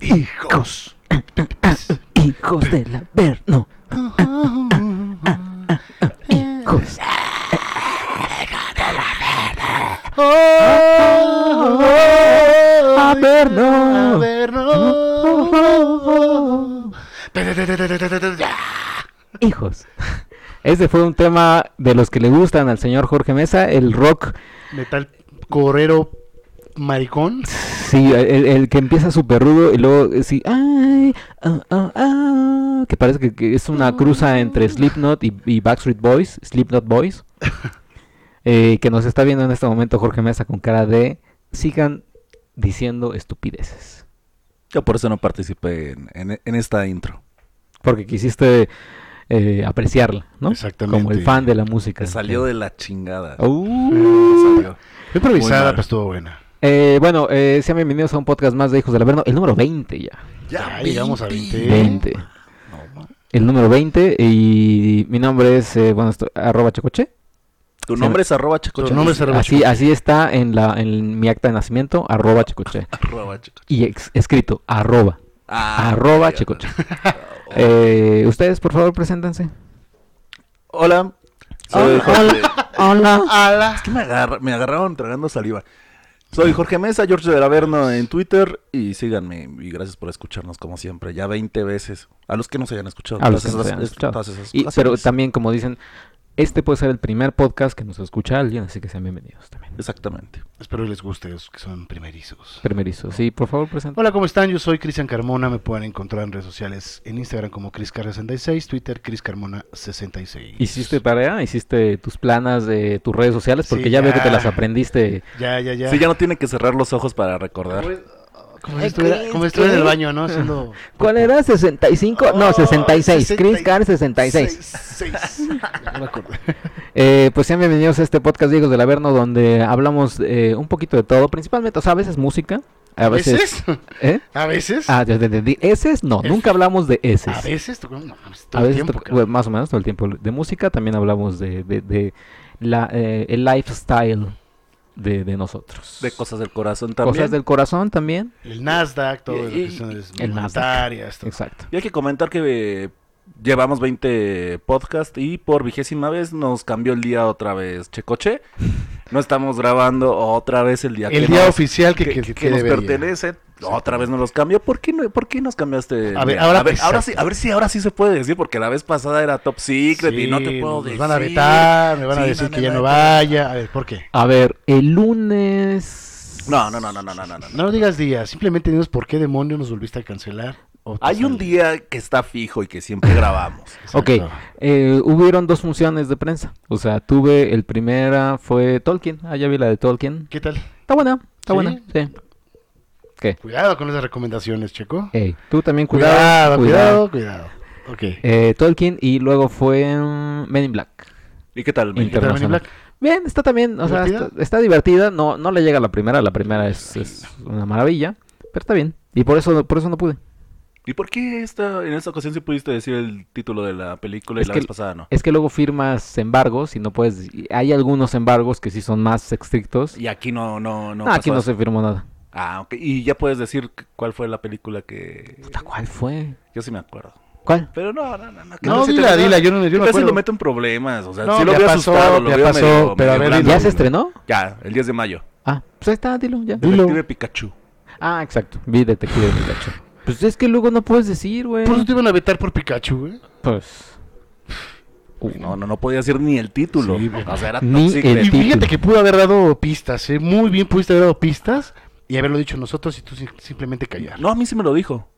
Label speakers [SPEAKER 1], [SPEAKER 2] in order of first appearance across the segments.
[SPEAKER 1] Hijos.
[SPEAKER 2] Hijos del Averno. Hijos. Averno.
[SPEAKER 1] Averno.
[SPEAKER 2] Hijos. Ese fue un tema de los que le gustan al señor Jorge Mesa, el rock,
[SPEAKER 1] Metal correro maricón.
[SPEAKER 2] sí, el, el que empieza súper rudo y luego eh, sí, ay, ah, ah, ah, que parece que, que es una cruza entre Slipknot y, y Backstreet Boys, Slipknot Boys, eh, que nos está viendo en este momento Jorge Mesa con cara de sigan diciendo estupideces,
[SPEAKER 3] Yo por eso no participé en, en- en esta intro.
[SPEAKER 2] porque quisiste eh, apreciarla, ¿no? Como el
[SPEAKER 1] Exactamente.
[SPEAKER 2] fan de la música.
[SPEAKER 3] Que salió de la chingada.
[SPEAKER 2] Uh.
[SPEAKER 3] Salió.
[SPEAKER 1] Fue improvisada,
[SPEAKER 3] Buena.
[SPEAKER 1] pero estuvo buena.
[SPEAKER 2] Eh, bueno, eh, sean bienvenidos a un podcast más de Hijos del Averno, el número 20 ya.
[SPEAKER 1] Ya llegamos a 20.
[SPEAKER 2] 20.
[SPEAKER 3] No, ma.
[SPEAKER 2] El número 20 y mi nombre es, eh, bueno, esto- arroba Checoche.
[SPEAKER 3] tu nombre es arroba checoche.
[SPEAKER 1] Tu nombre es arroba
[SPEAKER 2] Así, así está en, la, en mi acta de nacimiento, arroba Checoche.
[SPEAKER 3] arroba checoche.
[SPEAKER 2] Y ex- escrito, arroba.
[SPEAKER 3] Ah,
[SPEAKER 2] arroba
[SPEAKER 3] ya.
[SPEAKER 2] Checoche. Eh, Ustedes, por favor, preséntense.
[SPEAKER 3] Hola. Soy Jorge.
[SPEAKER 2] Ah, Hola.
[SPEAKER 3] Es que me, agarra- me agarraron tragando saliva. Soy Jorge Mesa, George del Averno en Twitter y síganme y gracias por escucharnos como siempre, ya 20 veces. A los que nos hayan escuchado.
[SPEAKER 2] A los que nos
[SPEAKER 3] todas esas-
[SPEAKER 2] hayan
[SPEAKER 3] es-
[SPEAKER 2] escuchado.
[SPEAKER 3] todas esas
[SPEAKER 2] Y- pero
[SPEAKER 3] ocasiones.
[SPEAKER 2] también, como dicen, este puede ser el primer podcast que nos escucha alguien, así que sean bienvenidos también.
[SPEAKER 3] Exactamente.
[SPEAKER 1] Espero les guste, es que son primerizos.
[SPEAKER 2] Primerizo, sí, por favor, preséntense.
[SPEAKER 1] Hola, ¿cómo están? Yo soy Cristian Carmona. Me pueden encontrar en redes sociales en Instagram como CrisCar66, Twitter CrisCarmona66.
[SPEAKER 2] ¿Hiciste tarea? ¿Hiciste tus planas de tus redes sociales? Porque
[SPEAKER 1] Sí,
[SPEAKER 2] ya veo que
[SPEAKER 1] ya.
[SPEAKER 2] te las aprendiste.
[SPEAKER 1] Ya, ya, ya.
[SPEAKER 3] Sí, ya no tienen que cerrar los ojos para recordar.
[SPEAKER 1] Como, como si estuviera, como si estuviera en el baño, ¿no? Haciendo.
[SPEAKER 2] ¿Cuál era? ¿65?
[SPEAKER 1] Oh,
[SPEAKER 2] no, 66.
[SPEAKER 1] 60
[SPEAKER 2] Chris Carr 66.
[SPEAKER 1] Seis, seis. Ya me acordé.
[SPEAKER 2] Eh, pues sean bienvenidos a este podcast Diego del Averno, donde hablamos eh, un poquito de todo, principalmente, o sea, a veces música, a veces... ¿Eh?
[SPEAKER 1] ¿A veces?
[SPEAKER 2] Ah, ya te entendí. ¿Eses? No,
[SPEAKER 1] Es-
[SPEAKER 2] nunca hablamos de eses.
[SPEAKER 1] ¿A veces? tocamos- No, mames,
[SPEAKER 2] A
[SPEAKER 1] todo el
[SPEAKER 2] veces
[SPEAKER 1] tiempo,
[SPEAKER 2] to-
[SPEAKER 1] cabrón.
[SPEAKER 2] bueno, más o menos todo el tiempo de música, también hablamos de, de- de la, eh, el lifestyle de, de nosotros.
[SPEAKER 3] De cosas del corazón también.
[SPEAKER 2] Cosas del corazón también.
[SPEAKER 1] El Nasdaq, todo
[SPEAKER 3] Y-
[SPEAKER 1] las
[SPEAKER 3] y-
[SPEAKER 1] cuestiones
[SPEAKER 2] el Nasdaq.
[SPEAKER 1] monetarias. todo.
[SPEAKER 2] Exacto.
[SPEAKER 3] Y hay que comentar que eh, llevamos 20 podcast y por vigésima vez nos cambió el día otra vez, Checoche. No estamos grabando otra vez el día
[SPEAKER 1] El
[SPEAKER 3] que
[SPEAKER 1] día
[SPEAKER 3] nos-
[SPEAKER 1] oficial que, que- que
[SPEAKER 3] nos
[SPEAKER 1] debería.
[SPEAKER 3] pertenece. Otra vez nos los cambió. ¿Por qué, no, ¿Por qué nos cambiaste?
[SPEAKER 1] A ver,
[SPEAKER 3] Mira,
[SPEAKER 1] ahora-
[SPEAKER 3] ahora sí, a ver si ahora sí se puede decir, porque la vez pasada era top secret y no te
[SPEAKER 1] Sí,
[SPEAKER 3] puedo
[SPEAKER 1] nos
[SPEAKER 3] decir.
[SPEAKER 1] van a vetar, me van a
[SPEAKER 3] Sí,
[SPEAKER 1] decir
[SPEAKER 3] no, no,
[SPEAKER 1] que ya
[SPEAKER 3] no,
[SPEAKER 1] no
[SPEAKER 3] no.
[SPEAKER 1] vaya. A ver, ¿por qué?
[SPEAKER 2] A ver, el lunes...
[SPEAKER 3] No, no, no, no, no, no, no, no.
[SPEAKER 1] No digas días, simplemente dinos por qué demonios nos volviste a cancelar. o te
[SPEAKER 3] Hay un
[SPEAKER 1] sale.
[SPEAKER 3] día que está fijo y que siempre grabamos.
[SPEAKER 2] Ok,
[SPEAKER 1] Exacto.
[SPEAKER 2] eh, hubieron dos funciones de prensa. O sea, tuve, el primera fue Tolkien. Ah, ya vi la de Tolkien.
[SPEAKER 1] ¿Qué tal?
[SPEAKER 2] Está buena, está
[SPEAKER 1] ¿Sí?
[SPEAKER 2] buena. Sí. ¿Qué?
[SPEAKER 1] Cuidado con esas recomendaciones, Checo.
[SPEAKER 2] Ey, tú también Eh, cuidado.
[SPEAKER 1] Cuidado, cuidado, cuidado. Ok.
[SPEAKER 2] Eh, Tolkien y luego fue mm, Men in Black.
[SPEAKER 3] ¿Y qué tal?
[SPEAKER 1] ¿Qué tal
[SPEAKER 3] Mel?
[SPEAKER 1] Men in
[SPEAKER 2] internacional.
[SPEAKER 1] Black?
[SPEAKER 2] Bien, está también, o sea,
[SPEAKER 1] ¿Divertida?
[SPEAKER 2] está, está divertida. No, no le llega a la primera, la primera es, es una maravilla, pero está bien. Y por eso, por eso no pude.
[SPEAKER 3] ¿Y por qué esta, en esta ocasión sí pudiste decir el título de la película y
[SPEAKER 2] Es
[SPEAKER 3] la
[SPEAKER 2] que-
[SPEAKER 3] vez pasada no?
[SPEAKER 2] Es que luego firmas embargos y no puedes. y Hay algunos embargos que sí son más estrictos.
[SPEAKER 3] Y aquí no, no, no.
[SPEAKER 2] Ah, aquí
[SPEAKER 3] pasó
[SPEAKER 2] no
[SPEAKER 3] eso.
[SPEAKER 2] se firmó nada.
[SPEAKER 3] Ah, ok. Y ya puedes decir cu- cuál fue la película que.
[SPEAKER 2] Puta, ¿Cuál fue?
[SPEAKER 3] Yo sí me acuerdo.
[SPEAKER 2] ¿Cuál?
[SPEAKER 3] Pero no, no, no. No, que
[SPEAKER 1] No,
[SPEAKER 3] sí te-
[SPEAKER 1] dila, dila, yo no- yo
[SPEAKER 3] que
[SPEAKER 1] no
[SPEAKER 3] casi
[SPEAKER 1] acuerdo.
[SPEAKER 3] lo meto en problemas. O sea,
[SPEAKER 1] No,
[SPEAKER 3] sí lo
[SPEAKER 1] ya
[SPEAKER 3] veo
[SPEAKER 1] pasó,
[SPEAKER 3] asustado, lo
[SPEAKER 1] ya
[SPEAKER 3] veo
[SPEAKER 1] pasó,
[SPEAKER 3] medio-
[SPEAKER 1] pero a
[SPEAKER 3] medio
[SPEAKER 1] ver,
[SPEAKER 3] blando.
[SPEAKER 1] dilo.
[SPEAKER 2] ¿Ya se estrenó?
[SPEAKER 3] Ya, el 10 de mayo.
[SPEAKER 2] Ah, pues ahí está, dilo, ya.
[SPEAKER 3] Detective Pikachu.
[SPEAKER 2] Ah, exacto. Vi Detective Pikachu. Pues es que luego no puedes decir, güey.
[SPEAKER 3] Pues,
[SPEAKER 1] Por eso te iban a vetar por Pikachu, güey.
[SPEAKER 2] Pues.
[SPEAKER 3] Uy, no, no, no podía decir ni el título.
[SPEAKER 1] Sí,
[SPEAKER 3] o sea, era
[SPEAKER 2] ni
[SPEAKER 3] top secret.
[SPEAKER 2] el-
[SPEAKER 1] Y fíjate
[SPEAKER 2] título.
[SPEAKER 1] que pudo haber dado pistas, ¿eh? Muy bien pudiste haber dado pistas y haberlo dicho nosotros y tú sim- simplemente callar.
[SPEAKER 3] No, a mí sí me lo dijo.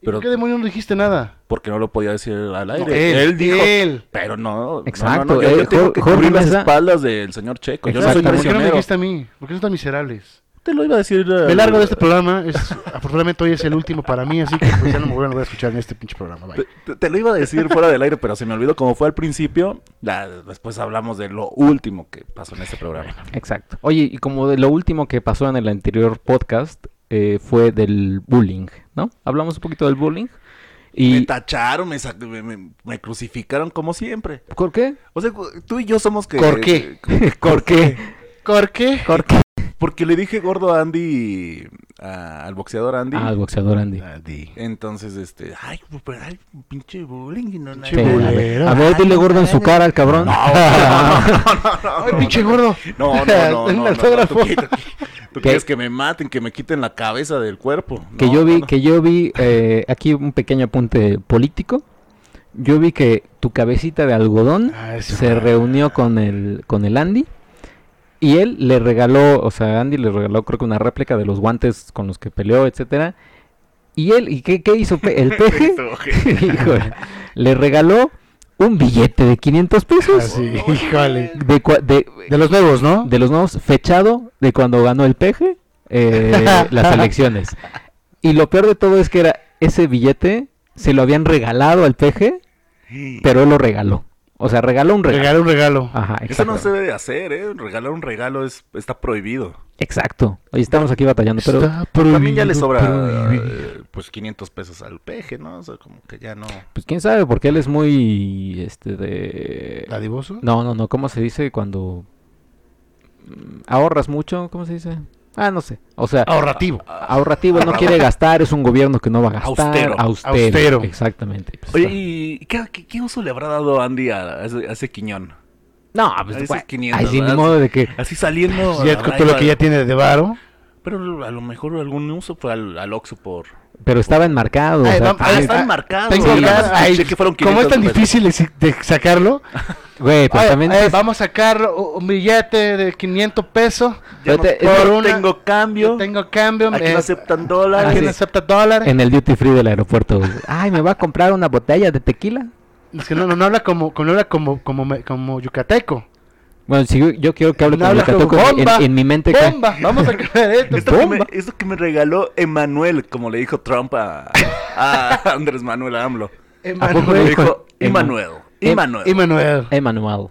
[SPEAKER 1] ¿Y
[SPEAKER 3] Pero
[SPEAKER 1] ¿Por qué demonios no dijiste nada?
[SPEAKER 3] porque no lo podía decir al aire.
[SPEAKER 1] No, él,
[SPEAKER 3] dijo.
[SPEAKER 1] él.
[SPEAKER 3] Pero no. no,
[SPEAKER 2] Exacto,
[SPEAKER 3] no, no, yo,
[SPEAKER 2] eh,
[SPEAKER 3] yo tengo
[SPEAKER 2] Jor-
[SPEAKER 3] que
[SPEAKER 2] Jorge
[SPEAKER 3] cubrir las
[SPEAKER 2] Mesa-
[SPEAKER 3] espaldas del señor Checo. Yo no soy
[SPEAKER 1] Exacto, ¿Por qué no me
[SPEAKER 3] prisionero.
[SPEAKER 1] dijiste a mí? ¿Por qué son tan miserables?
[SPEAKER 3] Te lo iba a decir.
[SPEAKER 1] Me largo de este programa. Es, afortunadamente hoy es el último para mí, así que pues, ya no me vuelven a volver a escuchar en este pinche programa. Bye.
[SPEAKER 3] Te, te- te lo iba a decir fuera del aire, pero se me olvidó como fue al principio. La- después hablamos de lo último que pasó en este programa.
[SPEAKER 2] Exacto. Oye, y como de lo último que pasó en el anterior podcast eh, fue del bullying, ¿no? Hablamos un poquito del bullying.
[SPEAKER 3] Me
[SPEAKER 2] Y.
[SPEAKER 3] tacharon, me, sac- me- me- me crucificaron como siempre.
[SPEAKER 2] ¿Por qué?
[SPEAKER 3] O sea, tú y yo somos que...
[SPEAKER 1] ¿Por qué?
[SPEAKER 2] ¿Por qué?
[SPEAKER 1] ¿Por qué?
[SPEAKER 2] Corque.
[SPEAKER 3] Porque le dije gordo a Andy, a- al boxeador Andy.
[SPEAKER 2] Ah, el boxeador Andy.
[SPEAKER 1] Andy.
[SPEAKER 3] Entonces, este, ay, pues, pero, ay, pinche bullying. y No, no,
[SPEAKER 1] Pinche
[SPEAKER 2] Sí, a
[SPEAKER 1] bullying.
[SPEAKER 2] ver,
[SPEAKER 1] culero.
[SPEAKER 2] a ver, dile gordo en su cara al cabrón.
[SPEAKER 1] ¡Ay, pinche gordo!
[SPEAKER 3] No, no, no, no,
[SPEAKER 1] El
[SPEAKER 3] no, no,
[SPEAKER 1] autógrafo.
[SPEAKER 3] tú, qui- tú quieres que me maten, que me quiten la cabeza del cuerpo.
[SPEAKER 2] que
[SPEAKER 3] No,
[SPEAKER 2] yo vi,
[SPEAKER 3] no,
[SPEAKER 2] que yo vi, eh, aquí un pequeño apunte político. Yo vi que tu cabecita de algodón
[SPEAKER 1] Ah, ese
[SPEAKER 2] se
[SPEAKER 1] madre.
[SPEAKER 2] reunió con el, con el Andy. Y él le regaló, o sea, Andy le regaló creo que una réplica de los guantes con los que peleó, etcétera. Y él, ¿y qué, qué hizo? pe- El peje
[SPEAKER 3] no.
[SPEAKER 2] Híjole, le regaló un billete de 500 pesos.
[SPEAKER 1] Ah, sí, híjole.
[SPEAKER 2] De, cua- de-
[SPEAKER 1] De los nuevos, ¿no?
[SPEAKER 2] de los nuevos, fechado de cuando ganó el peje eh, las elecciones. Y lo peor de todo es que era ese billete se lo habían regalado al peje, pero él lo regaló. O sea, regaló un regalo.
[SPEAKER 1] Regalo, un regalo.
[SPEAKER 2] Ajá,
[SPEAKER 3] Eso no
[SPEAKER 2] exacto.
[SPEAKER 3] se debe de hacer, ¿eh? Regalar un regalo es, está prohibido.
[SPEAKER 2] Exacto. Hoy estamos aquí batallando, pero
[SPEAKER 1] Está prohibido.
[SPEAKER 3] También ya le sobra,
[SPEAKER 1] prohibido.
[SPEAKER 3] eh, pues, 500 pesos al peje, ¿no? O sea, como que ya no...
[SPEAKER 2] pues quién sabe, porque él es muy este de
[SPEAKER 1] ¿Dadivoso?
[SPEAKER 2] No, no, no, ¿cómo se dice cuando mm, ahorras mucho? ¿Cómo se dice? Ah, no sé. O
[SPEAKER 1] Oh,
[SPEAKER 2] sea,
[SPEAKER 1] Ahorrativo.
[SPEAKER 2] ahorrativo no quiere gastar, es un gobierno que no va a gastar.
[SPEAKER 3] Austero.
[SPEAKER 2] Austero.
[SPEAKER 1] Austero.
[SPEAKER 2] Exactamente. Pues,
[SPEAKER 3] Oye,
[SPEAKER 2] está-
[SPEAKER 3] ¿y qué, qué, qué uso le habrá dado Andy a, a ese, a ese quiñón?
[SPEAKER 2] No,
[SPEAKER 3] a
[SPEAKER 2] pues
[SPEAKER 3] esos
[SPEAKER 2] güey,
[SPEAKER 3] 500,
[SPEAKER 2] ay, sí, ni
[SPEAKER 3] ¿verdad?
[SPEAKER 2] modo de que
[SPEAKER 3] Así saliendo...
[SPEAKER 1] ya
[SPEAKER 3] habrá
[SPEAKER 1] con todo lo
[SPEAKER 3] ido
[SPEAKER 1] que
[SPEAKER 3] a-
[SPEAKER 1] ya tiene de varo.
[SPEAKER 3] Pero a lo mejor algún uso fue al, al Oxxo por...
[SPEAKER 2] pero estaba enmarcado, o
[SPEAKER 1] Ay,
[SPEAKER 2] sea,
[SPEAKER 1] vam- ay,
[SPEAKER 2] también-
[SPEAKER 3] están
[SPEAKER 1] ah,
[SPEAKER 3] marcados,
[SPEAKER 1] Tengo
[SPEAKER 3] sí,
[SPEAKER 1] que-
[SPEAKER 3] nada más
[SPEAKER 1] ay,
[SPEAKER 3] escuché que fueron
[SPEAKER 1] como es tan
[SPEAKER 3] 500
[SPEAKER 1] difícil de de sacarlo,
[SPEAKER 2] güey, pues
[SPEAKER 1] ay,
[SPEAKER 2] también
[SPEAKER 1] ay,
[SPEAKER 2] es-
[SPEAKER 1] vamos a sacar u- un billete de 500 pesos.
[SPEAKER 3] Ya no,
[SPEAKER 2] Vete,
[SPEAKER 1] por
[SPEAKER 3] no
[SPEAKER 1] una-
[SPEAKER 3] tengo cambio.
[SPEAKER 1] Yo tengo cambio.
[SPEAKER 3] Aquí
[SPEAKER 1] eh,
[SPEAKER 3] no aceptan
[SPEAKER 1] aquí
[SPEAKER 3] dólares.
[SPEAKER 1] no acepta dólares.
[SPEAKER 2] en el duty free del aeropuerto. güey. Ay, me va a comprar una botella de tequila.
[SPEAKER 1] Es que no, no, no habla como, como- no habla como, como, me- como yucateco.
[SPEAKER 2] Bueno, si yo, yo quiero que hable
[SPEAKER 1] No
[SPEAKER 2] con
[SPEAKER 1] habla
[SPEAKER 2] Yucateco
[SPEAKER 1] como
[SPEAKER 2] en- en,
[SPEAKER 1] bomba,
[SPEAKER 2] en mi mente acá.
[SPEAKER 1] ¡Bomba! Vamos a sacar esto.
[SPEAKER 3] Esto que, me,
[SPEAKER 1] ¡Bomba!
[SPEAKER 3] esto que me regaló Emanuel, como le dijo Trump a, a Andrés Manuel AMLO.
[SPEAKER 2] ¿A poco le
[SPEAKER 1] Emanuel.
[SPEAKER 3] Le
[SPEAKER 2] dijo
[SPEAKER 3] dijo
[SPEAKER 2] Em-
[SPEAKER 3] Emanuel.
[SPEAKER 2] Em-
[SPEAKER 3] Emanuel.
[SPEAKER 1] Emanuel.
[SPEAKER 2] Emanuel.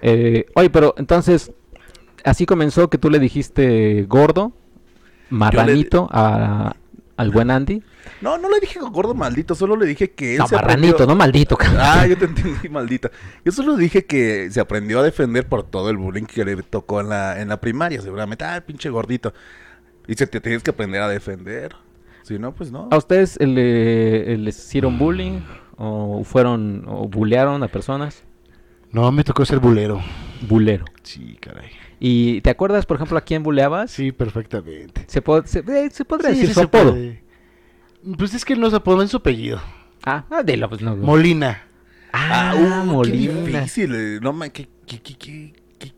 [SPEAKER 2] Eh, oye, pero entonces, así comenzó que tú le dijiste gordo, marranito a- al buen Andy.
[SPEAKER 3] No, no le dije gordo maldito, solo le dije que él
[SPEAKER 2] No,
[SPEAKER 3] se
[SPEAKER 2] marranito,
[SPEAKER 3] aprendió-
[SPEAKER 2] no maldito, cabrón.
[SPEAKER 3] Ah, yo te entendí, maldita. Yo solo dije que se aprendió a defender por todo el bullying que le tocó en la, en la primaria, seguramente. Ah, pinche gordito. Y se te tienes que aprender a defender. Si no, pues no.
[SPEAKER 2] ¿A ustedes eh, le- eh, les hicieron bullying? ¿O fueron, o bullearon a personas?
[SPEAKER 1] No, me tocó ser bulero.
[SPEAKER 2] Bulero.
[SPEAKER 1] Sí, caray.
[SPEAKER 2] ¿Y te acuerdas, por ejemplo, a quién buleabas?
[SPEAKER 1] Sí, perfectamente.
[SPEAKER 2] Se, po- se, eh, se podría
[SPEAKER 1] Sí,
[SPEAKER 2] decir
[SPEAKER 1] sí
[SPEAKER 2] su
[SPEAKER 1] se
[SPEAKER 2] apodo.
[SPEAKER 1] puede. Pues es que no se apodo, es su apellido.
[SPEAKER 2] Ah, ah, dilo, pues no.
[SPEAKER 1] Molina.
[SPEAKER 2] ah,
[SPEAKER 3] uh, Qué
[SPEAKER 2] Molina.
[SPEAKER 3] difícil. eh. No, man, qué, qué, qué, qué, qué,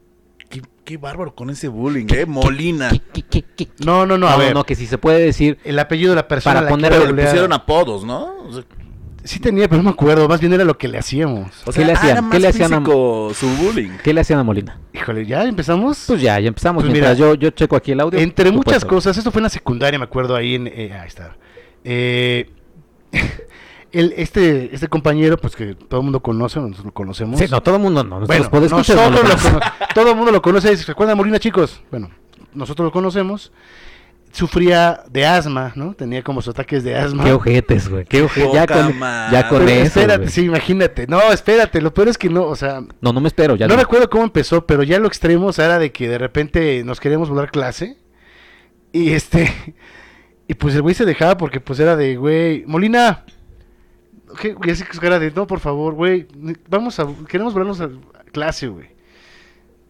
[SPEAKER 3] qué, qué bárbaro con ese bullying, eh. Molina.
[SPEAKER 2] Qui, qui, qui, qui.
[SPEAKER 1] No, no, no, a
[SPEAKER 2] No,
[SPEAKER 1] ver.
[SPEAKER 2] no, que si se puede decir.
[SPEAKER 1] El apellido de la persona.
[SPEAKER 2] Para
[SPEAKER 1] a la que
[SPEAKER 2] poner-
[SPEAKER 1] era
[SPEAKER 3] Pero le
[SPEAKER 1] buleada.
[SPEAKER 3] pusieron apodos, ¿no? O sea,
[SPEAKER 1] Sí tenía, pero no me acuerdo. Más bien era lo que le hacíamos.
[SPEAKER 3] o
[SPEAKER 2] ¿Qué le
[SPEAKER 3] ah,
[SPEAKER 2] hacían?
[SPEAKER 3] era
[SPEAKER 2] ¿Qué
[SPEAKER 3] más
[SPEAKER 2] le hacían a-
[SPEAKER 3] físico su bullying.
[SPEAKER 2] ¿Qué le hacían a Molina?
[SPEAKER 1] Híjole, ¿ya empezamos?
[SPEAKER 2] Pues ya, ya empezamos.
[SPEAKER 1] Pues
[SPEAKER 2] Mientras
[SPEAKER 1] mira,
[SPEAKER 2] yo, yo checo aquí el audio.
[SPEAKER 1] Entre
[SPEAKER 2] tú
[SPEAKER 1] muchas
[SPEAKER 2] cuéntame.
[SPEAKER 1] cosas, esto fue en la secundaria, me acuerdo ahí en... eh, ahí está. Eh, el, este, este compañero, pues que todo el mundo conoce, nosotros lo conocemos.
[SPEAKER 2] Sí, no, todo el mundo no. Nos
[SPEAKER 1] bueno,
[SPEAKER 2] puede escuchar.
[SPEAKER 1] nosotros lo cono- todo el mundo lo conoce. ¿Se acuerdan de Molina, chicos? Bueno, nosotros lo conocemos. Sufría de asma, ¿no? Tenía como sus ataques de asma.
[SPEAKER 2] Qué ojetes, güey. Qué ojetes. Ya
[SPEAKER 3] Poca
[SPEAKER 2] con,
[SPEAKER 3] madre.
[SPEAKER 2] ya con
[SPEAKER 1] Pero
[SPEAKER 2] eso.
[SPEAKER 1] espérate,
[SPEAKER 2] güey.
[SPEAKER 1] sí, imagínate. No, espérate, lo peor es que no, o sea,
[SPEAKER 2] No, no me espero. Ya
[SPEAKER 1] no recuerdo cómo empezó, pero ya lo extremo o sea, era de que de repente nos queríamos volar clase. Y este. Y pues el güey se dejaba porque pues era de, güey, Molina. ¿qué? Y así que era de, no, por favor, güey. Vamos a. Queremos volarnos a clase, güey.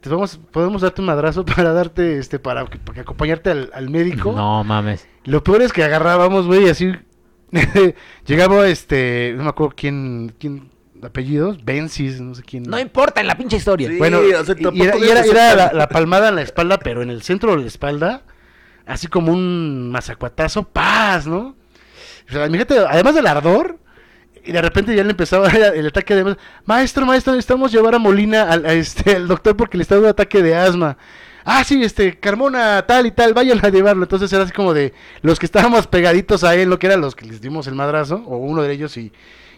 [SPEAKER 1] Te vamos, podemos darte un madrazo para darte, este, para, que- para que acompañarte al, al médico.
[SPEAKER 2] No mames.
[SPEAKER 1] Lo peor es que agarrábamos, güey, y así. Llegamos, este, no me acuerdo quién, quién, apellidos, Bensis, no sé quién.
[SPEAKER 2] importa en la pinche historia.
[SPEAKER 3] Sí.
[SPEAKER 1] Bueno,
[SPEAKER 3] o sea,
[SPEAKER 1] y- y
[SPEAKER 3] tampoco
[SPEAKER 1] era, y
[SPEAKER 3] debes
[SPEAKER 1] era-
[SPEAKER 3] hacer
[SPEAKER 1] era la,
[SPEAKER 3] tan-
[SPEAKER 1] la palmada en la espalda, pero en el centro de la espalda, así como un mazacuatazo, paz, ¿no? O sea, imagínate, además del ardor, y de repente ya le empezaba el ataque de maestro, maestro, necesitamos llevar a Molina al, a este, al doctor porque le está dando un ataque de asma. Ah, sí, este, Carmona, tal y tal, vayan a llevarlo. Entonces era así como de los que estábamos pegaditos a él, lo que eran los que les dimos el madrazo, o uno de ellos, y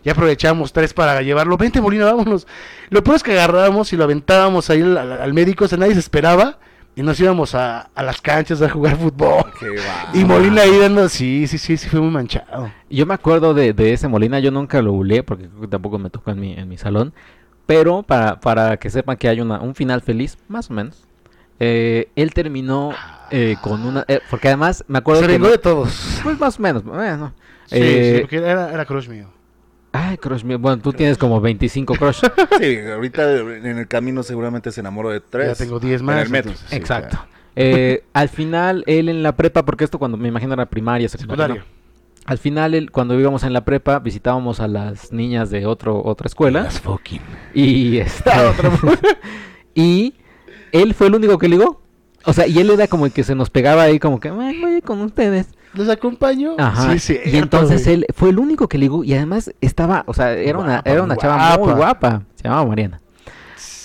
[SPEAKER 1] ya aprovechamos tres para llevarlo. Vente, Molina, vámonos. Lo peor es que agarrábamos y lo aventábamos ahí al, al- al médico, o sea, nadie se esperaba, y nos íbamos a, a las canchas a jugar fútbol.
[SPEAKER 3] Qué va-
[SPEAKER 1] Y Molina ahí dando, sí, sí, sí, sí, fue muy manchado.
[SPEAKER 2] Yo me acuerdo de, de ese Molina, yo nunca lo bulé porque creo que tampoco me tocó en mi, en mi salón. Pero para, para que sepan que hay una, un final feliz, más o menos, eh, él terminó eh, con una... eh, porque además, me acuerdo
[SPEAKER 1] Se
[SPEAKER 2] que...
[SPEAKER 1] vengó
[SPEAKER 2] no-
[SPEAKER 1] de todos.
[SPEAKER 2] Pues más o menos, bueno.
[SPEAKER 1] Sí,
[SPEAKER 2] Eh,
[SPEAKER 1] sí, porque era, era crush mío.
[SPEAKER 2] Ay, crush mío. Bueno, tú tienes como 25 crush.
[SPEAKER 3] Sí, ahorita en el camino seguramente se enamoró de tres.
[SPEAKER 1] Ya tengo 10
[SPEAKER 3] En
[SPEAKER 1] más.
[SPEAKER 3] el metro.
[SPEAKER 1] entonces, sí,
[SPEAKER 2] Exacto. Eh, al final, él en la prepa, porque esto cuando me imagino era primaria,
[SPEAKER 1] ya.
[SPEAKER 2] secundaria.
[SPEAKER 1] Secundario.
[SPEAKER 2] ¿no? Al final, él, cuando íbamos en la prepa, visitábamos a las niñas de otro, otra escuela.
[SPEAKER 1] fucking.
[SPEAKER 2] Y este, y él fue el único que ligó. O sea, y él era como el que se nos pegaba ahí, como que, "Ay, voy con ustedes.
[SPEAKER 1] ¿Los acompaño?
[SPEAKER 2] Ajá.
[SPEAKER 1] Sí, sí.
[SPEAKER 2] y entonces él fue el único que ligó. Y además estaba, o sea, era una,
[SPEAKER 1] Guapa,
[SPEAKER 2] era una
[SPEAKER 1] muy
[SPEAKER 2] chava muy
[SPEAKER 1] guapa.
[SPEAKER 2] guapa. Se llamaba Mariana.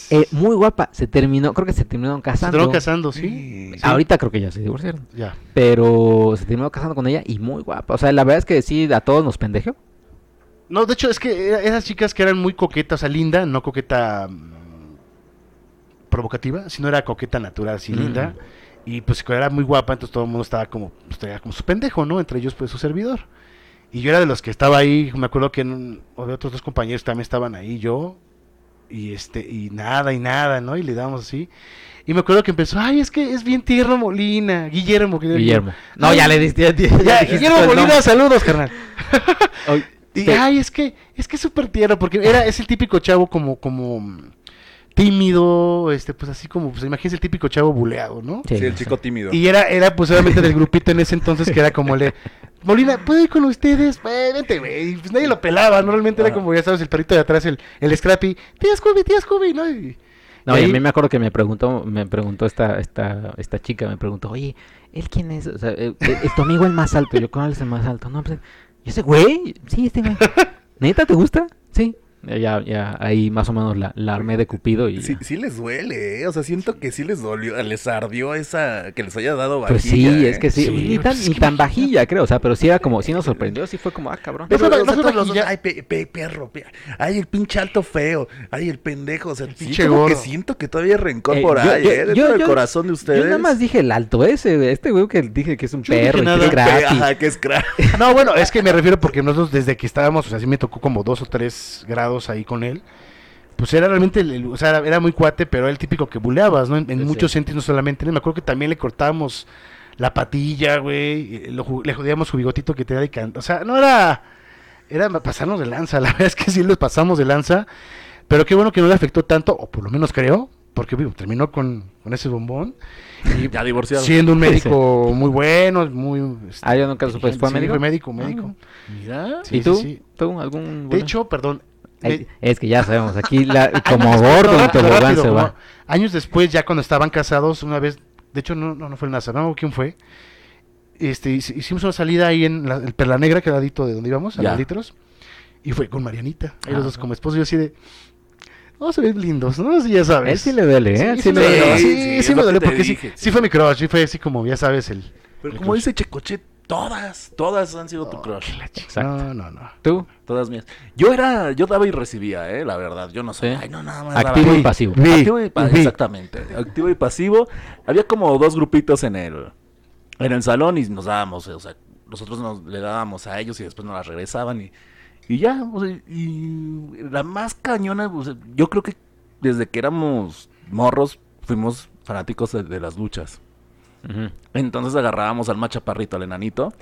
[SPEAKER 2] Eh, muy guapa. Se terminó, creo que se terminaron
[SPEAKER 1] Se
[SPEAKER 2] casando.
[SPEAKER 1] terminó casando, ¿sí?
[SPEAKER 2] Ahorita creo que ya se divorciaron.
[SPEAKER 1] Ya.
[SPEAKER 2] Pero se terminó casando con ella y muy guapa. O sea, la verdad es que sí, a todos nos pendejeó.
[SPEAKER 1] No, de hecho, es que era- esas chicas que eran muy coquetas, o sea, linda, no coqueta mm, provocativa, sino era coqueta natural, así
[SPEAKER 2] Mm.
[SPEAKER 1] linda. Y pues que era muy guapa, entonces todo el mundo estaba como, pues, tenía como su pendejo, ¿no? Entre ellos, pues, su servidor. Y yo era de los que estaba ahí, me acuerdo que en un- o de otros dos compañeros también estaban ahí, yo, y este, y nada, y nada, ¿no? Y le dábamos así. Y me acuerdo que empezó, ay, es que es bien tierno Molina, Guillermo.
[SPEAKER 2] Guillermo. No,
[SPEAKER 1] Ay.
[SPEAKER 2] ya le diste. Ya,
[SPEAKER 1] Ya,
[SPEAKER 2] dijiste
[SPEAKER 1] Guillermo
[SPEAKER 2] el nombre.
[SPEAKER 1] Molina, saludos, carnal.
[SPEAKER 2] Ay,
[SPEAKER 1] Y,
[SPEAKER 2] te-
[SPEAKER 1] ay, es que, es que es súper tierno, porque era, es el típico chavo como, como mm, tímido, este, pues así como, pues imagínese el típico chavo buleado, ¿no?
[SPEAKER 2] Sí,
[SPEAKER 3] Sí, el
[SPEAKER 2] sí.
[SPEAKER 3] chico tímido.
[SPEAKER 1] Y era, era pues obviamente del grupito en ese entonces que era como le, Molina, ¿puedo ir con ustedes? "Eh, vente, güey. Y, Pues nadie lo pelaba, ¿no? Realmente era
[SPEAKER 3] Ajá.
[SPEAKER 1] como, ya sabes, el perrito de atrás, el, el Scrappy, tía Scooby, tía Scooby, ¿no? Y-
[SPEAKER 2] No, y
[SPEAKER 1] ahí-
[SPEAKER 2] a mí me acuerdo que me preguntó, me preguntó esta, esta, esta chica, me preguntó, oye, ¿él quién es? O sea, eh, eh, ¿es tu amigo el más alto? Yo, ¿cuál es el más alto? No, pues, yo sé, güey, sí, este güey. ¿Neta te gusta? Sí. Eh, Ya, ya, ahí más o menos la, la armé de cupido y...
[SPEAKER 3] Sí,
[SPEAKER 2] ya.
[SPEAKER 3] sí les duele, ¿eh? O sea, siento que sí les dolió, les ardió esa que les haya dado
[SPEAKER 2] Pues sí,
[SPEAKER 3] vajilla,
[SPEAKER 2] es
[SPEAKER 3] ¿eh?
[SPEAKER 2] que sí,
[SPEAKER 1] Sí,
[SPEAKER 2] ni
[SPEAKER 1] pues
[SPEAKER 2] tan,
[SPEAKER 1] es
[SPEAKER 2] ni
[SPEAKER 1] que
[SPEAKER 2] tan vajilla, creo, o sea, pero sí era como, sí nos sorprendió, sí fue como, ah, cabrón.
[SPEAKER 1] Pero
[SPEAKER 3] Pero
[SPEAKER 1] no-
[SPEAKER 3] nosotros
[SPEAKER 1] nosotros
[SPEAKER 3] los dos,
[SPEAKER 1] ya-
[SPEAKER 3] ay, pe- pe- perro, pe- ay, el pinche alto feo, ay, el pendejo, o sea, sí,
[SPEAKER 1] pinche
[SPEAKER 3] como que
[SPEAKER 1] gordo.
[SPEAKER 3] siento que todavía hay rencor
[SPEAKER 2] Eh,
[SPEAKER 3] por
[SPEAKER 2] yo-
[SPEAKER 3] ahí,
[SPEAKER 2] yo-
[SPEAKER 3] ¿eh?
[SPEAKER 2] yo-
[SPEAKER 3] Dentro del
[SPEAKER 2] yo-
[SPEAKER 3] corazón de ustedes.
[SPEAKER 2] Yo nada más dije el alto ese, güey, este güey que dije que es un
[SPEAKER 1] Yo no dije
[SPEAKER 2] perro y que
[SPEAKER 1] nada.
[SPEAKER 2] es gratis.
[SPEAKER 3] Ajá, que es crack.
[SPEAKER 1] No, bueno, es que me refiero porque nosotros desde que estábamos, o sea, sí me tocó como dos o tres grados ahí con él. Pues era realmente, el- el- o sea, era, era muy cuate, pero era el típico que buleabas, ¿no? En, en
[SPEAKER 2] Sí, sí.
[SPEAKER 1] muchos sentidos, no solamente. en él. Me acuerdo que también le cortábamos la patilla, güey. eh, lo ju- Le jodíamos su bigotito que tenía de canto. O sea, no era. Era pasarnos de lanza. La verdad es que sí los pasamos de lanza. Pero qué bueno que no le afectó tanto, o por lo menos creo, porque digo, terminó con, con ese bombón. Y
[SPEAKER 3] Ya divorciado.
[SPEAKER 1] siendo un médico muy bueno, muy. este,
[SPEAKER 2] Ah, yo nunca supe, ¿fue
[SPEAKER 1] Sí,
[SPEAKER 2] médico?
[SPEAKER 1] Fue médico,
[SPEAKER 2] Ah,
[SPEAKER 1] médico. Mira.
[SPEAKER 2] ¿Y tú? ¿Tú algún...?
[SPEAKER 1] De
[SPEAKER 2] bueno?
[SPEAKER 1] hecho, perdón.
[SPEAKER 2] Ay,
[SPEAKER 1] me-
[SPEAKER 2] Es que ya sabemos, aquí la, como
[SPEAKER 1] años después-
[SPEAKER 2] gordo
[SPEAKER 1] no,
[SPEAKER 2] en
[SPEAKER 1] rápido,
[SPEAKER 2] tobogán
[SPEAKER 1] rápido,
[SPEAKER 2] se va.
[SPEAKER 1] como Años después, ya cuando estaban casados, una vez, de hecho, no, no, no fue el NASA, no, ¿quién fue? Este, hic- hicimos una salida ahí en la, el Perla Negra, que era adito de donde íbamos, a
[SPEAKER 3] Ya.
[SPEAKER 1] los litros, y fue con Marianita. Ahí los
[SPEAKER 2] Ah.
[SPEAKER 1] dos como esposos, yo así de, vamos a ver lindos, ¿no? Sí, ya sabes.
[SPEAKER 2] Él sí le duele, ¿eh? Él sí
[SPEAKER 1] sí,
[SPEAKER 2] le
[SPEAKER 1] me dolió,
[SPEAKER 2] duele.
[SPEAKER 1] sí,
[SPEAKER 3] Sí,
[SPEAKER 1] sí
[SPEAKER 3] es
[SPEAKER 1] me
[SPEAKER 3] lo que
[SPEAKER 1] dolió,
[SPEAKER 3] te
[SPEAKER 1] porque sí,
[SPEAKER 3] dije,
[SPEAKER 1] sí fue mi crush, sí fue así como, ya sabes, el...
[SPEAKER 3] Pero
[SPEAKER 1] el
[SPEAKER 3] como
[SPEAKER 1] crush.
[SPEAKER 3] dice Checoche, todas, todas han sido tu crush.
[SPEAKER 2] Exacto.
[SPEAKER 1] No, no, no.
[SPEAKER 2] Tú,
[SPEAKER 3] Todas mías. Yo era, yo daba y recibía, eh, la verdad. Yo no soy.
[SPEAKER 2] Sí.
[SPEAKER 3] Ay, no, nada más. daba.
[SPEAKER 2] activo
[SPEAKER 3] Sí.
[SPEAKER 2] y pasivo.
[SPEAKER 1] vi,
[SPEAKER 3] Activo y pa-
[SPEAKER 1] vi.
[SPEAKER 3] Exactamente. Activo y pasivo. Había como dos grupitos en el, en el salón y nos dábamos, eh, o sea, nosotros nos le dábamos a ellos y después nos las regresaban y, y ya. o sea, y la más cañona, o sea, yo creo que desde que éramos morros fuimos fanáticos de- de las luchas.
[SPEAKER 2] Ujú.
[SPEAKER 3] Entonces agarrábamos al machaparrito, al enanito,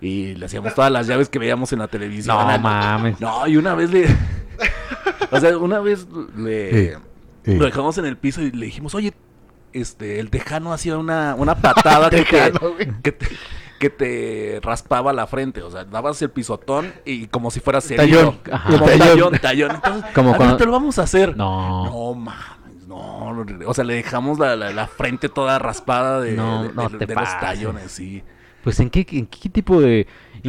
[SPEAKER 3] y le hacíamos todas las llaves que veíamos en la televisión.
[SPEAKER 2] No
[SPEAKER 3] Al-
[SPEAKER 2] mames.
[SPEAKER 3] No, y una vez le. o sea, una vez le. Lo dejamos en el piso y le dijimos, oye, este, el tejano hacía una, una patada que, te,
[SPEAKER 1] Tejano, güey.
[SPEAKER 3] que te- que te raspaba la frente. O sea, dabas el pisotón y como si fueras herido.
[SPEAKER 1] Tallón,
[SPEAKER 2] ajá.
[SPEAKER 3] Como
[SPEAKER 1] El tallón.
[SPEAKER 3] tallón, tallón. Entonces,
[SPEAKER 2] Como
[SPEAKER 3] "Ah, no,
[SPEAKER 2] cuando-
[SPEAKER 3] te lo vamos a hacer.
[SPEAKER 2] No.
[SPEAKER 3] No mames, no. no, O sea, le dejamos la, la- la frente toda raspada de,
[SPEAKER 2] No,
[SPEAKER 3] de-
[SPEAKER 2] no
[SPEAKER 3] de-
[SPEAKER 2] te
[SPEAKER 3] de los
[SPEAKER 2] pases.
[SPEAKER 3] tallones, sí.
[SPEAKER 2] Pues en qué, en qué tipo de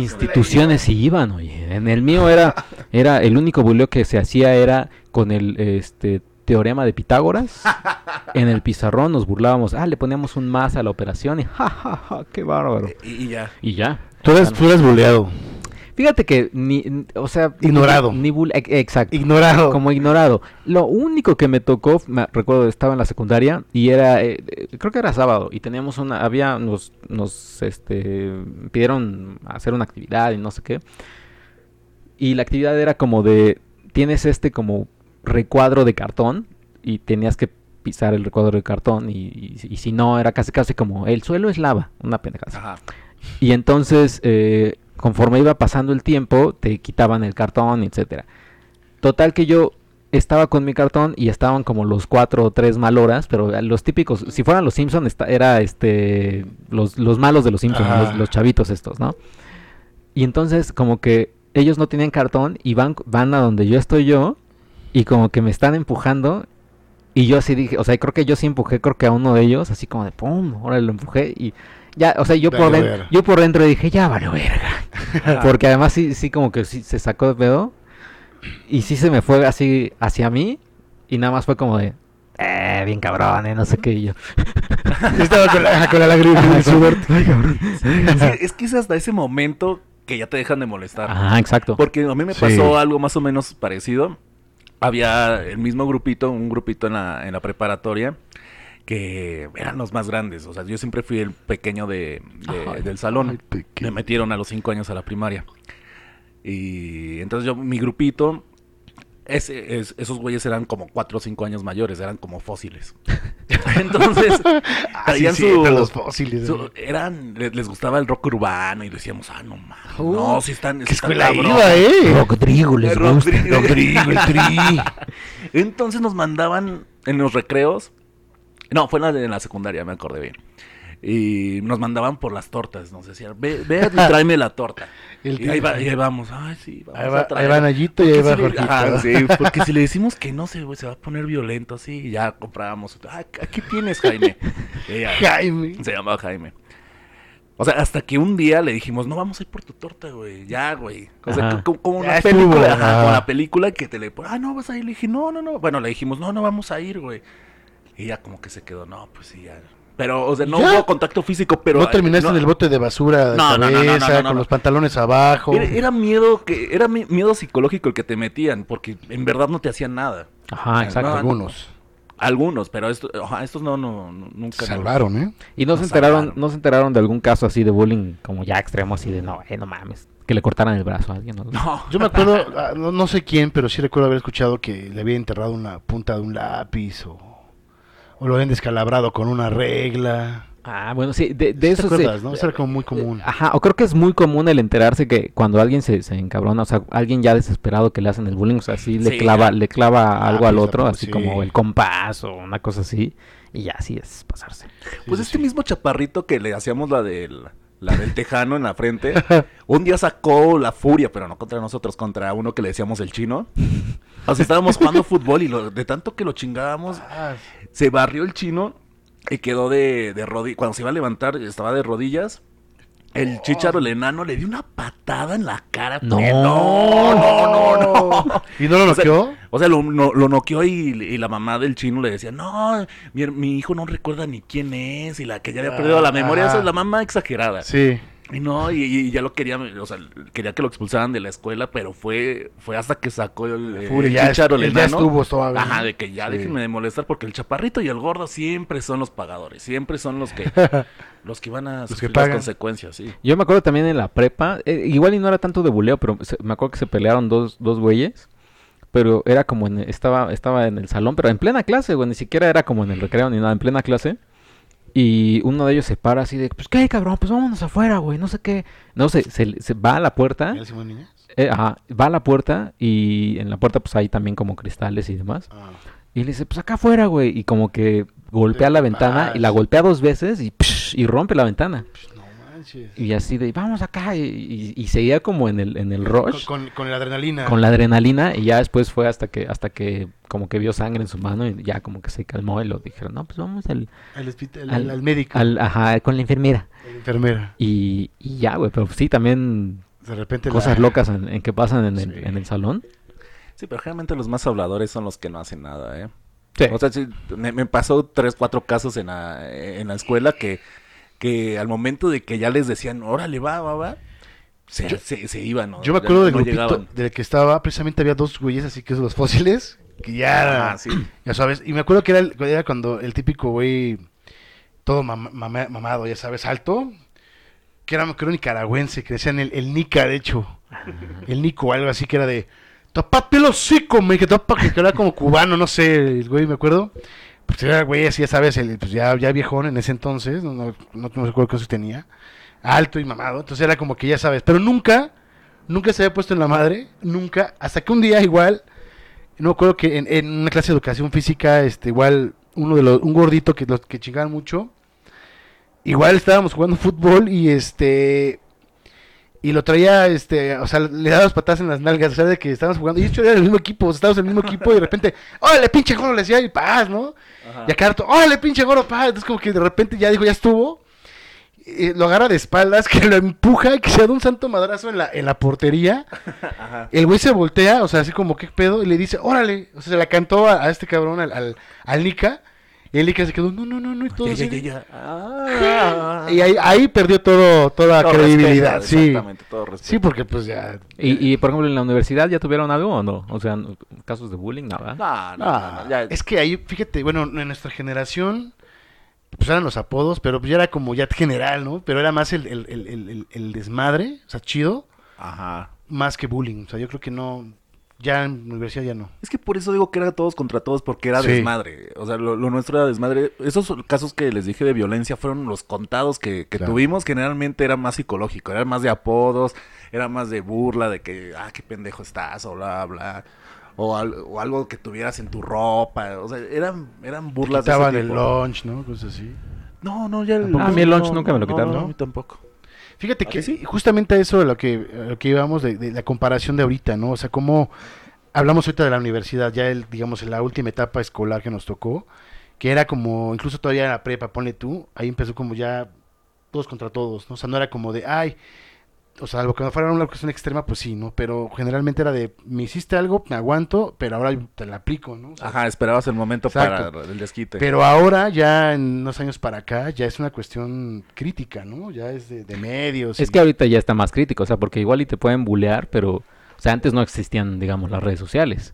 [SPEAKER 2] instituciones iban, oye. En el mío era, era el único buleo que se hacía era con el este teorema de Pitágoras. En el pizarrón nos burlábamos, ah, le poníamos un más a la operación y ja, ja, ja, qué bárbaro.
[SPEAKER 3] Y, y ya.
[SPEAKER 2] Y ya.
[SPEAKER 1] Tú eres, tú eres buleado.
[SPEAKER 2] Fíjate que ni, n- o sea, ni-
[SPEAKER 1] Ignorado.
[SPEAKER 2] Ni, bul- ex- exacto.
[SPEAKER 1] Ignorado.
[SPEAKER 2] como ignorado. Lo único que me tocó, me recuerdo, estaba en la secundaria y era, eh, eh, creo que era sábado y teníamos una, había, nos, nos, este, pidieron hacer una actividad y no sé qué. Y la actividad era como de, tienes este como recuadro de cartón y tenías que pisar el cuadro de cartón y, y- y si no, era casi casi como el suelo es lava, una pendejada. así.
[SPEAKER 3] Ajá.
[SPEAKER 2] Y entonces, eh, conforme iba pasando el tiempo, te quitaban el cartón, etcétera. Total que yo estaba con mi cartón y estaban como los cuatro o tres mal horas, pero los típicos, si fueran los Simpsons, era este los, los malos de los Simpsons,
[SPEAKER 1] Ajá.
[SPEAKER 2] los, los chavitos estos, ¿no? Y entonces como que ellos no tienen cartón y van, van a donde yo estoy yo y como que me están empujando y yo sí dije, o sea, creo que yo sí empujé, creo que a uno de ellos, así como de pum, ahora lo empujé y ya, o sea, yo por,
[SPEAKER 1] Valió
[SPEAKER 2] den-
[SPEAKER 1] verga.
[SPEAKER 2] yo por dentro dije, ya valió
[SPEAKER 1] Ah.
[SPEAKER 2] verga. Porque además sí, sí como que sí se sacó de pedo y sí se me fue así hacia mí y nada más fue como de, eh, bien cabrón, eh, no sé qué, y yo.
[SPEAKER 1] Estaba con la, con la lágrima en el sudor.
[SPEAKER 2] Ay, cabrón.
[SPEAKER 3] Es que- es que es hasta ese momento que ya te dejan de molestar.
[SPEAKER 2] Ajá, exacto.
[SPEAKER 3] Porque a mí me
[SPEAKER 1] Sí.
[SPEAKER 3] pasó algo más o menos parecido. Había el mismo grupito, un grupito en la, en la preparatoria, que eran los más grandes. O sea, yo siempre fui el pequeño de, de-
[SPEAKER 2] Ajá.
[SPEAKER 3] del salón.
[SPEAKER 1] Ay, pequeño.
[SPEAKER 3] Me metieron a los cinco años a la primaria. Y entonces yo, mi grupito, ese- es- esos güeyes eran como cuatro o cinco años mayores, eran como fósiles. entonces,
[SPEAKER 1] Así
[SPEAKER 3] traían
[SPEAKER 1] Ah, sí,
[SPEAKER 3] su-
[SPEAKER 1] los fósiles.
[SPEAKER 3] So,
[SPEAKER 1] güey.
[SPEAKER 3] eran, le- les, gustaba el rock urbano y decíamos, ah, no mames.
[SPEAKER 1] Uh,
[SPEAKER 3] no, si están.
[SPEAKER 1] ¿Qué
[SPEAKER 3] sí están
[SPEAKER 1] escuela
[SPEAKER 3] cabrón".
[SPEAKER 1] iba, eh?
[SPEAKER 2] Rodrigo les
[SPEAKER 3] Eh, Rodrigo.
[SPEAKER 2] gusta. Rodrigo, el tri.
[SPEAKER 3] Entonces nos mandaban en los recreos. No, fue en la, de- en la secundaria, me acordé bien. Y nos mandaban por las tortas. Nos decían, ve, ve y tráeme la torta.
[SPEAKER 1] El
[SPEAKER 3] y, ahí
[SPEAKER 1] tío.
[SPEAKER 3] va- y ahí vamos, ay, sí, vamos
[SPEAKER 1] Ahí
[SPEAKER 3] a
[SPEAKER 1] va, ahí
[SPEAKER 3] traer".
[SPEAKER 1] va Nayito y ahí
[SPEAKER 3] Porque
[SPEAKER 1] va
[SPEAKER 3] si le-
[SPEAKER 1] Jorgito.
[SPEAKER 3] Ajá, sí, porque si le decimos que no, se, se va a poner violento, sí. Y ya comprábamos. "Ah, aquí tienes, Jaime. Y ya.
[SPEAKER 1] Jaime.
[SPEAKER 3] Se llamaba Jaime. O sea, hasta que un día le dijimos, no vamos a ir por tu torta, güey. Ya, güey. O sea,
[SPEAKER 2] Ajá.
[SPEAKER 3] co- co- como
[SPEAKER 1] Ya
[SPEAKER 3] una
[SPEAKER 1] estuvo,
[SPEAKER 3] película. ajá,
[SPEAKER 1] ajá.
[SPEAKER 3] como la película que te le pone, ah, no vas a ir. Le dije, no, no, no. Bueno, le dijimos, no, no vamos a ir, güey. Y ya como que se quedó, no, pues sí, ya. Pero, o sea, no
[SPEAKER 1] ¿Ya?
[SPEAKER 3] hubo contacto físico, pero.
[SPEAKER 1] no terminaste en el bote de basura de
[SPEAKER 3] No, no, no, no,
[SPEAKER 1] cabeza,
[SPEAKER 3] no, no, no,
[SPEAKER 1] con
[SPEAKER 3] no.
[SPEAKER 1] los pantalones abajo.
[SPEAKER 3] Era, era miedo que, era mi- miedo psicológico el que te metían, porque en verdad no te hacían nada.
[SPEAKER 2] Ajá,
[SPEAKER 3] No,
[SPEAKER 2] exacto.
[SPEAKER 1] Ah, Algunos.
[SPEAKER 3] Algunos, pero esto, ajá, estos no, no, no- nunca.
[SPEAKER 1] Se
[SPEAKER 3] nos-
[SPEAKER 1] salvaron, ¿eh?
[SPEAKER 2] Y no se
[SPEAKER 3] Nos
[SPEAKER 2] enteraron,
[SPEAKER 3] salvaron.
[SPEAKER 2] no se enteraron de algún caso así de bullying como ya extremo así de no, eh, no mames, que le cortaran el brazo a alguien. ¿no?
[SPEAKER 3] No.
[SPEAKER 1] Yo me acuerdo, ah, no, no sé quién, pero sí recuerdo haber escuchado que le había enterrado una punta de un lápiz o, o lo habían descalabrado con una regla.
[SPEAKER 2] Ah, bueno, sí, de, de
[SPEAKER 1] ¿Sí
[SPEAKER 2] eso
[SPEAKER 1] ¿Te
[SPEAKER 2] se-
[SPEAKER 1] acuerdas, no? Eso era como muy común.
[SPEAKER 2] Ajá, o creo que es muy común el enterarse que cuando alguien se, se encabrona, o sea, alguien ya desesperado que le hacen el bullying, o sea, sí le
[SPEAKER 3] Sí,
[SPEAKER 2] clava,
[SPEAKER 3] ya.
[SPEAKER 2] le clava algo al
[SPEAKER 1] pues,
[SPEAKER 2] otro,
[SPEAKER 1] tampoco,
[SPEAKER 2] así
[SPEAKER 1] sí.
[SPEAKER 2] como el compás o una cosa así, y ya así es pasarse.
[SPEAKER 3] Pues
[SPEAKER 1] Sí,
[SPEAKER 3] este
[SPEAKER 1] sí.
[SPEAKER 3] mismo chaparrito que le hacíamos la del, la del tejano en la frente, un día sacó la furia, pero no contra nosotros, contra uno que le decíamos el chino. O sea, estábamos jugando fútbol y lo- de tanto que lo chingábamos,
[SPEAKER 1] Ah,
[SPEAKER 3] se barrió el chino y quedó de, de rodillas. Cuando se iba a levantar, estaba de rodillas.
[SPEAKER 1] Oh.
[SPEAKER 3] El chicharo, el enano, le dio una patada en la cara.
[SPEAKER 2] No.
[SPEAKER 3] no, no, no. no.
[SPEAKER 1] ¿Y ¡Oh, no lo
[SPEAKER 3] O sea,
[SPEAKER 1] noqueó?
[SPEAKER 3] O sea, lo, no- lo noqueó y, y la mamá del chino le decía, no, mi, her- mi hijo no recuerda ni quién es y la que ya había perdido la memoria,
[SPEAKER 1] Ah, Ajá.
[SPEAKER 3] esa es la mamá exagerada.
[SPEAKER 1] Sí.
[SPEAKER 3] Y no, y, y ya lo quería, o sea, quería que lo expulsaran de la escuela, pero fue fue hasta que sacó el, el
[SPEAKER 1] Furia, ya,
[SPEAKER 3] chicharo, el
[SPEAKER 1] él ya
[SPEAKER 3] enano.
[SPEAKER 1] estuvo suave.
[SPEAKER 3] Ajá, de que ya
[SPEAKER 1] Sí.
[SPEAKER 3] déjenme de molestar porque el chaparrito y el gordo siempre son los pagadores, siempre son los que los que van a
[SPEAKER 1] que
[SPEAKER 3] sufrir las
[SPEAKER 1] pagan.
[SPEAKER 3] consecuencias, sí.
[SPEAKER 2] Yo me acuerdo también en la prepa, eh, igual y no era tanto de buleo, pero se- me acuerdo que se pelearon dos, dos güeyes, pero era como en, estaba, estaba en el salón, pero en plena clase, güey, ni siquiera era como en el recreo ni nada, en plena clase. Y uno de ellos se para así de, pues qué cabrón, pues vámonos afuera, güey, no sé qué. No sé, se, se va a la puerta,
[SPEAKER 1] ¿Ya Simón Niñas?
[SPEAKER 2] eh, ajá, va a la puerta y en la puerta pues hay también como cristales y demás.
[SPEAKER 1] Ah.
[SPEAKER 2] Y le dice, pues acá afuera, güey, y como que golpea la ventana y la
[SPEAKER 1] pasa?
[SPEAKER 2] golpea dos veces y, psh, y rompe la ventana.
[SPEAKER 1] Pues no manches.
[SPEAKER 2] Y así de, vamos acá. Y, y- y seguía como en el, en el rush, con,
[SPEAKER 1] Con, con, con la adrenalina.
[SPEAKER 2] la adrenalina. Y ya después fue hasta que, hasta que como que vio sangre en su mano y ya como que se calmó y lo dijeron, no, pues vamos al,
[SPEAKER 1] Al, hospit- al,
[SPEAKER 2] al-
[SPEAKER 1] al médico,
[SPEAKER 2] al- ajá, con la enfermera.
[SPEAKER 1] a la enfermera.
[SPEAKER 2] Y, y ya, güey, pero sí, también
[SPEAKER 1] De repente la-
[SPEAKER 2] cosas locas en, en que pasan en el,
[SPEAKER 1] Sí.
[SPEAKER 2] en el salón.
[SPEAKER 3] Sí, pero generalmente los más habladores son los que no hacen nada, ¿eh?
[SPEAKER 2] Sí.
[SPEAKER 3] O sea, sí, me, me pasó tres, cuatro casos en la, en la escuela que, que al momento de que ya les decían, órale, va, va, va, se, se- se iban. ¿no?
[SPEAKER 1] Yo me
[SPEAKER 3] Ya
[SPEAKER 1] acuerdo del
[SPEAKER 3] no
[SPEAKER 1] grupito
[SPEAKER 3] llegaban.
[SPEAKER 1] del que estaba, precisamente había dos güeyes así que son los fósiles, que ya,
[SPEAKER 3] Ah, sí.
[SPEAKER 1] ya sabes, y me acuerdo que era, el- era cuando el típico güey, todo mam- mama- mamado, ya sabes, alto, que era creo nicaragüense, que decían el, el nica, de hecho, el nico, algo así, que era de, tapate el hocico, me que tapa, que era como cubano, no sé, el güey, me acuerdo. Pues pues era el güey así, ya sabes, el, pues ya, ya viejón en ese entonces, no, no, no, no recuerdo qué eso tenía, alto y mamado, entonces era como que ya sabes, pero nunca, nunca se había puesto en la madre, nunca, hasta que un día igual, no me acuerdo que en, en una clase de educación física, este, igual, uno de los, un gordito que los que chingaban mucho, igual estábamos jugando fútbol y este, y lo traía, este, o sea, le daba las patadas en las nalgas, o sea, de que estábamos jugando. Y de hecho era del mismo equipo, o sea, estábamos en el mismo equipo y de repente, órale, pinche gordo, le decía, y paz, ¿no?
[SPEAKER 3] Ah.
[SPEAKER 1] Y acá rato, órale, pinche gordo, paz. Entonces como que de repente ya dijo, ya estuvo. Eh, lo agarra de espaldas, que lo empuja, que se da un santo madrazo en la, en la portería. El güey se voltea, o sea, así como, ¿qué pedo? Y le dice, órale. O sea, se la cantó a, a este cabrón, al, al, al Nika. Y el Nika se quedó, no, no, no, no, y todo así de- Y ahí, ahí perdió todo, toda
[SPEAKER 3] Ah. Todo
[SPEAKER 1] credibilidad,
[SPEAKER 3] respeto,
[SPEAKER 1] sí.
[SPEAKER 3] Exactamente, todo respeto.
[SPEAKER 1] Sí, porque pues ya.
[SPEAKER 2] Y, y, por ejemplo, en la universidad ya tuvieron algo o no? O sea, no- casos de bullying, nada.
[SPEAKER 3] No, no,
[SPEAKER 1] Ah,
[SPEAKER 3] no, no, ya-
[SPEAKER 1] Es que ahí, fíjate, bueno, en nuestra generación, pues eran los apodos, pero pues ya era como ya general, ¿no? Pero era más el, el- el- el- el- el desmadre, o sea, chido,
[SPEAKER 3] Ajá.
[SPEAKER 1] más que bullying. O sea, yo creo que no, ya en la universidad ya no.
[SPEAKER 3] Es que por eso digo que era todos contra todos, porque era
[SPEAKER 1] Sí.
[SPEAKER 3] desmadre. O sea, lo, lo nuestro era desmadre. Esos casos que les dije de violencia fueron los contados que, que
[SPEAKER 1] Claro.
[SPEAKER 3] tuvimos. Generalmente era más psicológico, era más de apodos, era más de burla, de que, ah, qué pendejo estás, o bla, bla. O, al- o algo que tuvieras en tu ropa. O sea, eran, eran
[SPEAKER 1] Te
[SPEAKER 3] burlas
[SPEAKER 1] Quitaban
[SPEAKER 3] de
[SPEAKER 1] el
[SPEAKER 3] ese tipo.
[SPEAKER 1] lunch, ¿no? Cosas así.
[SPEAKER 3] No, no, ya el
[SPEAKER 2] Ah, a mí el lunch nunca me lo quitaron.
[SPEAKER 3] No, a mí tampoco.
[SPEAKER 1] Fíjate
[SPEAKER 2] ¿Ah,
[SPEAKER 3] ¿A
[SPEAKER 1] que
[SPEAKER 3] ti sí?
[SPEAKER 1] justamente a eso de lo que, a lo que íbamos, de, de la comparación de ahorita, ¿no? O sea, cómo hablamos ahorita de la universidad, ya el, digamos, en la última etapa escolar que nos tocó, que era como, incluso todavía en la prepa, ponle tú, ahí empezó como ya todos contra todos, ¿no? O sea, no era como de, ay, o sea, lo que no fuera una cuestión extrema, pues sí, ¿no? Pero generalmente era de, me hiciste algo, me aguanto, pero ahora te la aplico, ¿no? O
[SPEAKER 2] Ah,
[SPEAKER 1] sea,
[SPEAKER 3] Ajá, esperabas el momento
[SPEAKER 1] Exacto.
[SPEAKER 3] para el desquite.
[SPEAKER 1] pero ahora, ya en unos años para acá, ya es una cuestión crítica, ¿no? Ya es de, de medios.
[SPEAKER 2] Es
[SPEAKER 1] y-
[SPEAKER 2] que ahorita ya está más crítico, o sea, porque igual y te pueden bulear, pero, o sea, antes no existían, digamos, las redes sociales.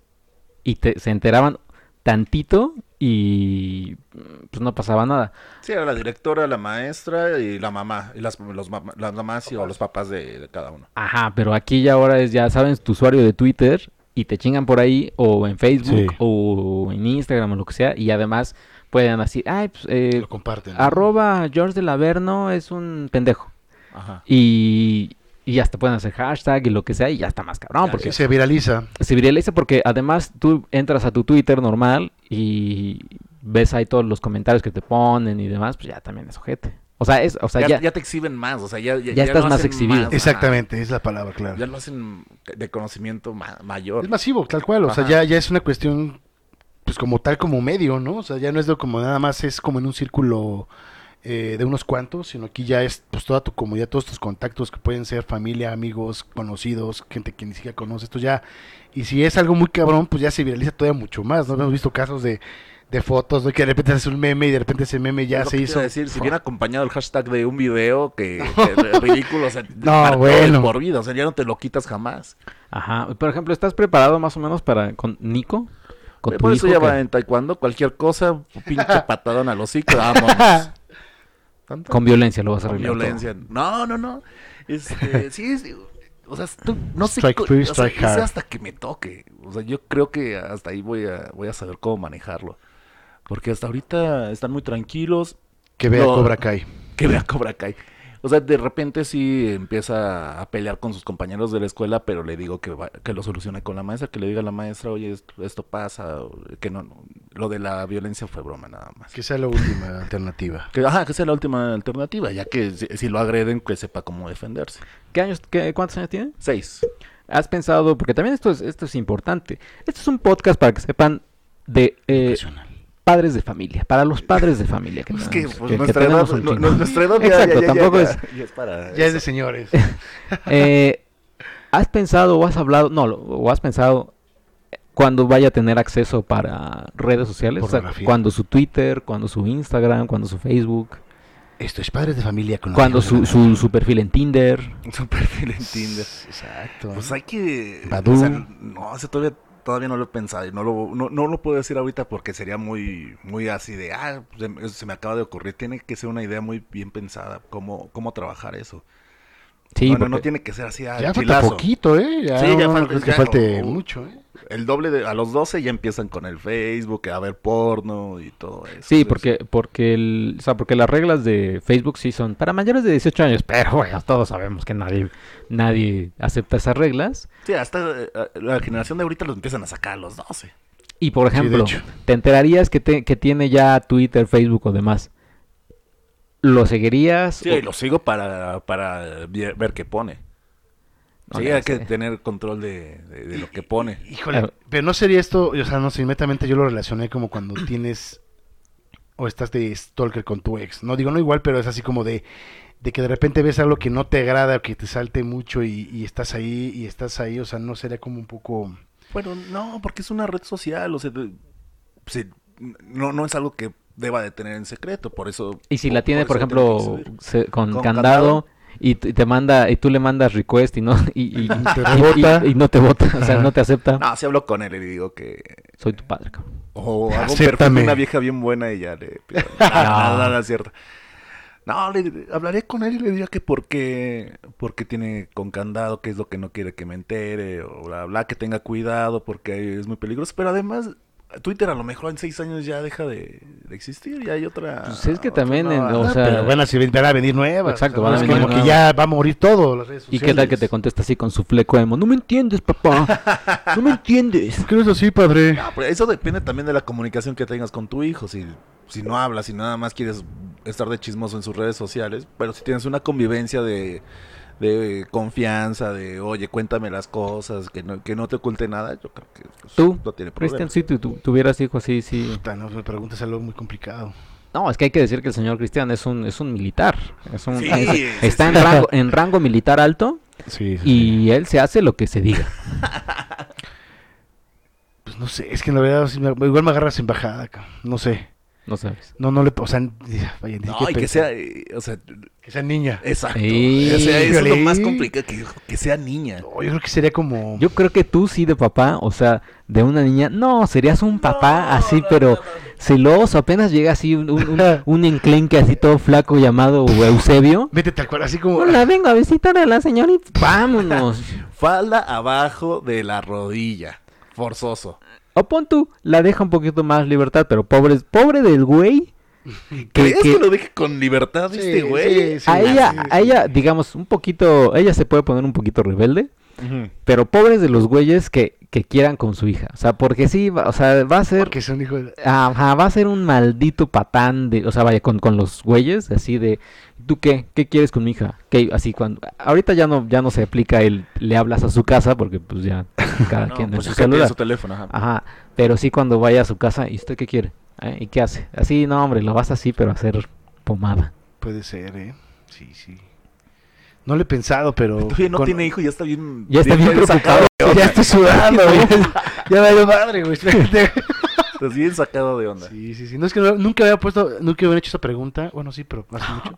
[SPEAKER 2] Y te, se enteraban tantito y mm, pues no pasaba nada.
[SPEAKER 3] Sí, era la directora, la maestra y la mamá. Y las, los mam- las mamás y, o los papás de, de cada uno.
[SPEAKER 2] Ajá, pero aquí ya ahora es, ya sabes, tu usuario de Twitter y te chingan por ahí o en Facebook
[SPEAKER 1] Sí.
[SPEAKER 2] o en Instagram o lo que sea y además pueden decir, ay, pues, eh,
[SPEAKER 1] lo comparten. ¿no?
[SPEAKER 2] arroba George del Averno es un pendejo.
[SPEAKER 3] Ajá.
[SPEAKER 2] Y, y hasta pueden hacer hashtag y lo que sea y ya está más cabrón
[SPEAKER 3] Ya,
[SPEAKER 2] porque
[SPEAKER 1] Sí, se viraliza.
[SPEAKER 2] se viraliza porque además tú entras a tu Twitter normal y ves ahí todos los comentarios que te ponen y demás, pues ya también es ojete. O sea, es, o sea,
[SPEAKER 3] ya,
[SPEAKER 2] ya,
[SPEAKER 3] ya te exhiben más, o sea, ya,
[SPEAKER 2] Ya estás más
[SPEAKER 3] hacen
[SPEAKER 2] exhibido.
[SPEAKER 3] ajá.
[SPEAKER 1] Exactamente, es la palabra,
[SPEAKER 3] Ya
[SPEAKER 1] claro.
[SPEAKER 3] lo hacen de conocimiento ma- mayor.
[SPEAKER 1] Es masivo, tal cual. O sea,
[SPEAKER 3] Ajá.
[SPEAKER 1] ya, ya es una cuestión, pues como tal, como medio, ¿no? O sea, ya no es lo como nada más, es como en un círculo eh, de unos cuantos, sino aquí ya es pues toda tu comunidad, todos tus contactos que pueden ser familia, amigos, conocidos, gente que ni siquiera conoce. Esto ya. Y si es algo muy cabrón, pues ya se viraliza todavía mucho más, ¿no? Hemos visto casos de. De fotos, ¿no? que de repente haces un meme y de repente ese meme ya
[SPEAKER 3] Es lo
[SPEAKER 1] se
[SPEAKER 3] que te
[SPEAKER 1] hizo.
[SPEAKER 3] iba a decir, si viene acompañado el hashtag de un video que, que es ridículo, o sea, para todo
[SPEAKER 1] bueno.
[SPEAKER 3] el por vida, o sea, ya no te lo quitas jamás.
[SPEAKER 2] ajá. Por ejemplo, ¿estás preparado más o menos para con Nico? Con
[SPEAKER 3] Eh,
[SPEAKER 2] tu
[SPEAKER 3] Por eso
[SPEAKER 2] hijo
[SPEAKER 3] ya
[SPEAKER 2] que-
[SPEAKER 3] va en taekwondo, cualquier cosa, pinche patadón al hocico, vámonos. Tanto
[SPEAKER 2] Con violencia lo vas a
[SPEAKER 3] con
[SPEAKER 2] arreglar. todo.
[SPEAKER 3] violencia. No, no, no. Este, sí, es, o sea, tú- no sé,
[SPEAKER 1] Strike
[SPEAKER 3] co-
[SPEAKER 1] three,
[SPEAKER 3] o sea,
[SPEAKER 1] strike
[SPEAKER 3] yo sé
[SPEAKER 1] hard.
[SPEAKER 3] hasta que me toque. O sea, yo creo que hasta ahí voy a, voy a saber cómo manejarlo. Porque hasta ahorita están muy tranquilos,
[SPEAKER 1] Que vea
[SPEAKER 3] No.
[SPEAKER 1] Cobra Kai.
[SPEAKER 3] que vea Cobra Kai. O sea, de repente sí empieza a pelear con sus compañeros de la escuela, pero le digo que, va- que lo solucione con la maestra, que le diga a la maestra, oye, esto, esto pasa, o que no, no, lo de la violencia fue broma nada más.
[SPEAKER 1] Que sea la última alternativa.
[SPEAKER 3] Que, ajá, que sea la última alternativa, ya que si, si lo agreden, que sepa cómo defenderse.
[SPEAKER 2] ¿Qué años, qué- ¿Cuántos años tiene?
[SPEAKER 3] Seis.
[SPEAKER 2] ¿Has pensado? Porque también esto es, esto es importante. Esto es un podcast para que sepan de eh,
[SPEAKER 1] Ocasional.
[SPEAKER 2] padres de familia, para los padres de familia. Que
[SPEAKER 3] Es que,
[SPEAKER 2] tenemos,
[SPEAKER 3] pues,
[SPEAKER 2] que- que
[SPEAKER 3] nuestra, edad,
[SPEAKER 2] tenemos un
[SPEAKER 3] no-
[SPEAKER 2] chingo.
[SPEAKER 3] no- nuestra edad ya-
[SPEAKER 2] Exacto,
[SPEAKER 3] ya, ya-
[SPEAKER 2] tampoco
[SPEAKER 3] ya-
[SPEAKER 2] es-
[SPEAKER 3] ya es para
[SPEAKER 1] Ya es
[SPEAKER 3] eso.
[SPEAKER 1] de señores.
[SPEAKER 2] Eh, ¿Has pensado o has hablado, no, lo- o has pensado cuando vaya a tener acceso para redes sociales? O sea,
[SPEAKER 1] Pornografía.
[SPEAKER 2] cuando su Twitter, cuando su Instagram, cuando su Facebook,
[SPEAKER 1] Esto es padres de familia con los
[SPEAKER 2] cuando
[SPEAKER 1] hijos de
[SPEAKER 2] su,
[SPEAKER 1] la-
[SPEAKER 2] su, su perfil en Tinder.
[SPEAKER 3] Su perfil en Tinder.
[SPEAKER 1] Exacto.
[SPEAKER 3] Pues hay que...
[SPEAKER 1] Badoo.
[SPEAKER 3] o sea, no, o sea, todavía, todavía no lo he pensado y no lo, no, no lo puedo decir ahorita porque sería muy, muy así de, ah, se, me- se me acaba de ocurrir. Tiene que ser una idea muy bien pensada, cómo, cómo trabajar eso.
[SPEAKER 2] Sí,
[SPEAKER 3] no, no,
[SPEAKER 2] porque-
[SPEAKER 3] no tiene que ser así al
[SPEAKER 1] Ya falta
[SPEAKER 3] chilazo.
[SPEAKER 1] poquito, ¿eh? Ya,
[SPEAKER 3] Sí,
[SPEAKER 1] no,
[SPEAKER 3] ya
[SPEAKER 1] no
[SPEAKER 3] falta-
[SPEAKER 1] creo que
[SPEAKER 3] ya
[SPEAKER 1] falte
[SPEAKER 3] como-
[SPEAKER 1] mucho, ¿eh?
[SPEAKER 3] El doble de, a los 12 ya empiezan con el Facebook, a ver porno y todo eso.
[SPEAKER 2] Sí,
[SPEAKER 3] Entonces,
[SPEAKER 2] porque, porque, el, o sea, porque las reglas de Facebook sí son para mayores de 18 años, pero bueno, todos sabemos que nadie, nadie acepta esas reglas.
[SPEAKER 3] Sí, hasta eh, la generación de ahorita los empiezan a sacar a los 12.
[SPEAKER 2] Y por
[SPEAKER 1] Sí, de
[SPEAKER 2] ejemplo,
[SPEAKER 1] hecho.
[SPEAKER 2] te enterarías que, te- que tiene ya Twitter, Facebook o demás. ¿Lo seguirías?
[SPEAKER 3] Sí,
[SPEAKER 2] O-
[SPEAKER 3] y los sigo para, para vie- ver qué pone.
[SPEAKER 2] No,
[SPEAKER 3] sí,
[SPEAKER 2] ya
[SPEAKER 3] hay que
[SPEAKER 2] sé.
[SPEAKER 3] tener control de, de- de lo que pone.
[SPEAKER 1] Híjole,
[SPEAKER 2] Claro.
[SPEAKER 1] pero no sería esto, o sea, no sé, inmediatamente yo lo relacioné como cuando tienes o estás de stalker con tu ex. No digo no igual, pero es así como de, de que de repente ves algo que no te agrada o que te salte mucho y, y estás ahí y estás ahí, o sea, no sería como un poco...
[SPEAKER 3] Bueno, no, porque es una red social, o sea, de- sí, no, no es algo que deba de tener en secreto, por eso...
[SPEAKER 2] Y si la tiene, por
[SPEAKER 3] eso tiene que
[SPEAKER 2] ejemplo,
[SPEAKER 3] subir.
[SPEAKER 2] se- con,
[SPEAKER 3] Con
[SPEAKER 2] candado,
[SPEAKER 3] candado.
[SPEAKER 2] y t- te manda y tú le mandas request y no y, y-
[SPEAKER 1] Te
[SPEAKER 2] y-
[SPEAKER 1] rebota.
[SPEAKER 2] y- y no te vota, o sea,
[SPEAKER 1] Ajá.
[SPEAKER 2] no te acepta.
[SPEAKER 3] No, si Ah, hablo con él y le digo que...
[SPEAKER 2] Soy tu padre, cabrón.
[SPEAKER 3] O hago un
[SPEAKER 1] Acéptame.
[SPEAKER 3] perfil de una vieja bien buena y ya le pido... Nada, nada, cierto. No, le, hablaré con él y le diría que por qué, por qué tiene con candado, qué es lo que no quiere que me entere, o bla, bla, que tenga cuidado porque es muy peligroso. Pero además, Twitter a lo mejor en seis años ya deja de, de existir y hay otra...
[SPEAKER 2] Pues es que
[SPEAKER 3] otra
[SPEAKER 2] también en-
[SPEAKER 3] nueva-
[SPEAKER 2] o
[SPEAKER 1] Ah,
[SPEAKER 2] sea-
[SPEAKER 1] pero bueno, si van a venir nuevas.
[SPEAKER 2] Exacto,
[SPEAKER 1] o sea,
[SPEAKER 2] van a
[SPEAKER 1] es
[SPEAKER 2] venir
[SPEAKER 1] como que
[SPEAKER 2] nuevas.
[SPEAKER 1] ya va a morir todo. Las redes
[SPEAKER 2] ¿Y qué tal que te contesta así con su fleco emo? No me entiendes, papá. No me entiendes.
[SPEAKER 1] ¿Qué no es así, padre?
[SPEAKER 3] Ah, pero eso depende también de la comunicación que tengas con tu hijo. Si, si no hablas, si nada más quieres estar de chismoso en sus redes sociales, pero si tienes una convivencia de, de confianza, de oye, cuéntame las cosas, que no, que no te oculte nada, yo creo que pues,
[SPEAKER 2] Tú,
[SPEAKER 3] no tiene problema.
[SPEAKER 2] Cristian, si tú, tú tuvieras hijo así, sí.
[SPEAKER 1] Puta, no me preguntas algo muy complicado.
[SPEAKER 2] No, es que hay que decir que el señor Cristian es un, es un militar. Es un,
[SPEAKER 3] Sí,
[SPEAKER 2] es-
[SPEAKER 3] sí,
[SPEAKER 2] está en,
[SPEAKER 1] sí.
[SPEAKER 2] rango, en rango militar alto
[SPEAKER 1] Sí,
[SPEAKER 2] y él se hace lo que se diga.
[SPEAKER 1] Pues no sé, es que en la verdad sí me- igual me agarras en bajada, cabrón, no sé.
[SPEAKER 2] No sabes.
[SPEAKER 1] No, no le... O sea, ni- vaya, ni
[SPEAKER 3] No,
[SPEAKER 1] siquiera
[SPEAKER 3] y que
[SPEAKER 1] pensé.
[SPEAKER 3] sea, eh, o sea,
[SPEAKER 1] Que sea niña.
[SPEAKER 3] exacto.
[SPEAKER 2] Sí.
[SPEAKER 3] O sea, eso es lo
[SPEAKER 1] Híjole.
[SPEAKER 3] más complicado, que, que sea niña.
[SPEAKER 1] No, yo creo que sería como.
[SPEAKER 2] Yo creo que tú sí de papá, o sea, de una niña. No, serías un papá
[SPEAKER 3] No,
[SPEAKER 2] así,
[SPEAKER 3] no,
[SPEAKER 2] pero
[SPEAKER 3] no, no.
[SPEAKER 2] celoso. Apenas llega así un, un, un- un enclenque así todo flaco llamado Eusebio.
[SPEAKER 1] Vete tal cual, así como. "Ah,
[SPEAKER 2] Hola, vengo a visitar a la señora y vámonos.
[SPEAKER 3] Falda abajo de la rodilla. Forzoso.
[SPEAKER 2] O pon tú, la deja un poquito más libertad, pero pobre, pobre del güey. Que,
[SPEAKER 3] ¿Crees que,
[SPEAKER 2] que
[SPEAKER 3] lo deje con libertad
[SPEAKER 1] Sí,
[SPEAKER 3] este güey?
[SPEAKER 1] sí, sí,
[SPEAKER 2] a ella,
[SPEAKER 1] sí, sí.
[SPEAKER 2] a ella, digamos, un poquito, ella se puede poner un poquito rebelde,
[SPEAKER 3] Ujú.
[SPEAKER 2] pero pobres de los güeyes que, que quieran con su hija. O sea, porque sí, va- o sea, va a ser,
[SPEAKER 1] Porque son hijo de.
[SPEAKER 2] ajá, va a ser un maldito patán de, o sea, vaya, con, con los güeyes, así de, ¿tú qué? ¿Qué quieres con mi hija? Que así cuando, ahorita ya no, ya no se aplica el, le hablas a su casa, porque pues ya cada
[SPEAKER 3] No,
[SPEAKER 2] quien en
[SPEAKER 3] pues
[SPEAKER 2] su
[SPEAKER 3] es que tiene
[SPEAKER 2] celular.
[SPEAKER 3] su teléfono, ajá.
[SPEAKER 2] Ajá, pero sí cuando vaya a su casa, ¿y usted qué quiere? ¿Eh? ¿Y qué hace? Así, no, hombre, lo vas así, pero a hacer pomada.
[SPEAKER 1] Puede ser, ¿eh? Sí, sí. No le he pensado, pero.
[SPEAKER 3] Todavía Este no
[SPEAKER 1] con-
[SPEAKER 3] tiene hijo, ya está bien.
[SPEAKER 2] Ya está bien
[SPEAKER 3] sacado.
[SPEAKER 2] preocupado.
[SPEAKER 1] Ya estoy sudando, güey. Ya valió madre, güey. espérate.
[SPEAKER 3] Está bien sacado de onda.
[SPEAKER 1] Sí, sí, sí. No es que no- nunca había puesto. Nunca hubiera hecho esa pregunta. Bueno, sí, pero hace mucho.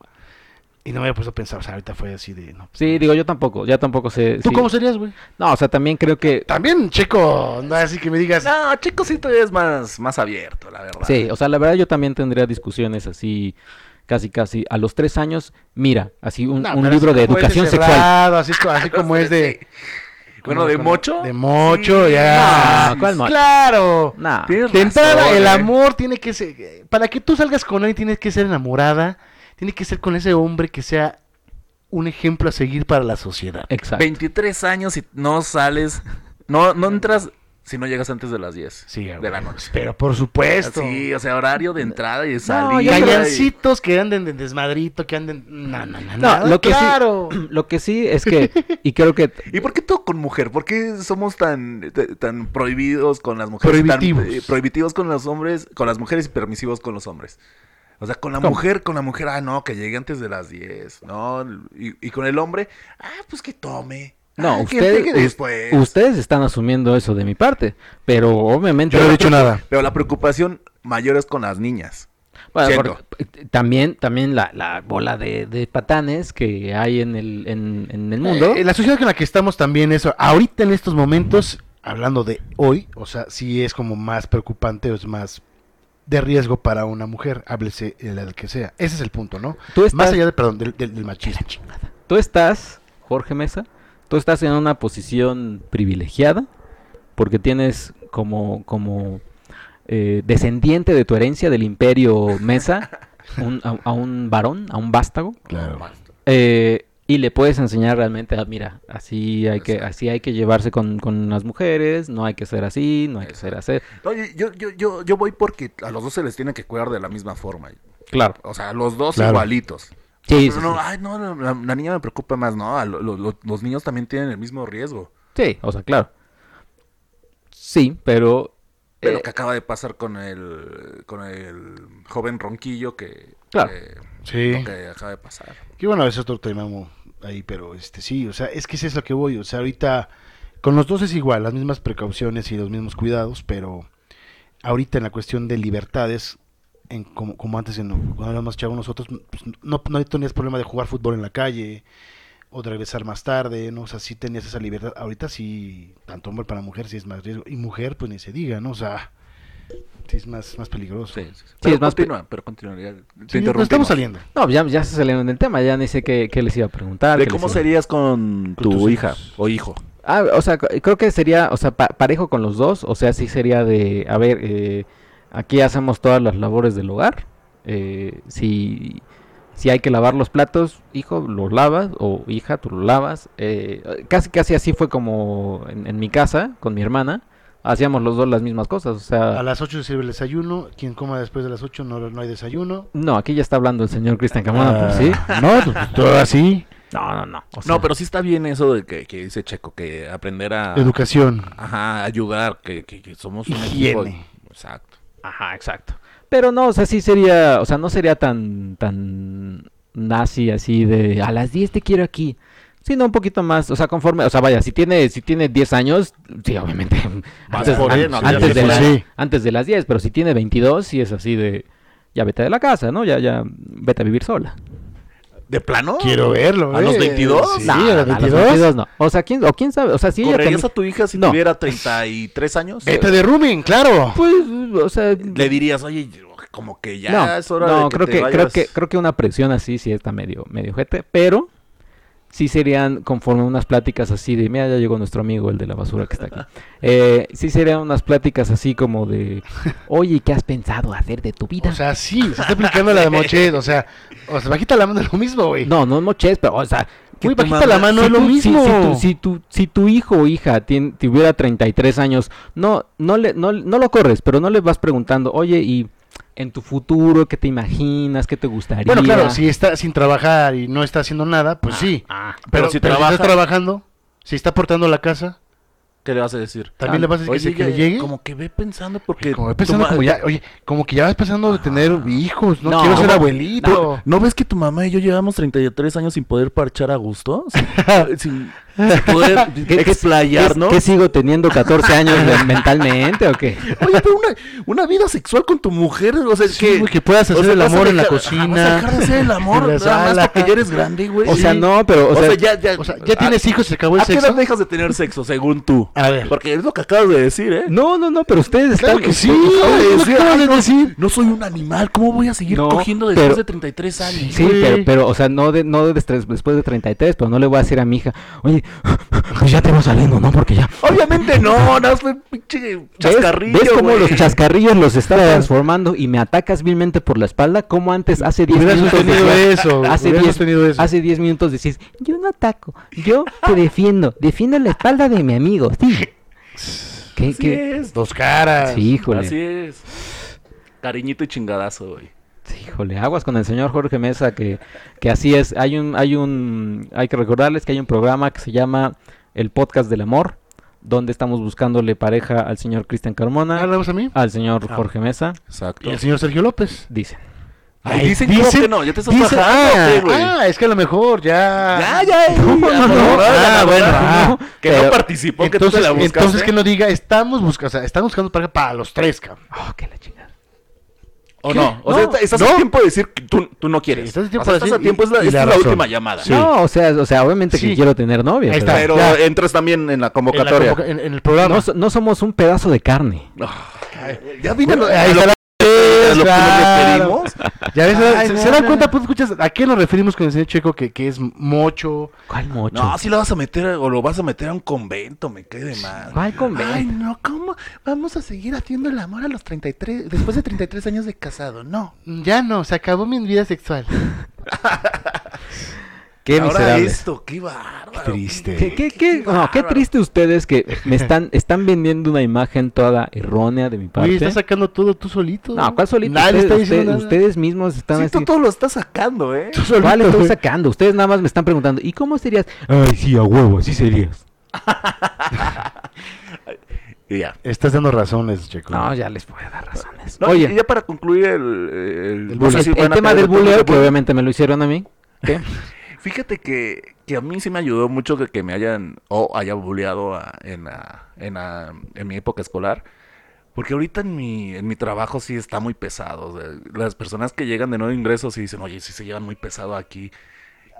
[SPEAKER 1] Y no me había puesto a pensar. O sea, ahorita fue así de. No. pues,
[SPEAKER 2] Sí, digo, yo tampoco, ya tampoco sé.
[SPEAKER 1] ¿Tú
[SPEAKER 2] sí.
[SPEAKER 1] cómo serías, güey?
[SPEAKER 2] No, o sea, también creo que...
[SPEAKER 1] También, checo. No, así que me digas.
[SPEAKER 3] No, chicos, sí todavía es más, más abierto, la verdad.
[SPEAKER 2] Sí, o sea, la verdad yo también tendría discusiones así, casi, casi. A los tres años, mira, así un,
[SPEAKER 1] No,
[SPEAKER 2] un
[SPEAKER 1] pero
[SPEAKER 2] libro
[SPEAKER 1] así
[SPEAKER 2] de
[SPEAKER 1] como es
[SPEAKER 2] educación sexual.
[SPEAKER 1] cerrado, Así, co- así como es de.
[SPEAKER 3] Bueno, de
[SPEAKER 1] como-
[SPEAKER 3] mocho.
[SPEAKER 1] De mocho,
[SPEAKER 3] Sí. pues,
[SPEAKER 1] ya.
[SPEAKER 2] No, Ah, ¿cuál mocho?
[SPEAKER 1] Claro.
[SPEAKER 2] Nah.
[SPEAKER 3] Tienes
[SPEAKER 1] De entrada,
[SPEAKER 3] razón,
[SPEAKER 1] el
[SPEAKER 3] eh.
[SPEAKER 1] amor tiene que ser. Para que tú salgas con él, tienes que ser enamorada. Tiene que ser con ese hombre que sea un ejemplo a seguir para la sociedad.
[SPEAKER 2] Exacto.
[SPEAKER 3] 23 años y no sales. No, no entras si no llegas antes de las 10
[SPEAKER 1] Sí,
[SPEAKER 3] de
[SPEAKER 1] güey.
[SPEAKER 3] la noche.
[SPEAKER 1] Pero por supuesto.
[SPEAKER 3] Sí, o sea, horario de entrada y de salida.
[SPEAKER 2] ya
[SPEAKER 3] y-
[SPEAKER 1] Callancitos que anden de desmadrito, que anden. No, no, no.
[SPEAKER 2] No,
[SPEAKER 1] nada,
[SPEAKER 2] lo que,
[SPEAKER 1] claro.
[SPEAKER 2] sí, lo que sí es que, y creo que
[SPEAKER 3] ¿Y por qué todo con mujer? ¿Por qué somos tan, t- tan prohibidos con las mujeres? y Tan,
[SPEAKER 1] Prohibitivos.
[SPEAKER 3] eh, prohibitivos con los hombres, con las mujeres y permisivos con los hombres. O sea, con la
[SPEAKER 2] ¿Cómo?
[SPEAKER 3] mujer, con la mujer, ah, no, que llegue antes de las 10, ¿no? Y, y con el hombre, ah, pues que tome.
[SPEAKER 2] No,
[SPEAKER 3] Ah, que
[SPEAKER 2] ustedes,
[SPEAKER 3] llegue
[SPEAKER 2] us-
[SPEAKER 3] después.
[SPEAKER 2] ustedes están asumiendo eso de mi parte, pero obviamente...
[SPEAKER 1] nada.
[SPEAKER 3] Pero la preocupación mayor es con las niñas.
[SPEAKER 2] Bueno,
[SPEAKER 3] Siento.
[SPEAKER 2] por- también, también la, la bola de, de patanes que hay en el, en, en el mundo.
[SPEAKER 1] Eh, la sociedad en la que estamos también eso. Ahorita en estos momentos, hablando de hoy, o sea, sí es como más preocupante o es más de riesgo para una mujer, háblese el que sea. Ese es el punto, ¿no?
[SPEAKER 2] tú, estás,
[SPEAKER 1] Más allá de, perdón, del, del- del machismo.
[SPEAKER 2] tú estás Jorge Mesa, tú estás en una posición privilegiada porque tienes como, como eh, descendiente de tu herencia del imperio Mesa un- a, a un varón, a un vástago,
[SPEAKER 1] Claro.
[SPEAKER 2] eh, y le puedes enseñar realmente, ah, mira, así hay que,
[SPEAKER 3] Exacto.
[SPEAKER 2] así hay que llevarse con, con las mujeres, no hay que ser así, no hay que ser así.
[SPEAKER 3] No, yo, yo, yo- yo, yo voy porque a los dos se les tiene que cuidar de la misma forma.
[SPEAKER 2] Claro.
[SPEAKER 3] O sea, a los dos
[SPEAKER 1] Claro.
[SPEAKER 3] igualitos.
[SPEAKER 2] Sí, sí,
[SPEAKER 3] Pero no, ay, no, la, la- la niña me preocupa más, ¿no? a lo- lo- lo- los niños también tienen el mismo riesgo.
[SPEAKER 2] sí. Sí, o sea, claro. Sí, pero...
[SPEAKER 3] De
[SPEAKER 2] eh,
[SPEAKER 3] lo que acaba de pasar con el, con el joven ronquillo que...
[SPEAKER 2] Claro.
[SPEAKER 3] que-
[SPEAKER 1] Sí.
[SPEAKER 3] lo que acaba de pasar.
[SPEAKER 1] Que bueno, es otro tema mo- ahí, pero este sí, o sea, es que ese es lo que voy, o sea, ahorita con los dos es igual, las mismas precauciones y los mismos cuidados, pero ahorita en la cuestión de libertades, en, como, como antes en- cuando éramos chavos nosotros, pues, no, no tenías problema de jugar fútbol en la calle o de regresar más tarde, ¿no? O sea, sí tenías esa libertad. Ahorita sí, tanto hombre para mujer sí es más riesgo. Y mujer, pues ni se diga, ¿no? O sea, sí es más, más peligroso.
[SPEAKER 3] Sí, sí,
[SPEAKER 1] Sí,
[SPEAKER 3] sí. Pero
[SPEAKER 2] es más pe-
[SPEAKER 3] continúa, pero continuaría. Te
[SPEAKER 1] pero estamos
[SPEAKER 3] interrumpimos.
[SPEAKER 1] saliendo.
[SPEAKER 2] No, ya, ya se salieron del tema, ya ni sé qué, qué les iba a preguntar.
[SPEAKER 3] ¿De
[SPEAKER 2] qué les
[SPEAKER 3] cómo
[SPEAKER 2] iba-
[SPEAKER 3] serías
[SPEAKER 1] Con
[SPEAKER 3] con tu
[SPEAKER 1] tus
[SPEAKER 3] hija
[SPEAKER 1] hijos.
[SPEAKER 3] o hijo?
[SPEAKER 2] Ah, o sea, c- creo que sería, o sea, pa- parejo con los dos, o sea, sí sería de, a ver, eh, aquí hacemos todas las labores del hogar, eh, si, si hay que lavar los platos, hijo, los lavas, o hija, tú los lavas, eh, casi, casi así fue como en, en mi casa, con mi hermana, hacíamos los dos las mismas cosas, o
[SPEAKER 1] A
[SPEAKER 2] sea,
[SPEAKER 1] las 8 se sirve el desayuno. Quien coma después de las 8 no, no hay desayuno.
[SPEAKER 2] no, aquí ya está hablando el señor Cristian Camona, por sí. pues,
[SPEAKER 1] No, todo así.
[SPEAKER 2] No, no, no, o sea,
[SPEAKER 3] Ah. No, pero sí está bien eso de que, que dice Checo, que aprender a
[SPEAKER 1] Educación.
[SPEAKER 3] ajá, ayudar, que, que- que somos un
[SPEAKER 1] Higiene.
[SPEAKER 3] equipo. Exacto.
[SPEAKER 2] Ajá, exacto. Pero no, o sea, sí sería, o sea, no sería tan, tan nazi así de a las 10 te quiero aquí. Sino un poquito más, o sea, conforme, o sea, vaya, si tiene, si tiene 10 años, sí, obviamente,
[SPEAKER 3] Vas
[SPEAKER 2] antes,
[SPEAKER 3] por
[SPEAKER 2] an-
[SPEAKER 3] él, no,
[SPEAKER 2] antes
[SPEAKER 3] sí,
[SPEAKER 2] de
[SPEAKER 3] sí,
[SPEAKER 2] la-
[SPEAKER 1] sí.
[SPEAKER 2] antes de las 10, pero si tiene 22, sí es así de, ya vete de la casa, ¿no? Ya, ya, vete a vivir sola.
[SPEAKER 3] ¿De plano?
[SPEAKER 1] Quiero verlo.
[SPEAKER 3] Oh. ¿A
[SPEAKER 1] eh.
[SPEAKER 3] los 22?
[SPEAKER 1] Sí,
[SPEAKER 2] No,
[SPEAKER 1] a los
[SPEAKER 2] no,
[SPEAKER 1] 22.
[SPEAKER 2] no. O sea, ¿quién, o quién sabe, o sea, si ella
[SPEAKER 3] ¿Correrías
[SPEAKER 2] también-
[SPEAKER 3] a tu hija si
[SPEAKER 2] No. Eh,
[SPEAKER 3] tuviera 33 años?
[SPEAKER 1] Vete de rooming, claro.
[SPEAKER 2] Pues, o sea...
[SPEAKER 3] Le dirías, oye, como que ya
[SPEAKER 2] no,
[SPEAKER 3] es hora
[SPEAKER 2] no,
[SPEAKER 3] de que
[SPEAKER 2] creo
[SPEAKER 3] te
[SPEAKER 2] que creo
[SPEAKER 3] vayas".
[SPEAKER 2] que creo que una presión así sí está medio medio jete, pero sí serían conforme unas pláticas así de mira ya llegó nuestro amigo el de la basura que está aquí. Eh, sí serían unas pláticas así como de oye ¿qué has pensado hacer de tu vida?
[SPEAKER 1] O sea, sí, se está aplicando la de Mochet. O sea, o sea, bajita la mano es lo mismo, güey.
[SPEAKER 2] no no moches, pero o sea que
[SPEAKER 1] Muy
[SPEAKER 2] tu
[SPEAKER 1] bajita la mano
[SPEAKER 2] si
[SPEAKER 1] es lo
[SPEAKER 2] tú- si-
[SPEAKER 1] mismo.
[SPEAKER 2] Si, tu, si, tu, si tu hijo o hija tien- tuviera 33 años, no, no, le, no, no lo corres, pero no le vas preguntando, oye, ¿y en tu futuro qué te imaginas? ¿Qué te gustaría?
[SPEAKER 1] bueno, claro, si está sin trabajar y no está haciendo nada, pues sí.
[SPEAKER 2] Ah,
[SPEAKER 1] Pero,
[SPEAKER 3] pero si
[SPEAKER 1] si, pero si
[SPEAKER 3] trabaja-
[SPEAKER 1] está trabajando, si está aportando a la casa,
[SPEAKER 3] ¿Qué le vas a decir?
[SPEAKER 1] también
[SPEAKER 2] Ah,
[SPEAKER 1] le vas a decir que, se- que
[SPEAKER 3] Oye,
[SPEAKER 1] le
[SPEAKER 3] ya-
[SPEAKER 1] llegue. Como,
[SPEAKER 3] como que ve pensando porque...
[SPEAKER 1] ve pensando
[SPEAKER 3] tu ma-
[SPEAKER 1] como ya, oye, como que ya vas pensando de tener hijos, no,
[SPEAKER 2] No,
[SPEAKER 1] quiero ser
[SPEAKER 2] no,
[SPEAKER 1] abuelito.
[SPEAKER 3] ¿No ves que tu mamá y yo llevamos 33 años sin poder parchar a gusto? Sin, sin- sin poder explayarnos.
[SPEAKER 2] ¿Qué sigo teniendo 14 años de- mentalmente o qué?
[SPEAKER 3] Oye, pero una, una vida sexual con tu mujer, o sea,
[SPEAKER 1] Sí,
[SPEAKER 3] que...
[SPEAKER 1] güey, que puedas
[SPEAKER 3] o
[SPEAKER 1] hacer
[SPEAKER 3] sea,
[SPEAKER 1] el
[SPEAKER 3] vas a
[SPEAKER 1] amor en la
[SPEAKER 3] dejar-
[SPEAKER 1] cocina.
[SPEAKER 3] Vas a dejar de hacer el amor
[SPEAKER 1] en la
[SPEAKER 3] nada más
[SPEAKER 1] sala.
[SPEAKER 3] porque ya eres grande, güey.
[SPEAKER 2] O sea, no, pero o,
[SPEAKER 3] O,
[SPEAKER 2] sea,
[SPEAKER 3] sea, ya, ya,
[SPEAKER 1] O sea, ya tienes hijos y se acabó el
[SPEAKER 3] ¿A qué edad
[SPEAKER 1] sexo.
[SPEAKER 3] dejas de tener sexo, según tú?
[SPEAKER 1] A ver.
[SPEAKER 3] Porque es lo que acabas de decir, ¿eh?
[SPEAKER 2] No, no, no, pero ustedes
[SPEAKER 1] Claro
[SPEAKER 2] están
[SPEAKER 1] que sí,
[SPEAKER 3] acabas de
[SPEAKER 1] es lo
[SPEAKER 3] decir,
[SPEAKER 1] que acabas
[SPEAKER 3] ay,
[SPEAKER 1] de
[SPEAKER 3] no.
[SPEAKER 1] decir.
[SPEAKER 3] No soy un animal, ¿cómo voy a seguir
[SPEAKER 2] No,
[SPEAKER 3] cogiendo después
[SPEAKER 2] pero-
[SPEAKER 3] de 33 años?
[SPEAKER 2] Sí,
[SPEAKER 1] güey.
[SPEAKER 2] pero, pero, o sea, no, de, no de tres- después de 33, pero no le voy a decir a mi hija, oye, pues ya te vas saliendo, ¿no? Porque ya...
[SPEAKER 3] Obviamente no, no, fue un pinche
[SPEAKER 2] ¿Ves,
[SPEAKER 3] chascarrillo,
[SPEAKER 2] ¿Ves cómo
[SPEAKER 3] güey.
[SPEAKER 2] los chascarrillos los está transformando y me atacas vilmente por la espalda? Como antes, hace 10
[SPEAKER 1] Hubieras
[SPEAKER 2] minutos...
[SPEAKER 1] sostenido
[SPEAKER 2] decías-
[SPEAKER 1] eso, pues.
[SPEAKER 2] hace
[SPEAKER 1] hubieras
[SPEAKER 2] 10
[SPEAKER 1] sostenido eso.
[SPEAKER 2] Hace 10 minutos decís, yo no ataco, yo te defiendo, defiendo la espalda de mi amigo, sí. ¿Qué,
[SPEAKER 3] Así
[SPEAKER 2] qué?
[SPEAKER 3] es,
[SPEAKER 1] Dos caras.
[SPEAKER 2] Sí, híjole.
[SPEAKER 3] así es. Cariñito y chingadazo, güey.
[SPEAKER 2] Híjole, aguas con el señor Jorge Mesa que, que así es. Hay un, hay un, hay que recordarles que hay un programa que se llama El Podcast del Amor, donde estamos buscándole pareja al señor Cristian
[SPEAKER 1] Ah,
[SPEAKER 2] Carmona,
[SPEAKER 1] ¿hablamos a mí?
[SPEAKER 2] al señor
[SPEAKER 1] Ah.
[SPEAKER 2] Jorge Mesa,
[SPEAKER 3] Exacto.
[SPEAKER 1] Y el señor Sergio López.
[SPEAKER 2] dicen.
[SPEAKER 3] Ay, dicen, ¿cómo que no? Ya te estás
[SPEAKER 1] dicen-
[SPEAKER 3] bajando,
[SPEAKER 1] ah,
[SPEAKER 3] ¿o qué, güey?
[SPEAKER 1] ah, es que a lo mejor ya.
[SPEAKER 3] Ya, ya,
[SPEAKER 1] No, no,
[SPEAKER 3] ya,
[SPEAKER 1] no.
[SPEAKER 3] por favor,
[SPEAKER 1] Ah,
[SPEAKER 3] ya,
[SPEAKER 1] bueno,
[SPEAKER 3] ya,
[SPEAKER 1] ah.
[SPEAKER 3] no, que no
[SPEAKER 2] Pero-
[SPEAKER 3] participó, que tú te
[SPEAKER 1] Entonces,
[SPEAKER 3] la buscaste.
[SPEAKER 1] entonces que no diga, estamos buscando, o sea, estamos buscando pareja para los tres, cabrón.
[SPEAKER 2] Oh, qué la chingada.
[SPEAKER 3] O
[SPEAKER 1] ¿Qué?
[SPEAKER 3] no, o sea,
[SPEAKER 1] No,
[SPEAKER 3] estás a
[SPEAKER 1] no.
[SPEAKER 3] tiempo de decir que tú, tú no quieres.
[SPEAKER 1] Estás a tiempo
[SPEAKER 3] O sea,
[SPEAKER 1] de
[SPEAKER 3] estás
[SPEAKER 1] decir
[SPEAKER 3] a tiempo,
[SPEAKER 1] y-
[SPEAKER 3] es la,
[SPEAKER 1] y
[SPEAKER 3] esta
[SPEAKER 1] la
[SPEAKER 3] es la
[SPEAKER 1] razón.
[SPEAKER 3] última llamada.
[SPEAKER 1] Sí.
[SPEAKER 2] No, o sea, o sea, obviamente
[SPEAKER 1] Sí.
[SPEAKER 2] que quiero tener novia.
[SPEAKER 1] Ahí está.
[SPEAKER 2] pero
[SPEAKER 3] Pero
[SPEAKER 1] Ya.
[SPEAKER 3] entras también en la
[SPEAKER 1] En, la
[SPEAKER 3] convocatoria.
[SPEAKER 1] convoca- en- en el programa.
[SPEAKER 2] no, so- no somos un pedazo de carne.
[SPEAKER 3] ya vine
[SPEAKER 1] Ahí está la-
[SPEAKER 3] a lo que
[SPEAKER 1] Claro.
[SPEAKER 3] le pedimos.
[SPEAKER 1] Ya ves,
[SPEAKER 3] Ay,
[SPEAKER 1] se,
[SPEAKER 3] no,
[SPEAKER 1] se dan
[SPEAKER 3] no,
[SPEAKER 1] cuenta,
[SPEAKER 3] no.
[SPEAKER 1] pues escuchas, ¿a qué nos referimos con el señor Checo que, que es mocho?
[SPEAKER 2] ¿Cuál mocho?
[SPEAKER 3] No, si lo vas a meter o lo vas a meter a un convento, me cae de mal.
[SPEAKER 2] ¿Cuál convento?
[SPEAKER 3] Ay, no, ¿cómo? Vamos a seguir haciendo el amor a los 33, después de 33 años de casado, no.
[SPEAKER 1] Ya no, se acabó mi vida sexual.
[SPEAKER 2] Qué
[SPEAKER 3] Ahora
[SPEAKER 2] miserables.
[SPEAKER 3] esto, qué bárbaro.
[SPEAKER 1] triste.
[SPEAKER 2] ¿Qué, qué, qué, no, qué
[SPEAKER 3] bárbaro.
[SPEAKER 2] triste ustedes que me están, están vendiendo una imagen toda errónea de mi parte.
[SPEAKER 1] Oye, estás sacando todo tú solito.
[SPEAKER 2] No, ¿cuál solito?
[SPEAKER 1] Nadie
[SPEAKER 2] ustedes,
[SPEAKER 1] está diciendo
[SPEAKER 2] ustedes-
[SPEAKER 1] nada.
[SPEAKER 2] ustedes mismos están
[SPEAKER 3] Sí, tú
[SPEAKER 2] así.
[SPEAKER 3] todo lo estás sacando, ¿eh?
[SPEAKER 1] Tú solito,
[SPEAKER 2] ¿Cuál estoy
[SPEAKER 1] güey.
[SPEAKER 2] sacando? Ustedes nada más me están preguntando, ¿y cómo serías? Ay, sí, a huevo, así serías.
[SPEAKER 3] Y ya.
[SPEAKER 1] Estás dando razones, Checo.
[SPEAKER 2] No, ya les voy a dar razones.
[SPEAKER 3] No,
[SPEAKER 2] Oye,
[SPEAKER 3] y ya para concluir el, el,
[SPEAKER 1] El
[SPEAKER 3] no sé
[SPEAKER 2] el,
[SPEAKER 3] si
[SPEAKER 2] el
[SPEAKER 3] van a
[SPEAKER 2] tema
[SPEAKER 3] caer
[SPEAKER 2] del
[SPEAKER 3] de todo
[SPEAKER 2] buleo,
[SPEAKER 3] lo
[SPEAKER 2] que
[SPEAKER 3] que-
[SPEAKER 2] obviamente me lo hicieron a mí. ¿qué?
[SPEAKER 3] Fíjate que, que a mí sí me ayudó mucho que, que me hayan o haya buleado a- en, la- en, la- en mi época escolar. Porque ahorita en mi, en mi trabajo sí está muy pesado. o sea, las personas que llegan de nuevo ingresos sí dicen, oye, sí se llevan muy pesado aquí.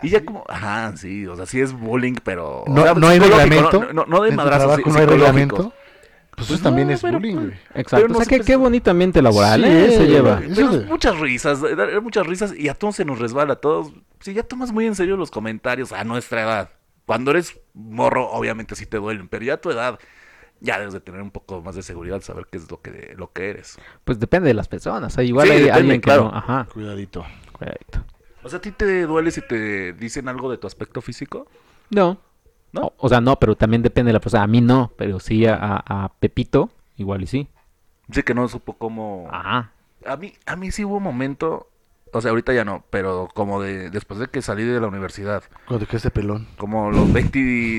[SPEAKER 3] Y ya como, ajá, sí, o sea, sí es bullying, pero...
[SPEAKER 1] ¿No,
[SPEAKER 3] o sea,
[SPEAKER 1] no hay
[SPEAKER 3] psicológico,
[SPEAKER 1] reglamento?
[SPEAKER 3] No, no- no de
[SPEAKER 1] ¿En tu
[SPEAKER 3] madrazos,
[SPEAKER 1] trabajo
[SPEAKER 3] sí,
[SPEAKER 1] no hay
[SPEAKER 3] psicológicos.
[SPEAKER 1] reglamento? Pues,
[SPEAKER 3] Pues
[SPEAKER 1] eso también
[SPEAKER 3] no,
[SPEAKER 1] es
[SPEAKER 3] pero,
[SPEAKER 1] bullying,
[SPEAKER 3] pues,
[SPEAKER 1] güey.
[SPEAKER 2] Exacto.
[SPEAKER 3] no
[SPEAKER 2] o sea,
[SPEAKER 3] se
[SPEAKER 2] qué,
[SPEAKER 3] pesa-
[SPEAKER 2] qué bonito ambiente laboral,
[SPEAKER 1] Sí,
[SPEAKER 2] ¿eh? Se
[SPEAKER 1] güey.
[SPEAKER 2] lleva.
[SPEAKER 1] Eso
[SPEAKER 3] Pero
[SPEAKER 1] de-
[SPEAKER 3] muchas risas, eh, eh, muchas risas y a todos se nos resbala, a todos. Si ya tomas muy en serio los comentarios a nuestra edad. Cuando eres morro, obviamente sí te duelen, pero ya a tu edad ya debes de tener un poco más de seguridad, saber qué es lo que, lo que eres.
[SPEAKER 2] Pues depende de las personas. o sea, igual
[SPEAKER 3] Sí,
[SPEAKER 2] hay
[SPEAKER 3] depende,
[SPEAKER 2] alguien que
[SPEAKER 3] claro.
[SPEAKER 2] no. Ajá.
[SPEAKER 1] Cuidadito.
[SPEAKER 2] Correcto.
[SPEAKER 3] O sea, ¿a ti te duele si te dicen algo de tu aspecto físico?
[SPEAKER 2] No.
[SPEAKER 3] ¿No?
[SPEAKER 2] O- O sea, no, pero también depende de la persona. A mí no, pero sí a, a- a Pepito, igual y sí.
[SPEAKER 3] Sí que no supo cómo...
[SPEAKER 1] Ah.
[SPEAKER 2] Ajá.
[SPEAKER 3] A mí, a mí sí hubo un momento, o sea, ahorita ya no, pero como de después de que salí de la universidad,
[SPEAKER 1] Cuando quedaste pelón.
[SPEAKER 3] como los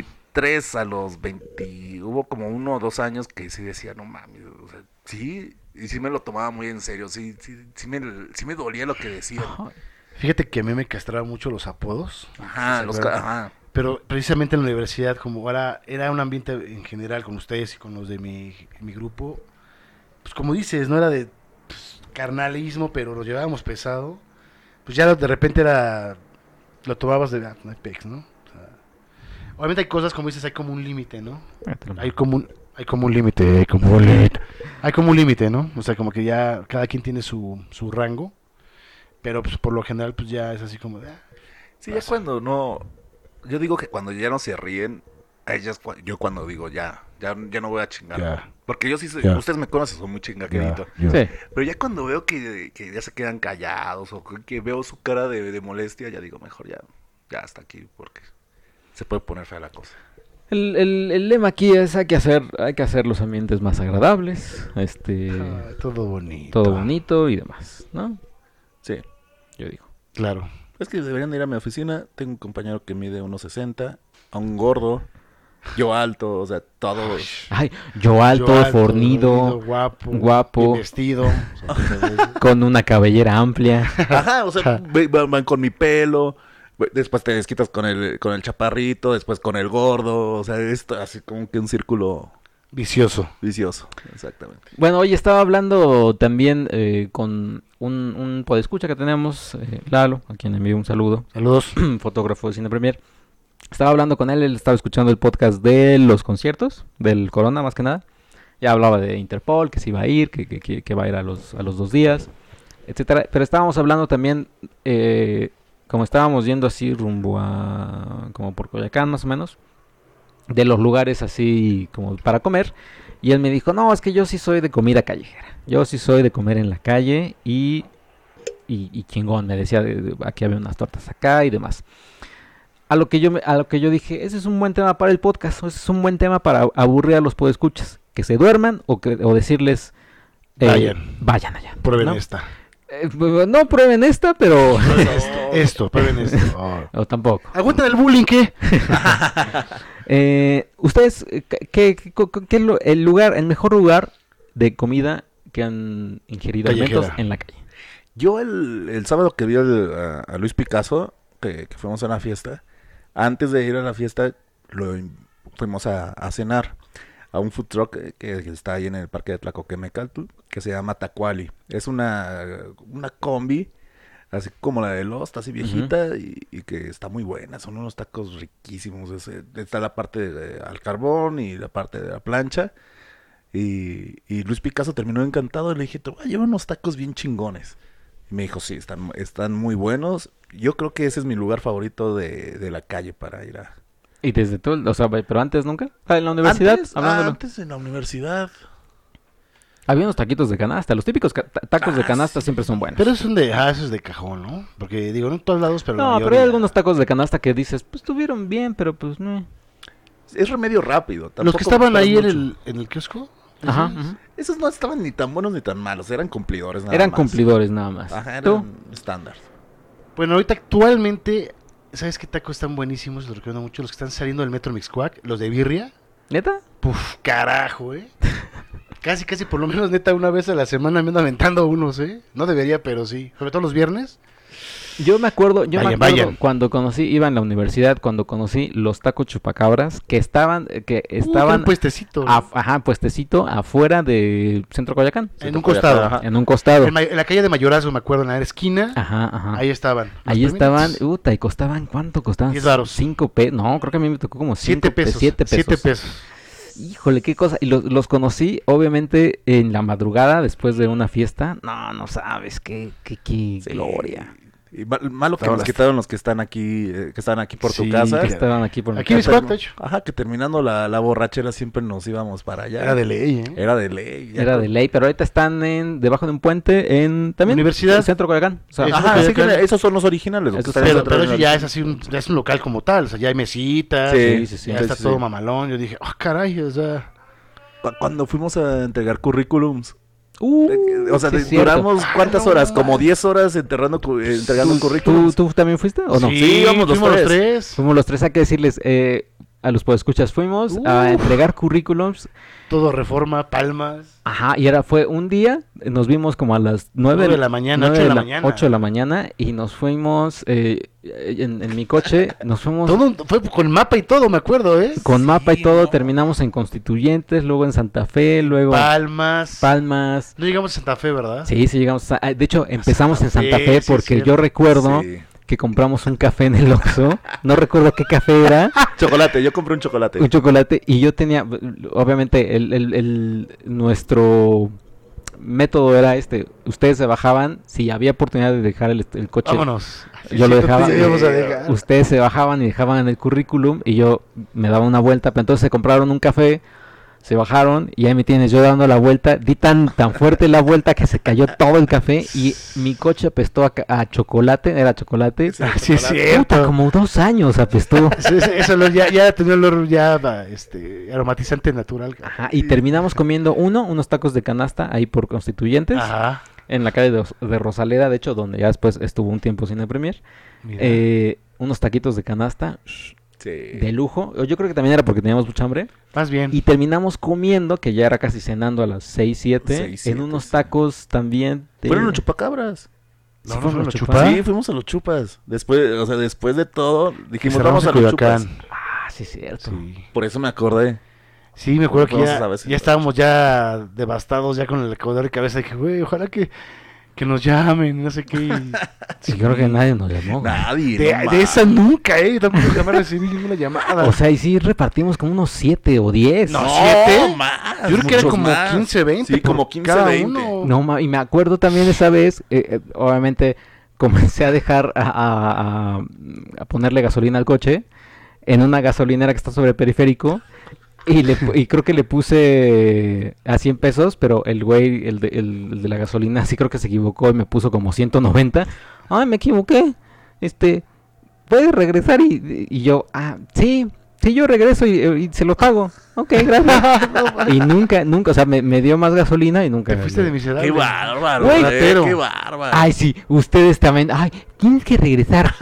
[SPEAKER 3] 23 a los 20, hubo como uno o dos años que sí decía, no mames, o sea, sí, y sí me lo tomaba muy en serio, sí, sí, sí me, sí me dolía lo que decían.
[SPEAKER 1] Fíjate que a mí me castraban mucho los apodos.
[SPEAKER 3] Ajá,
[SPEAKER 1] ¿Sí
[SPEAKER 3] los
[SPEAKER 1] se
[SPEAKER 3] ca-
[SPEAKER 1] acuerdan?
[SPEAKER 3] ajá.
[SPEAKER 1] Pero precisamente en la universidad, como ahora era un ambiente en general con ustedes y con los de mi, mi grupo, pues como dices, no era de pues, carnalismo, pero lo llevábamos pesado. Pues ya de repente era, lo tomabas de, ah, no hay pex, ¿no? O sea, obviamente hay cosas, como dices, hay como un límite, ¿no? Hay como un, hay como un límite, hay como un límite. Hay como un límite, ¿no? O sea, como que ya cada quien tiene su, su rango, pero pues por lo general pues ya es así como de... ah,
[SPEAKER 3] Sí, ya cuando no, yo digo que cuando ya no se ríen, ahí ya es cua- yo cuando digo, ya, ya, ya no voy a chingar.
[SPEAKER 1] Ya.
[SPEAKER 3] Porque yo sí, soy-
[SPEAKER 1] Ya.
[SPEAKER 3] ustedes me conocen, soy muy chingaquerito.
[SPEAKER 2] Sí.
[SPEAKER 3] Pero ya cuando veo que, que ya se quedan callados o que- que veo su cara de, de molestia, ya digo, mejor ya, ya hasta aquí, porque se puede poner fea la cosa.
[SPEAKER 2] El, el- el lema aquí es hay que hacer, hay que hacer los ambientes más agradables, este,
[SPEAKER 1] ah, todo bonito.
[SPEAKER 2] todo bonito y demás, ¿no?
[SPEAKER 3] Sí.
[SPEAKER 2] Yo digo.
[SPEAKER 1] Claro.
[SPEAKER 3] Es que deberían de ir a mi oficina. Tengo un compañero que mide 1,60, a un gordo, yo alto, o sea, todo.
[SPEAKER 2] Ay, yo alto,
[SPEAKER 1] Yo alto,
[SPEAKER 2] fornido,
[SPEAKER 1] fornido, guapo,
[SPEAKER 2] guapo.
[SPEAKER 1] bien vestido. O sea, que te-
[SPEAKER 2] con una cabellera amplia.
[SPEAKER 3] Ajá, o sea, ve- van, van con mi pelo. ve- Después te desquitas con el, con el chaparrito, después con el gordo, o sea, esto así como que un círculo
[SPEAKER 1] Vicioso.
[SPEAKER 3] vicioso. Exactamente.
[SPEAKER 2] Bueno, hoy estaba hablando también eh, con un, un podescucha que tenemos, eh, Lalo, a quien envío un saludo,
[SPEAKER 1] Saludos.
[SPEAKER 2] fotógrafo de Cine Premier. Estaba hablando con él, él estaba escuchando el podcast de los conciertos, del Corona más que nada. Ya hablaba de Interpol, que se iba a ir, que, que- que- que va a ir a los, a los dos días, etcétera. Pero estábamos hablando también, eh, como estábamos yendo así rumbo a, como por Coyacán más o menos, de los lugares así como para comer. Y él me dijo, no, es que yo sí soy de comida callejera. Yo sí soy de comer en la calle y, y, y chingón. Me decía, de- de- aquí había unas tortas acá y demás. A lo, que yo me- a lo que yo dije, ese es un buen tema para el podcast, ese es un buen tema para aburrir a los podescuchas, que se duerman o, que, o decirles, eh,
[SPEAKER 1] Vayan.
[SPEAKER 2] vayan allá.
[SPEAKER 1] Prueben
[SPEAKER 2] ¿no?
[SPEAKER 1] esta.
[SPEAKER 2] Eh, bu- no prueben esta, pero...
[SPEAKER 1] Esto, prueben esto. Oh.
[SPEAKER 2] o tampoco.
[SPEAKER 1] Aguanten el bullying, ¿qué?
[SPEAKER 2] Eh, ¿Ustedes eh, qué, qué- co- co- qué es lo- el lugar, el mejor lugar de comida que han ingerido
[SPEAKER 1] Callejera.
[SPEAKER 2] alimentos en la calle?
[SPEAKER 3] Yo el, el sábado que vi al- a, a Luis Picasso, que, que fuimos a una fiesta, antes de ir a la fiesta lo in- fuimos a, a cenar a un food truck que, que está ahí en el parque de Tlacoquemecaltl, que se llama Tacuali. Es una, una combi, así como la de Lost, así viejita, y, y que está muy buena. Son unos tacos riquísimos. es, eh, está la parte de- al carbón y la parte de la plancha. Y, y Luis Picasso terminó encantado y le dije, te voy a llevar unos tacos bien chingones. Y me dijo, sí, están, están muy buenos. Yo creo que ese es mi lugar favorito de, de la calle para ir a...
[SPEAKER 2] Y desde todo, el- o sea, pero antes nunca. Ah, en la universidad,
[SPEAKER 3] Antes,
[SPEAKER 2] hablándolo.
[SPEAKER 3] ah, antes en la universidad.
[SPEAKER 2] Había unos taquitos de canasta. Los típicos ca- ta- tacos de
[SPEAKER 3] Ah,
[SPEAKER 2] canasta siempre son buenos.
[SPEAKER 1] Pero esos son de, ah, esos de cajón, ¿no? Porque digo, no en todos lados, pero. la
[SPEAKER 2] no, pero hay
[SPEAKER 1] mayoría.
[SPEAKER 2] algunos tacos de canasta que dices, pues estuvieron bien, pero pues no.
[SPEAKER 3] Es remedio rápido.
[SPEAKER 1] Los
[SPEAKER 3] tampoco
[SPEAKER 1] que estaban ahí en
[SPEAKER 3] costaron mucho.
[SPEAKER 1] el, en el kiosco.
[SPEAKER 2] Ajá.
[SPEAKER 1] Esos-
[SPEAKER 2] ujú.
[SPEAKER 3] Esos no estaban ni tan buenos ni tan malos, eran cumplidores nada
[SPEAKER 2] Eran
[SPEAKER 3] más.
[SPEAKER 2] cumplidores nada más.
[SPEAKER 3] Ajá,
[SPEAKER 2] Tú,
[SPEAKER 3] eran estándar.
[SPEAKER 1] Bueno, ahorita actualmente, ¿sabes qué tacos están buenísimos? Los recomiendo mucho. Los que están saliendo del Metro Mixcuac, los de birria.
[SPEAKER 2] neta,
[SPEAKER 1] Puf, carajo, ¿eh? casi, casi, por lo menos, neta, una vez a la semana me ando aventando unos, ¿eh? No debería, pero sí. Sobre todo los viernes. Uh,
[SPEAKER 2] yo me acuerdo, yo me
[SPEAKER 1] Vayan,
[SPEAKER 2] acuerdo
[SPEAKER 1] vayan.
[SPEAKER 2] cuando conocí, iba en la universidad, cuando conocí los tacos chupacabras que estaban, eh, que
[SPEAKER 1] Uh,
[SPEAKER 2] estaban,
[SPEAKER 1] Un puestecito. ¿no?
[SPEAKER 2] af- ajá, puestecito afuera de Centro Coyacán,
[SPEAKER 1] en un costado.
[SPEAKER 3] Ajá.
[SPEAKER 2] en un costado.
[SPEAKER 1] Ah, En, Ma- en la calle de Mayorazgo, me acuerdo, en la esquina.
[SPEAKER 2] Ajá, ajá.
[SPEAKER 1] Ahí estaban. Los
[SPEAKER 2] Ahí
[SPEAKER 1] primeros.
[SPEAKER 2] estaban, uh, puta, y costaban, ¿cuánto costaban?
[SPEAKER 1] 10 varos.
[SPEAKER 2] 5 pesos. No, creo que a mí me tocó como 5
[SPEAKER 1] Siete pesos.
[SPEAKER 2] Siete pesos.
[SPEAKER 1] Siete pesos.
[SPEAKER 2] Híjole, qué cosa. Y los, los conocí, obviamente, en la madrugada, después de una fiesta. No, no sabes, qué, qué, qué
[SPEAKER 3] Sí.
[SPEAKER 2] gloria.
[SPEAKER 3] Y ma- malo que
[SPEAKER 1] Estaban
[SPEAKER 3] nos
[SPEAKER 1] las-
[SPEAKER 3] quitaron los que están aquí, eh, que están aquí por
[SPEAKER 1] Sí,
[SPEAKER 3] tu casa.
[SPEAKER 2] Que estaban aquí por mi
[SPEAKER 1] Aquí
[SPEAKER 2] casa.
[SPEAKER 1] mis cuates, de hecho.
[SPEAKER 3] Ajá, que terminando la, la borrachera siempre nos íbamos para allá.
[SPEAKER 1] Era de ley, ¿eh?
[SPEAKER 3] Era de ley. ya
[SPEAKER 2] Era
[SPEAKER 3] con-
[SPEAKER 2] de ley, pero ahorita están en, debajo de un puente en también
[SPEAKER 1] Universidad.
[SPEAKER 2] en Centro Coyacán. O sea, ah,
[SPEAKER 1] Eso
[SPEAKER 3] Ajá,
[SPEAKER 1] que
[SPEAKER 3] así que
[SPEAKER 1] acá-
[SPEAKER 3] esos son los originales. los que
[SPEAKER 2] Esos
[SPEAKER 3] están
[SPEAKER 2] son
[SPEAKER 3] en
[SPEAKER 1] Pero,
[SPEAKER 2] otra
[SPEAKER 3] Centro
[SPEAKER 1] pero eso
[SPEAKER 2] vez
[SPEAKER 3] Coyacán.
[SPEAKER 1] ya es así, un, ya es un local como tal, o sea, ya hay mesitas,
[SPEAKER 3] Sí,
[SPEAKER 2] sí, sí,
[SPEAKER 1] ya
[SPEAKER 3] sí,
[SPEAKER 1] está
[SPEAKER 3] sí,
[SPEAKER 1] todo
[SPEAKER 3] sí.
[SPEAKER 1] mamalón. Yo dije, oh, caray, o sea,
[SPEAKER 3] Cu- Cuando fuimos a entregar currículums.
[SPEAKER 2] uh,
[SPEAKER 3] eh, O sea,
[SPEAKER 2] sí
[SPEAKER 3] de-
[SPEAKER 2] es cierto.
[SPEAKER 3] duramos cuántas
[SPEAKER 1] no
[SPEAKER 3] horas?
[SPEAKER 1] mames.
[SPEAKER 3] Como 10 horas enterrando, cu- eh, entregando
[SPEAKER 2] ¿Tú,
[SPEAKER 3] currículums.
[SPEAKER 2] ¿Tú también fuiste o no?
[SPEAKER 3] Sí, íbamos los
[SPEAKER 1] fuimos
[SPEAKER 3] tres.
[SPEAKER 2] Fuimos los tres, hay que decirles eh, a los podescuchas, fuimos
[SPEAKER 1] Uf.
[SPEAKER 2] a entregar currículums.
[SPEAKER 1] Todo reforma, palmas.
[SPEAKER 2] Ajá, y era, fue un día, eh, nos vimos como a las nueve
[SPEAKER 1] Nueve de la mañana,
[SPEAKER 2] nueve
[SPEAKER 1] ocho de la mañana.
[SPEAKER 2] ocho de la mañana, y nos fuimos eh, en, en mi coche, nos fuimos
[SPEAKER 1] Todo un- fue con mapa y todo, me acuerdo, ¿eh?
[SPEAKER 2] con mapa y
[SPEAKER 3] Sí,
[SPEAKER 2] todo,
[SPEAKER 3] no.
[SPEAKER 2] terminamos en Constituyentes, luego en Santa Fe, luego en
[SPEAKER 1] palmas.
[SPEAKER 2] Palmas.
[SPEAKER 1] no llegamos a Santa Fe, ¿verdad?
[SPEAKER 2] Sí, sí llegamos. a- ah, de hecho, empezamos en Santa
[SPEAKER 1] Fe,
[SPEAKER 2] Fe
[SPEAKER 1] sí,
[SPEAKER 2] porque
[SPEAKER 1] es
[SPEAKER 2] yo
[SPEAKER 1] cierto.
[SPEAKER 2] recuerdo
[SPEAKER 3] Sí.
[SPEAKER 2] que compramos un café en el Oxxo. No recuerdo qué café era.
[SPEAKER 3] Chocolate, yo compré un chocolate.
[SPEAKER 2] Un chocolate. Y yo tenía, obviamente, el, el- el- nuestro método era este. Ustedes se bajaban, si había oportunidad de dejar el, el coche.
[SPEAKER 1] Vámonos.
[SPEAKER 2] Yo lo dejaba. eh,
[SPEAKER 1] Sí, íbamos a
[SPEAKER 3] Sí,
[SPEAKER 1] dejar.
[SPEAKER 2] Ustedes se bajaban y dejaban el currículum y yo me daba una vuelta, pero entonces se compraron un café, se bajaron y ahí me tienes yo dando la vuelta, di tan tan fuerte la vuelta que se cayó todo el café y mi coche apestó a, ca- a chocolate, era chocolate.
[SPEAKER 3] Sí,
[SPEAKER 1] Ah, sí, es
[SPEAKER 3] Chocolate.
[SPEAKER 2] Puta,
[SPEAKER 1] cierto.
[SPEAKER 2] como dos años apestó.
[SPEAKER 1] Sí, sí, ese olor ya, ya tenía olor ya va, este, aromatizante natural.
[SPEAKER 2] Ajá, y terminamos comiendo uno, unos tacos de canasta ahí por constituyentes,
[SPEAKER 1] Ajá.
[SPEAKER 2] en la calle de, Os- de Rosaleda, de hecho, donde ya después estuvo un tiempo sin el Premier.
[SPEAKER 1] mira.
[SPEAKER 2] Eh, unos taquitos de canasta
[SPEAKER 3] Sí.
[SPEAKER 2] de lujo. Yo creo que también era porque teníamos mucha hambre.
[SPEAKER 1] Más bien.
[SPEAKER 3] Em.
[SPEAKER 2] Y terminamos comiendo, que ya era casi cenando a las 6, 7,
[SPEAKER 3] Seis,
[SPEAKER 2] en
[SPEAKER 3] siete,
[SPEAKER 2] unos
[SPEAKER 3] sí.
[SPEAKER 2] tacos también. de-
[SPEAKER 3] Fueron los chupacabras.
[SPEAKER 1] No,
[SPEAKER 2] sí,
[SPEAKER 1] no, no,
[SPEAKER 2] fuimos
[SPEAKER 1] lo
[SPEAKER 2] a
[SPEAKER 1] chupa.
[SPEAKER 2] chupar.
[SPEAKER 3] Sí, fuimos a los chupas. Después, o sea, después de todo, dijimos,
[SPEAKER 1] Cerramos
[SPEAKER 3] vamos a
[SPEAKER 1] en
[SPEAKER 3] los
[SPEAKER 1] Coyoacán.
[SPEAKER 3] chupas.
[SPEAKER 2] Ah, sí, cierto.
[SPEAKER 1] Sí.
[SPEAKER 3] Por eso me acordé.
[SPEAKER 1] Sí, me acuerdo que
[SPEAKER 3] Vamos a
[SPEAKER 1] ya,
[SPEAKER 3] ver si
[SPEAKER 1] ya
[SPEAKER 3] lo-
[SPEAKER 1] estábamos ya devastados, ya con el color de cabeza, de que, güey, ojalá que, que nos llamen, no sé qué. y-
[SPEAKER 2] Sí, creo que nadie nos llamó. güey.
[SPEAKER 3] Nadie.
[SPEAKER 1] De,
[SPEAKER 3] no
[SPEAKER 1] de esa
[SPEAKER 3] mames.
[SPEAKER 1] nunca, ¿eh? Tampoco jamás recibí ninguna llamada.
[SPEAKER 2] O sea, y sí repartimos como unos 7 o 10.
[SPEAKER 1] No,
[SPEAKER 3] No,
[SPEAKER 1] ¿siete?
[SPEAKER 3] más,
[SPEAKER 1] Yo creo que era
[SPEAKER 3] muchos
[SPEAKER 1] como
[SPEAKER 3] más.
[SPEAKER 1] 15, 20.
[SPEAKER 3] Sí,
[SPEAKER 1] por
[SPEAKER 3] como 15,
[SPEAKER 1] cada
[SPEAKER 3] 20.
[SPEAKER 1] uno.
[SPEAKER 2] No, ma- y me acuerdo también esa vez, eh, eh, obviamente comencé a dejar a, a- a- a ponerle gasolina al coche en una gasolinera que está sobre el periférico. Y, le pu- y creo que le puse eh, a 100 pesos, pero el güey, el de, el de la gasolina, sí creo que se equivocó y me puso como 190. Ay, me equivoqué. Este, puedes regresar y, y yo, ah, sí, sí, yo regreso y, eh, y se lo pago. Ok, gracias. y nunca, nunca, o sea, me, me dio más gasolina y nunca.
[SPEAKER 1] Te fuiste de miserable.
[SPEAKER 3] Qué bárbaro.
[SPEAKER 2] Güey,
[SPEAKER 3] eh,
[SPEAKER 1] ratero.
[SPEAKER 3] qué bárbaro.
[SPEAKER 2] Ay, sí, ustedes también. Ay, tienes que regresar.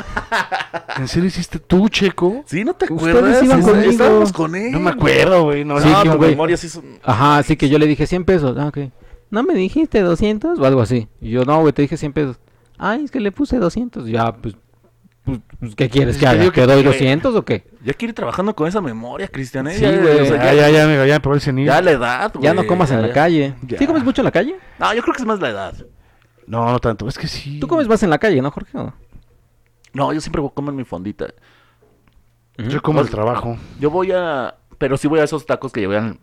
[SPEAKER 1] ¿En serio hiciste tú, Checo?
[SPEAKER 3] Sí, no te
[SPEAKER 2] Ustedes
[SPEAKER 3] acuerdas.
[SPEAKER 2] iban
[SPEAKER 3] Sí,
[SPEAKER 2] conmigo.
[SPEAKER 3] Estábamos con él.
[SPEAKER 1] No me acuerdo, güey. No,
[SPEAKER 3] No,
[SPEAKER 2] Sí,
[SPEAKER 1] no,
[SPEAKER 2] que un
[SPEAKER 3] tu
[SPEAKER 2] güey-
[SPEAKER 3] memoria sí es un-
[SPEAKER 2] Ajá, así que yo le dije 100 pesos. Ah, ok. ¿No me dijiste 200 o algo así? Y yo, no, güey, te dije 100 pesos. Ay, es que le puse 200. Ya, pues, pues, pues, ¿qué
[SPEAKER 1] Pues
[SPEAKER 2] quieres que
[SPEAKER 1] te
[SPEAKER 2] haga?
[SPEAKER 1] digo que
[SPEAKER 2] ¿Te doy
[SPEAKER 1] te-
[SPEAKER 2] 200 o qué?
[SPEAKER 3] Ya quiere ir trabajando con esa memoria, Cristian. ¿eh?
[SPEAKER 2] Sí,
[SPEAKER 3] ya,
[SPEAKER 2] güey. Ah,
[SPEAKER 3] o sea,
[SPEAKER 1] ya,
[SPEAKER 3] ya,
[SPEAKER 1] ya, ya, me ya me pegó el senil.
[SPEAKER 3] ya la edad, güey.
[SPEAKER 2] Ya no comas en la
[SPEAKER 3] ya.
[SPEAKER 2] calle.
[SPEAKER 1] ya.
[SPEAKER 2] ¿Sí comes mucho en la calle?
[SPEAKER 3] No, yo creo que es más la edad.
[SPEAKER 1] No, no tanto. Es que sí.
[SPEAKER 2] Tú comes más en la calle, ¿no, Jorge? ¿O no?
[SPEAKER 3] No, yo siempre voy a comer mi fondita.
[SPEAKER 1] Yo como el trabajo.
[SPEAKER 3] Yo voy a. Pero sí voy a esos tacos que llevan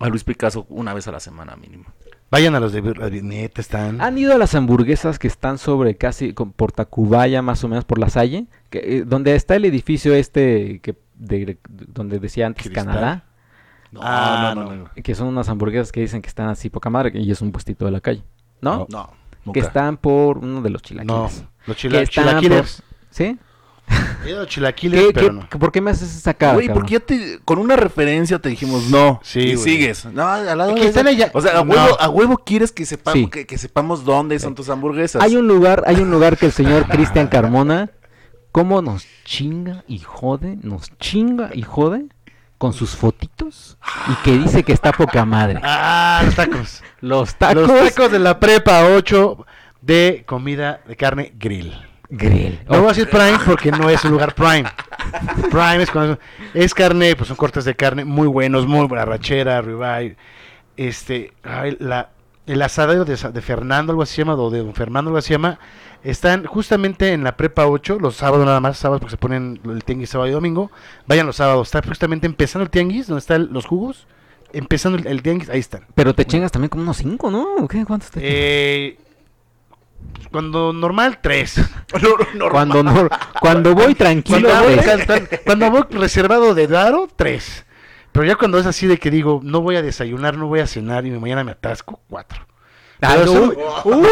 [SPEAKER 3] A Luis Picasso una vez a la semana mínimo.
[SPEAKER 1] Vayan a los de las viñetas, están.
[SPEAKER 2] ¿Han ido a las hamburguesas que están sobre casi con- por Tacubaya, más o menos por la Salle? Que, eh, donde está el edificio este que de- donde decía antes
[SPEAKER 1] Cristal.
[SPEAKER 2] Canadá,
[SPEAKER 3] No,
[SPEAKER 1] Ah,
[SPEAKER 3] no, no,
[SPEAKER 1] no.
[SPEAKER 3] no, no.
[SPEAKER 2] que son unas hamburguesas que dicen que están así poca madre y es un puestito de la calle, ¿no?
[SPEAKER 3] No,
[SPEAKER 2] que
[SPEAKER 3] nunca.
[SPEAKER 2] están por uno de los
[SPEAKER 1] no,
[SPEAKER 2] chilaquiles.
[SPEAKER 1] los
[SPEAKER 2] Que
[SPEAKER 1] chila-
[SPEAKER 2] están por-
[SPEAKER 1] chilaquiles.
[SPEAKER 2] ¿Sí?
[SPEAKER 1] He ido a los chilaquiles,
[SPEAKER 2] ¿Qué-
[SPEAKER 1] pero
[SPEAKER 2] qué-
[SPEAKER 1] no.
[SPEAKER 2] ¿Por qué me haces sacar?
[SPEAKER 3] Güey, porque ya te, con una referencia te dijimos no.
[SPEAKER 1] Sí,
[SPEAKER 3] y
[SPEAKER 1] güey.
[SPEAKER 3] sigues. No, al lado
[SPEAKER 1] Es que
[SPEAKER 3] de
[SPEAKER 1] están
[SPEAKER 3] esa-
[SPEAKER 1] allá-
[SPEAKER 3] O sea, a
[SPEAKER 1] No.
[SPEAKER 3] huevo, a huevo quieres que, sepa-
[SPEAKER 2] Sí.
[SPEAKER 3] que, que sepamos dónde son tus hamburguesas.
[SPEAKER 2] Hay un lugar, hay un lugar que el señor Cristian Carmona, cómo nos chinga y jode, nos chinga y jode con sus fotitos y que dice que está poca madre.
[SPEAKER 1] Ah, los tacos.
[SPEAKER 2] Los tacos,
[SPEAKER 1] Los tacos de la prepa 8 de comida de carne grill.
[SPEAKER 2] grill.
[SPEAKER 1] No voy a decir prime porque no es un lugar prime. Prime es cuando es carne, pues son cortes de carne muy buenos, muy buena rachera, ribeye. Este, ay, la, el asadero de, Sa- de Fernando, algo así se llama, o de don Fernando, algo así se llama, están justamente en la prepa 8, los sábados nada más, sábados porque se ponen el tianguis sábado y domingo. Vayan los sábados, está justamente empezando el tianguis, donde están los jugos, empezando el, el tianguis, ahí están.
[SPEAKER 2] Pero te chingas también como unos cinco, ¿no? ¿O qué? ¿Cuántos te chingas?
[SPEAKER 1] Eh, cuando normal, 3.
[SPEAKER 2] cuando, no- cuando voy tranquilo,
[SPEAKER 1] Cuando voy,
[SPEAKER 2] güey,
[SPEAKER 1] cantar- cuando voy reservado de daro, tres. Pero ya cuando es así de que digo, no voy a desayunar, no voy a cenar y mañana me atasco, cuatro.
[SPEAKER 2] Ah,
[SPEAKER 1] Pero
[SPEAKER 2] no.
[SPEAKER 1] solo-
[SPEAKER 3] no, no,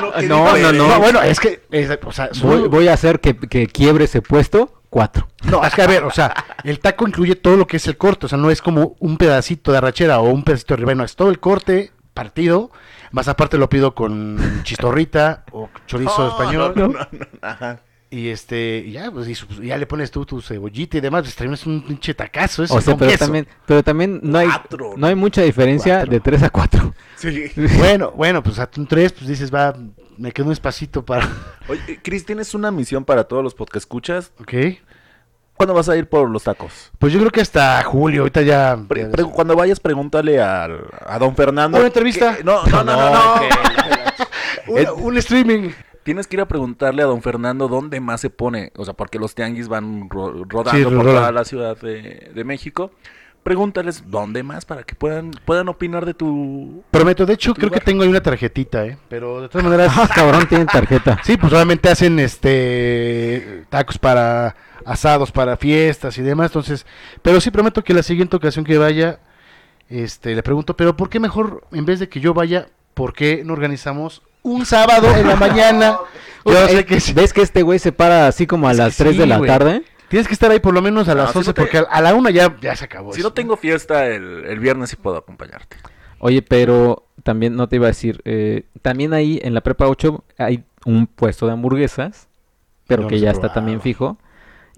[SPEAKER 3] no. qué
[SPEAKER 2] No, no,
[SPEAKER 3] diferente.
[SPEAKER 2] no.
[SPEAKER 1] No, bueno, es que, es- o sea, solo-
[SPEAKER 2] voy, voy a hacer que, que quiebre ese puesto, cuatro.
[SPEAKER 1] no, es que a ver, o sea, el taco incluye todo lo que es el corte, o sea, no es como un pedacito de arrachera o un pedacito de ribeye, no, es todo el corte partido, más aparte lo pido con chistorrita o chorizo
[SPEAKER 3] No,
[SPEAKER 1] español.
[SPEAKER 3] no, no, no, no, ajá.
[SPEAKER 1] Y este, y ya, pues, y su- ya le pones tú tu cebollita y demás, pues terminas un pinche tacazo, Pues eso
[SPEAKER 2] O sea,
[SPEAKER 1] con
[SPEAKER 2] pero
[SPEAKER 1] queso.
[SPEAKER 2] también, pero también no hay,
[SPEAKER 3] Cuatro,
[SPEAKER 2] no hay mucha diferencia
[SPEAKER 1] Cuatro.
[SPEAKER 2] de tres a cuatro.
[SPEAKER 3] Sí.
[SPEAKER 1] Bueno, bueno, pues a un 3, pues dices, va, me queda un espacito para.
[SPEAKER 3] Oye, eh, Cris, tienes una misión para todos los podcast escuchas.
[SPEAKER 1] Ok.
[SPEAKER 3] ¿Cuándo vas a ir por los tacos?
[SPEAKER 1] Pues yo creo que hasta julio, ahorita ya.
[SPEAKER 3] Pre- pre- cuando vayas, pregúntale al- a don Fernando.
[SPEAKER 1] Una entrevista.
[SPEAKER 3] que- No, no, no, no. no.
[SPEAKER 1] un, un streaming.
[SPEAKER 3] Tienes que ir a preguntarle a don Fernando dónde más se pone. O sea, porque los tianguis van ro- rodando
[SPEAKER 1] Sí,
[SPEAKER 3] por
[SPEAKER 1] rodan.
[SPEAKER 3] toda la ciudad de, de México. Pregúntales dónde más para que puedan, puedan opinar de tu.
[SPEAKER 1] Prometo, de hecho, creo
[SPEAKER 3] lugar.
[SPEAKER 1] que tengo ahí una tarjetita, ¿eh? Pero de todas maneras.
[SPEAKER 2] Ah, cabrón, tienen tarjeta.
[SPEAKER 1] sí, pues obviamente hacen este. tacos para asados, para fiestas y demás, entonces. Pero sí prometo que la siguiente ocasión que vaya, este, le pregunto, pero ¿por qué mejor, en vez de que yo vaya, ¿por qué no organizamos un sábado en la mañana? Yo sé que sí.
[SPEAKER 2] ¿Ves que este güey se para así como a
[SPEAKER 1] Es que
[SPEAKER 2] las 3
[SPEAKER 1] sí,
[SPEAKER 2] de la
[SPEAKER 1] güey.
[SPEAKER 2] tarde?
[SPEAKER 1] Tienes que estar ahí por lo menos a
[SPEAKER 3] No,
[SPEAKER 1] las
[SPEAKER 3] si
[SPEAKER 1] 11
[SPEAKER 3] no te-
[SPEAKER 1] porque a- a la 1 ya, ya se acabó.
[SPEAKER 3] Si
[SPEAKER 1] eso.
[SPEAKER 3] no tengo fiesta el, el viernes, sí puedo acompañarte.
[SPEAKER 2] Oye, pero también no te iba a decir, eh, también ahí en la prepa 8 hay un puesto de hamburguesas, pero
[SPEAKER 1] No
[SPEAKER 2] que
[SPEAKER 1] los he
[SPEAKER 2] ya está también
[SPEAKER 1] probado.
[SPEAKER 2] fijo.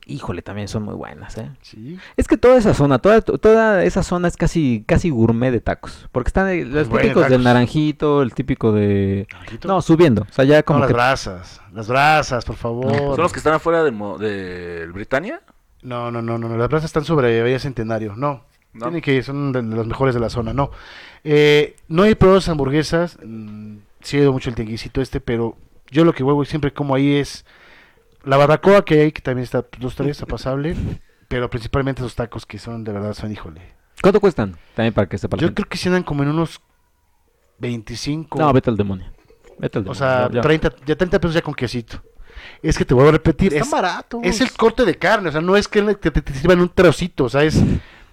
[SPEAKER 2] Híjole, también son muy buenas, ¿eh?
[SPEAKER 1] Sí.
[SPEAKER 2] Es que toda esa zona, toda, toda esa zona es casi casi gourmet de tacos, porque están eh, los
[SPEAKER 1] Bueno,
[SPEAKER 2] típicos del
[SPEAKER 1] Pues, tacos.
[SPEAKER 2] naranjito, el típico de
[SPEAKER 1] No,
[SPEAKER 2] no, subiendo, o sea, ya como
[SPEAKER 1] las
[SPEAKER 2] que pues,
[SPEAKER 1] brasas. Las brasas, por favor.
[SPEAKER 3] ¿Son los que están afuera del, mo- del Britannia?
[SPEAKER 1] No, no, no, no, no, Las brasas están sobre Bahía Centenario. No.
[SPEAKER 3] No.
[SPEAKER 1] Tienen que ir, son de, de los mejores de la zona. No. Eh, no he probado esas hamburguesas. mm, sí he ido mucho el tianguisito este, pero yo lo que huevo y siempre como ahí es la barbacoa que hay, que también está pues, dos, tres, está pasable. Pero principalmente los tacos que son, de verdad, son, híjole.
[SPEAKER 2] ¿Cuánto cuestan? También para que sepa la
[SPEAKER 1] Yo
[SPEAKER 2] gente.
[SPEAKER 1] creo que se andan como en unos 25.
[SPEAKER 2] No, vete al demonio. Vete al demonio.
[SPEAKER 1] O sea,
[SPEAKER 2] ya- ya.
[SPEAKER 1] 30, ya 30 pesos ya con quesito. Es que te vuelvo a repetir, es,
[SPEAKER 3] barato.
[SPEAKER 1] es el corte de carne, o sea, no es que le- que te, te sirvan un trocito, o sea, es,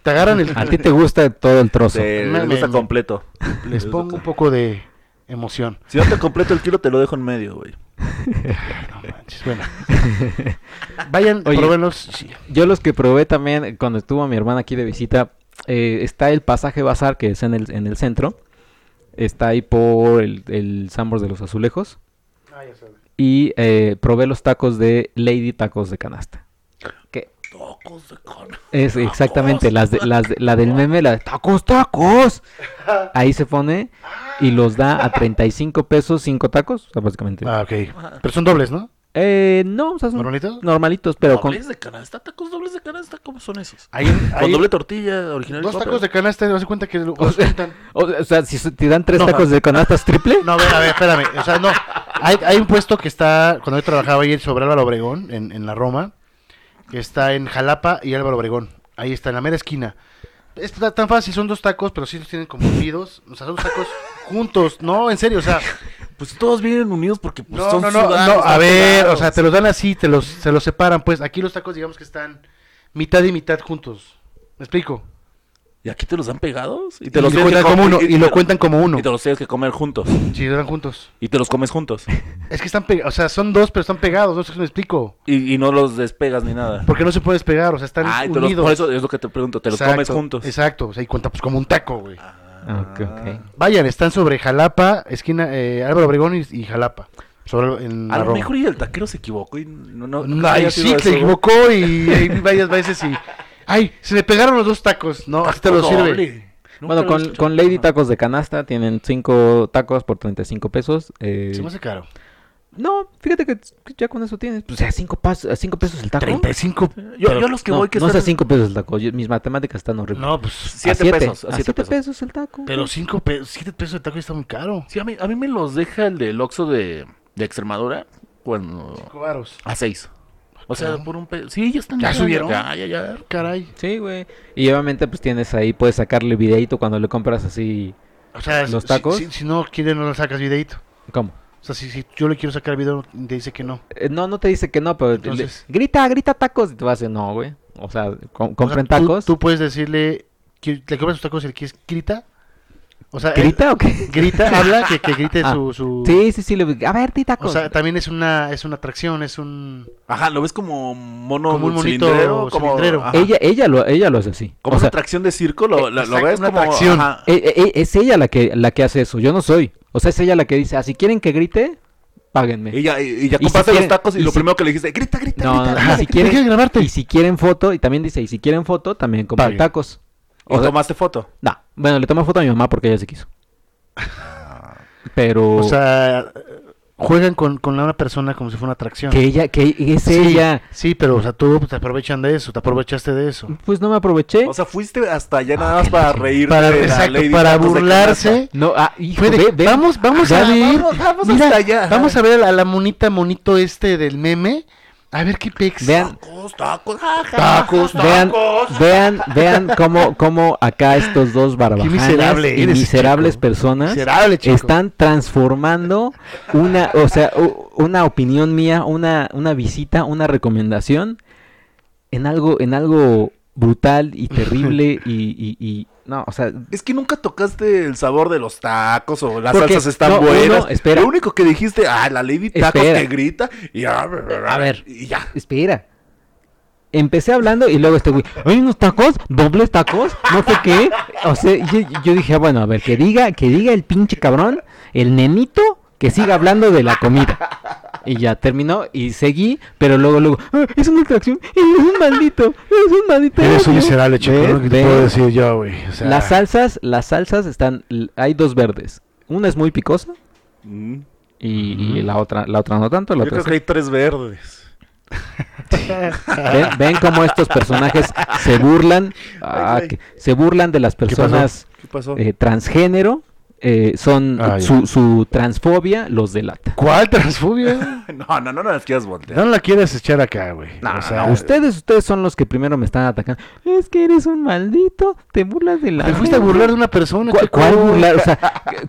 [SPEAKER 1] te agarran el...
[SPEAKER 2] A ti te gusta todo el trozo.
[SPEAKER 1] Me-
[SPEAKER 3] gusta
[SPEAKER 1] me-
[SPEAKER 3] completo.
[SPEAKER 1] Les pongo un poco de emoción.
[SPEAKER 3] Si no te completo el kilo, te lo dejo en medio, güey.
[SPEAKER 1] No manches, bueno. Vayan,
[SPEAKER 2] Oye.
[SPEAKER 1] pruébenlos. Sí.
[SPEAKER 2] Yo los que probé también eh, cuando estuvo mi hermana aquí de visita, eh, está el pasaje bazar que es en el, en el centro. Está ahí por el, el Sambors de los Azulejos. Y eh, probé los tacos de Lady Tacos de Canasta. Que
[SPEAKER 3] Tacos de carne.
[SPEAKER 2] es exactamente las de- las de- la del meme, la de tacos, tacos. Ahí se pone y los da a 35 pesos, 5 tacos, o sea, básicamente.
[SPEAKER 1] Ah, ok. Pero son dobles, ¿no?
[SPEAKER 2] Eh, no, o sea, son
[SPEAKER 1] ¿Normalitos?
[SPEAKER 2] normalitos, pero con...
[SPEAKER 3] ¿Dobles de canasta? ¿Tacos dobles de canasta? ¿Cómo son esos?
[SPEAKER 1] Ahí,
[SPEAKER 3] Con
[SPEAKER 1] ahí-
[SPEAKER 3] doble tortilla original.
[SPEAKER 1] dos
[SPEAKER 3] compra.
[SPEAKER 1] tacos de canasta, ¿te das cuenta que los
[SPEAKER 2] O sea,
[SPEAKER 1] juntan?
[SPEAKER 2] O, o sea, si se- te dan tres
[SPEAKER 1] Pues, No.
[SPEAKER 2] tacos de canastas triple.
[SPEAKER 1] No, a ver, a ver, espérame. O sea, no. Hay, hay un puesto que está, cuando yo trabajaba ahí sobre Álvaro Obregón, en, en la Roma, que está en Jalapa y Álvaro Obregón. Ahí está, en la mera esquina. Es ta- tan fácil, son dos tacos, pero sí los tienen como unidos. O sea, son dos tacos juntos. No, en serio, o sea.
[SPEAKER 3] Pues todos vienen unidos porque pues,
[SPEAKER 1] No,
[SPEAKER 3] son
[SPEAKER 1] no, no,
[SPEAKER 3] sudados,
[SPEAKER 1] no, a
[SPEAKER 3] son
[SPEAKER 1] ver, o
[SPEAKER 3] sudados.
[SPEAKER 1] sea, te los dan así, te los, se los separan, pues. Aquí los tacos, digamos que están mitad y mitad juntos. ¿Me explico?
[SPEAKER 3] ¿Y aquí te los dan pegados? Y
[SPEAKER 1] Y
[SPEAKER 3] te los
[SPEAKER 1] lo
[SPEAKER 3] tienes que
[SPEAKER 1] cuentan como
[SPEAKER 3] comer-
[SPEAKER 1] uno, y lo cuentan como uno.
[SPEAKER 3] Y te los tienes que comer juntos.
[SPEAKER 1] Si duran juntos.
[SPEAKER 3] Y te los comes juntos.
[SPEAKER 1] Es que están pegados, o sea, son dos, pero están pegados, no sé si me explico.
[SPEAKER 3] Y, y no los despegas ni nada.
[SPEAKER 1] Porque no se puede despegar, o sea, están
[SPEAKER 3] Ah, y te los-
[SPEAKER 1] unidos.
[SPEAKER 3] por eso es lo que te pregunto, te los comes
[SPEAKER 1] Exacto,
[SPEAKER 3] juntos.
[SPEAKER 1] Exacto, o sea, y cuenta pues como un taco, güey.
[SPEAKER 2] Ah, ok, ok.
[SPEAKER 1] Vayan, están sobre Jalapa, esquina eh, Álvaro Obregón y, y Jalapa. Sobre, en
[SPEAKER 3] A lo
[SPEAKER 1] Arroba.
[SPEAKER 3] mejor y el taquero se equivocó y no... no- no
[SPEAKER 1] Ay,
[SPEAKER 3] haya
[SPEAKER 1] sí,
[SPEAKER 3] sido
[SPEAKER 1] se
[SPEAKER 3] eso.
[SPEAKER 1] equivocó y, y varias veces y... Ay, se me pegaron los dos tacos. No, así te lo
[SPEAKER 3] Taco
[SPEAKER 1] sirve.
[SPEAKER 3] doble. Nunca
[SPEAKER 2] Bueno,
[SPEAKER 3] lo he
[SPEAKER 2] con,
[SPEAKER 3] escuchado.
[SPEAKER 2] con Lady
[SPEAKER 3] Ajá.
[SPEAKER 2] Tacos de Canasta tienen 5 tacos por 35 pesos. eh,
[SPEAKER 1] Se me hace caro.
[SPEAKER 2] No, fíjate que que ya con eso tienes. Pues a 5 pesos el taco.
[SPEAKER 1] 35.
[SPEAKER 3] Yo,
[SPEAKER 1] pero-
[SPEAKER 3] yo los que
[SPEAKER 2] no,
[SPEAKER 3] voy que
[SPEAKER 2] no es
[SPEAKER 3] están-
[SPEAKER 2] a 5 pesos el taco. yo- mis matemáticas están horribles.
[SPEAKER 1] No, pues...
[SPEAKER 3] siete
[SPEAKER 2] siete,
[SPEAKER 3] pesos, a
[SPEAKER 2] A
[SPEAKER 3] siete
[SPEAKER 2] 7 pesos.
[SPEAKER 3] pesos.
[SPEAKER 2] el taco.
[SPEAKER 1] Pero 5 pesos, 7 pesos de taco está muy caro.
[SPEAKER 3] Sí, a mí, a mí me los deja el del Oxxo de, de Extremadura cuando...
[SPEAKER 1] Cobaros.
[SPEAKER 3] A seis. O sea,
[SPEAKER 1] Caramba.
[SPEAKER 3] por un peso. Sí, ya están...
[SPEAKER 1] ¿Ya subieron?
[SPEAKER 3] Ya, ya, ya.
[SPEAKER 1] Caray.
[SPEAKER 2] Sí, güey. Y obviamente pues tienes ahí, puedes sacarle videito cuando le compras así.
[SPEAKER 1] O sea,
[SPEAKER 2] ¿Los
[SPEAKER 1] si-
[SPEAKER 2] tacos?
[SPEAKER 1] Si, si no quiere, no le sacas videito.
[SPEAKER 2] ¿Cómo?
[SPEAKER 1] O sea, si, si yo le quiero sacar video, te dice que no.
[SPEAKER 2] Eh, no, no te dice que no, pero le-
[SPEAKER 1] Entonces-
[SPEAKER 2] grita, grita tacos. Y te vas a decir, no, güey. O sea,
[SPEAKER 1] O
[SPEAKER 2] com-
[SPEAKER 1] sea,
[SPEAKER 2] compren
[SPEAKER 1] tú-
[SPEAKER 2] tacos.
[SPEAKER 1] Tú, puedes decirle, que le compras sus tacos y el que es grita. O sea, él
[SPEAKER 2] ¿Grita o qué?
[SPEAKER 1] grita, habla, que, que grite
[SPEAKER 2] Ah,
[SPEAKER 1] su, su-
[SPEAKER 2] Sí, sí, sí. le- A ver, di
[SPEAKER 1] O
[SPEAKER 2] tacos.
[SPEAKER 1] sea, también es una, es una atracción, es un...
[SPEAKER 3] Ajá, lo ves como mono
[SPEAKER 1] Como un monito
[SPEAKER 3] cilindrero, como
[SPEAKER 1] cilindrero.
[SPEAKER 3] ajá.
[SPEAKER 2] ella, ella, lo, ella lo hace así.
[SPEAKER 3] Como
[SPEAKER 2] o
[SPEAKER 3] una
[SPEAKER 2] sea,
[SPEAKER 3] atracción de circo, lo, la- lo
[SPEAKER 1] Exacto,
[SPEAKER 3] ves
[SPEAKER 1] una
[SPEAKER 3] como...
[SPEAKER 1] atracción.
[SPEAKER 3] ajá.
[SPEAKER 2] eh, eh, eh, es ella la que, la que hace eso. Yo no soy. O sea, es ella la que dice, ah, si quieren que grite, páguenme.
[SPEAKER 3] Ella, y ya
[SPEAKER 2] si
[SPEAKER 3] compraste los
[SPEAKER 2] quiere-
[SPEAKER 3] tacos y,
[SPEAKER 2] y
[SPEAKER 3] lo
[SPEAKER 2] si-
[SPEAKER 3] primero que le dijiste, grita, grita,
[SPEAKER 2] No,
[SPEAKER 3] grita.
[SPEAKER 2] no,
[SPEAKER 1] Ajá,
[SPEAKER 2] y
[SPEAKER 1] deja
[SPEAKER 2] si
[SPEAKER 1] de
[SPEAKER 2] quieren,
[SPEAKER 1] grabarte.
[SPEAKER 2] y si quieren foto, y también dice, y si quieren foto, también compran
[SPEAKER 1] Paguen.
[SPEAKER 2] tacos.
[SPEAKER 3] O
[SPEAKER 2] O sea,
[SPEAKER 3] tomaste foto.
[SPEAKER 2] No, bueno, le tomé foto a mi mamá porque ella se quiso. Pero
[SPEAKER 1] O sea, juegan con, con una persona como si fuera una atracción.
[SPEAKER 2] que ella, que es
[SPEAKER 1] Sí,
[SPEAKER 2] ella.
[SPEAKER 1] Sí, pero o sea, tú pues, te aprovechan de eso, te aprovechaste de eso.
[SPEAKER 2] Pues no me aproveché.
[SPEAKER 3] O sea, fuiste hasta allá nada más para reír.
[SPEAKER 1] Para, exacto, para burlarse.
[SPEAKER 2] no, ah, hijo,
[SPEAKER 1] Fue de,
[SPEAKER 2] ve, ve.
[SPEAKER 1] Vamos, vamos
[SPEAKER 2] Ya
[SPEAKER 1] a
[SPEAKER 2] vi.
[SPEAKER 1] ver.
[SPEAKER 3] Vamos- vamos
[SPEAKER 1] mira,
[SPEAKER 3] hasta allá.
[SPEAKER 1] Vamos a ver a la monita, monito este del meme. A ver qué pex.
[SPEAKER 2] Vean,
[SPEAKER 3] Tacos, tacos, ja, ja,
[SPEAKER 1] Tacos,
[SPEAKER 3] ja,
[SPEAKER 2] vean,
[SPEAKER 3] tacos.
[SPEAKER 2] vean, vean cómo, cómo acá estos dos barbajanas
[SPEAKER 1] miserable
[SPEAKER 2] y
[SPEAKER 1] eres,
[SPEAKER 2] miserables
[SPEAKER 1] chico.
[SPEAKER 2] personas
[SPEAKER 1] Miserable, chico.
[SPEAKER 2] están transformando una, o sea, u- una opinión mía, una, una visita, una recomendación en algo, en algo brutal y terrible y, y- y- no, o sea,
[SPEAKER 3] Es que nunca tocaste el sabor de los tacos o las
[SPEAKER 2] Porque-
[SPEAKER 3] salsas están
[SPEAKER 2] no,
[SPEAKER 3] buenas.
[SPEAKER 2] uno, espera.
[SPEAKER 3] Lo único que dijiste, ah, la Lady Tacos
[SPEAKER 2] Espera.
[SPEAKER 3] que grita. Y ah, a
[SPEAKER 2] A ver.
[SPEAKER 3] Y ya.
[SPEAKER 2] espera. Empecé hablando y luego este güey, hay unos tacos, dobles tacos, no sé qué. O sea, yo, yo dije, "Ah, bueno, a ver, que diga, que diga el pinche cabrón, el nenito, que siga hablando de la comida. Y ya terminó y seguí, pero luego, luego, "Ah, es una atracción, es un maldito, es un maldito.
[SPEAKER 1] Eres un
[SPEAKER 2] odio".
[SPEAKER 1] miserable, chico.
[SPEAKER 2] Ve,
[SPEAKER 1] es lo que
[SPEAKER 2] ve.
[SPEAKER 1] te puedo decir yo, güey. O sea,
[SPEAKER 2] Las salsas, las salsas están, l- hay dos verdes. Una es muy picosa
[SPEAKER 3] Mm.
[SPEAKER 2] y, y la otra, la otra no tanto, la
[SPEAKER 3] Yo
[SPEAKER 2] otra
[SPEAKER 3] creo
[SPEAKER 2] sí.
[SPEAKER 3] que hay tres verdes.
[SPEAKER 2] ¿Ven, ven cómo estos personajes se burlan, ah,
[SPEAKER 3] Ay, güey.
[SPEAKER 2] que- se burlan de las
[SPEAKER 1] pasó?
[SPEAKER 2] personas
[SPEAKER 3] ¿Qué pasó?
[SPEAKER 2] eh, transgénero, eh, son
[SPEAKER 1] Ah, ya.
[SPEAKER 2] su, su transfobia los delata.
[SPEAKER 1] ¿Cuál transfobia?
[SPEAKER 3] No, no, no, no las quieras voltear.
[SPEAKER 1] No la quieres echar acá, güey.
[SPEAKER 2] No,
[SPEAKER 1] o sea,
[SPEAKER 2] no, ustedes, ustedes son los que primero me están atacando. Es que eres un maldito, te burlas de la.
[SPEAKER 1] Te fuiste a burlar de una persona.
[SPEAKER 2] ¿Cuál,
[SPEAKER 1] chico.
[SPEAKER 2] cuál burlar? O sea,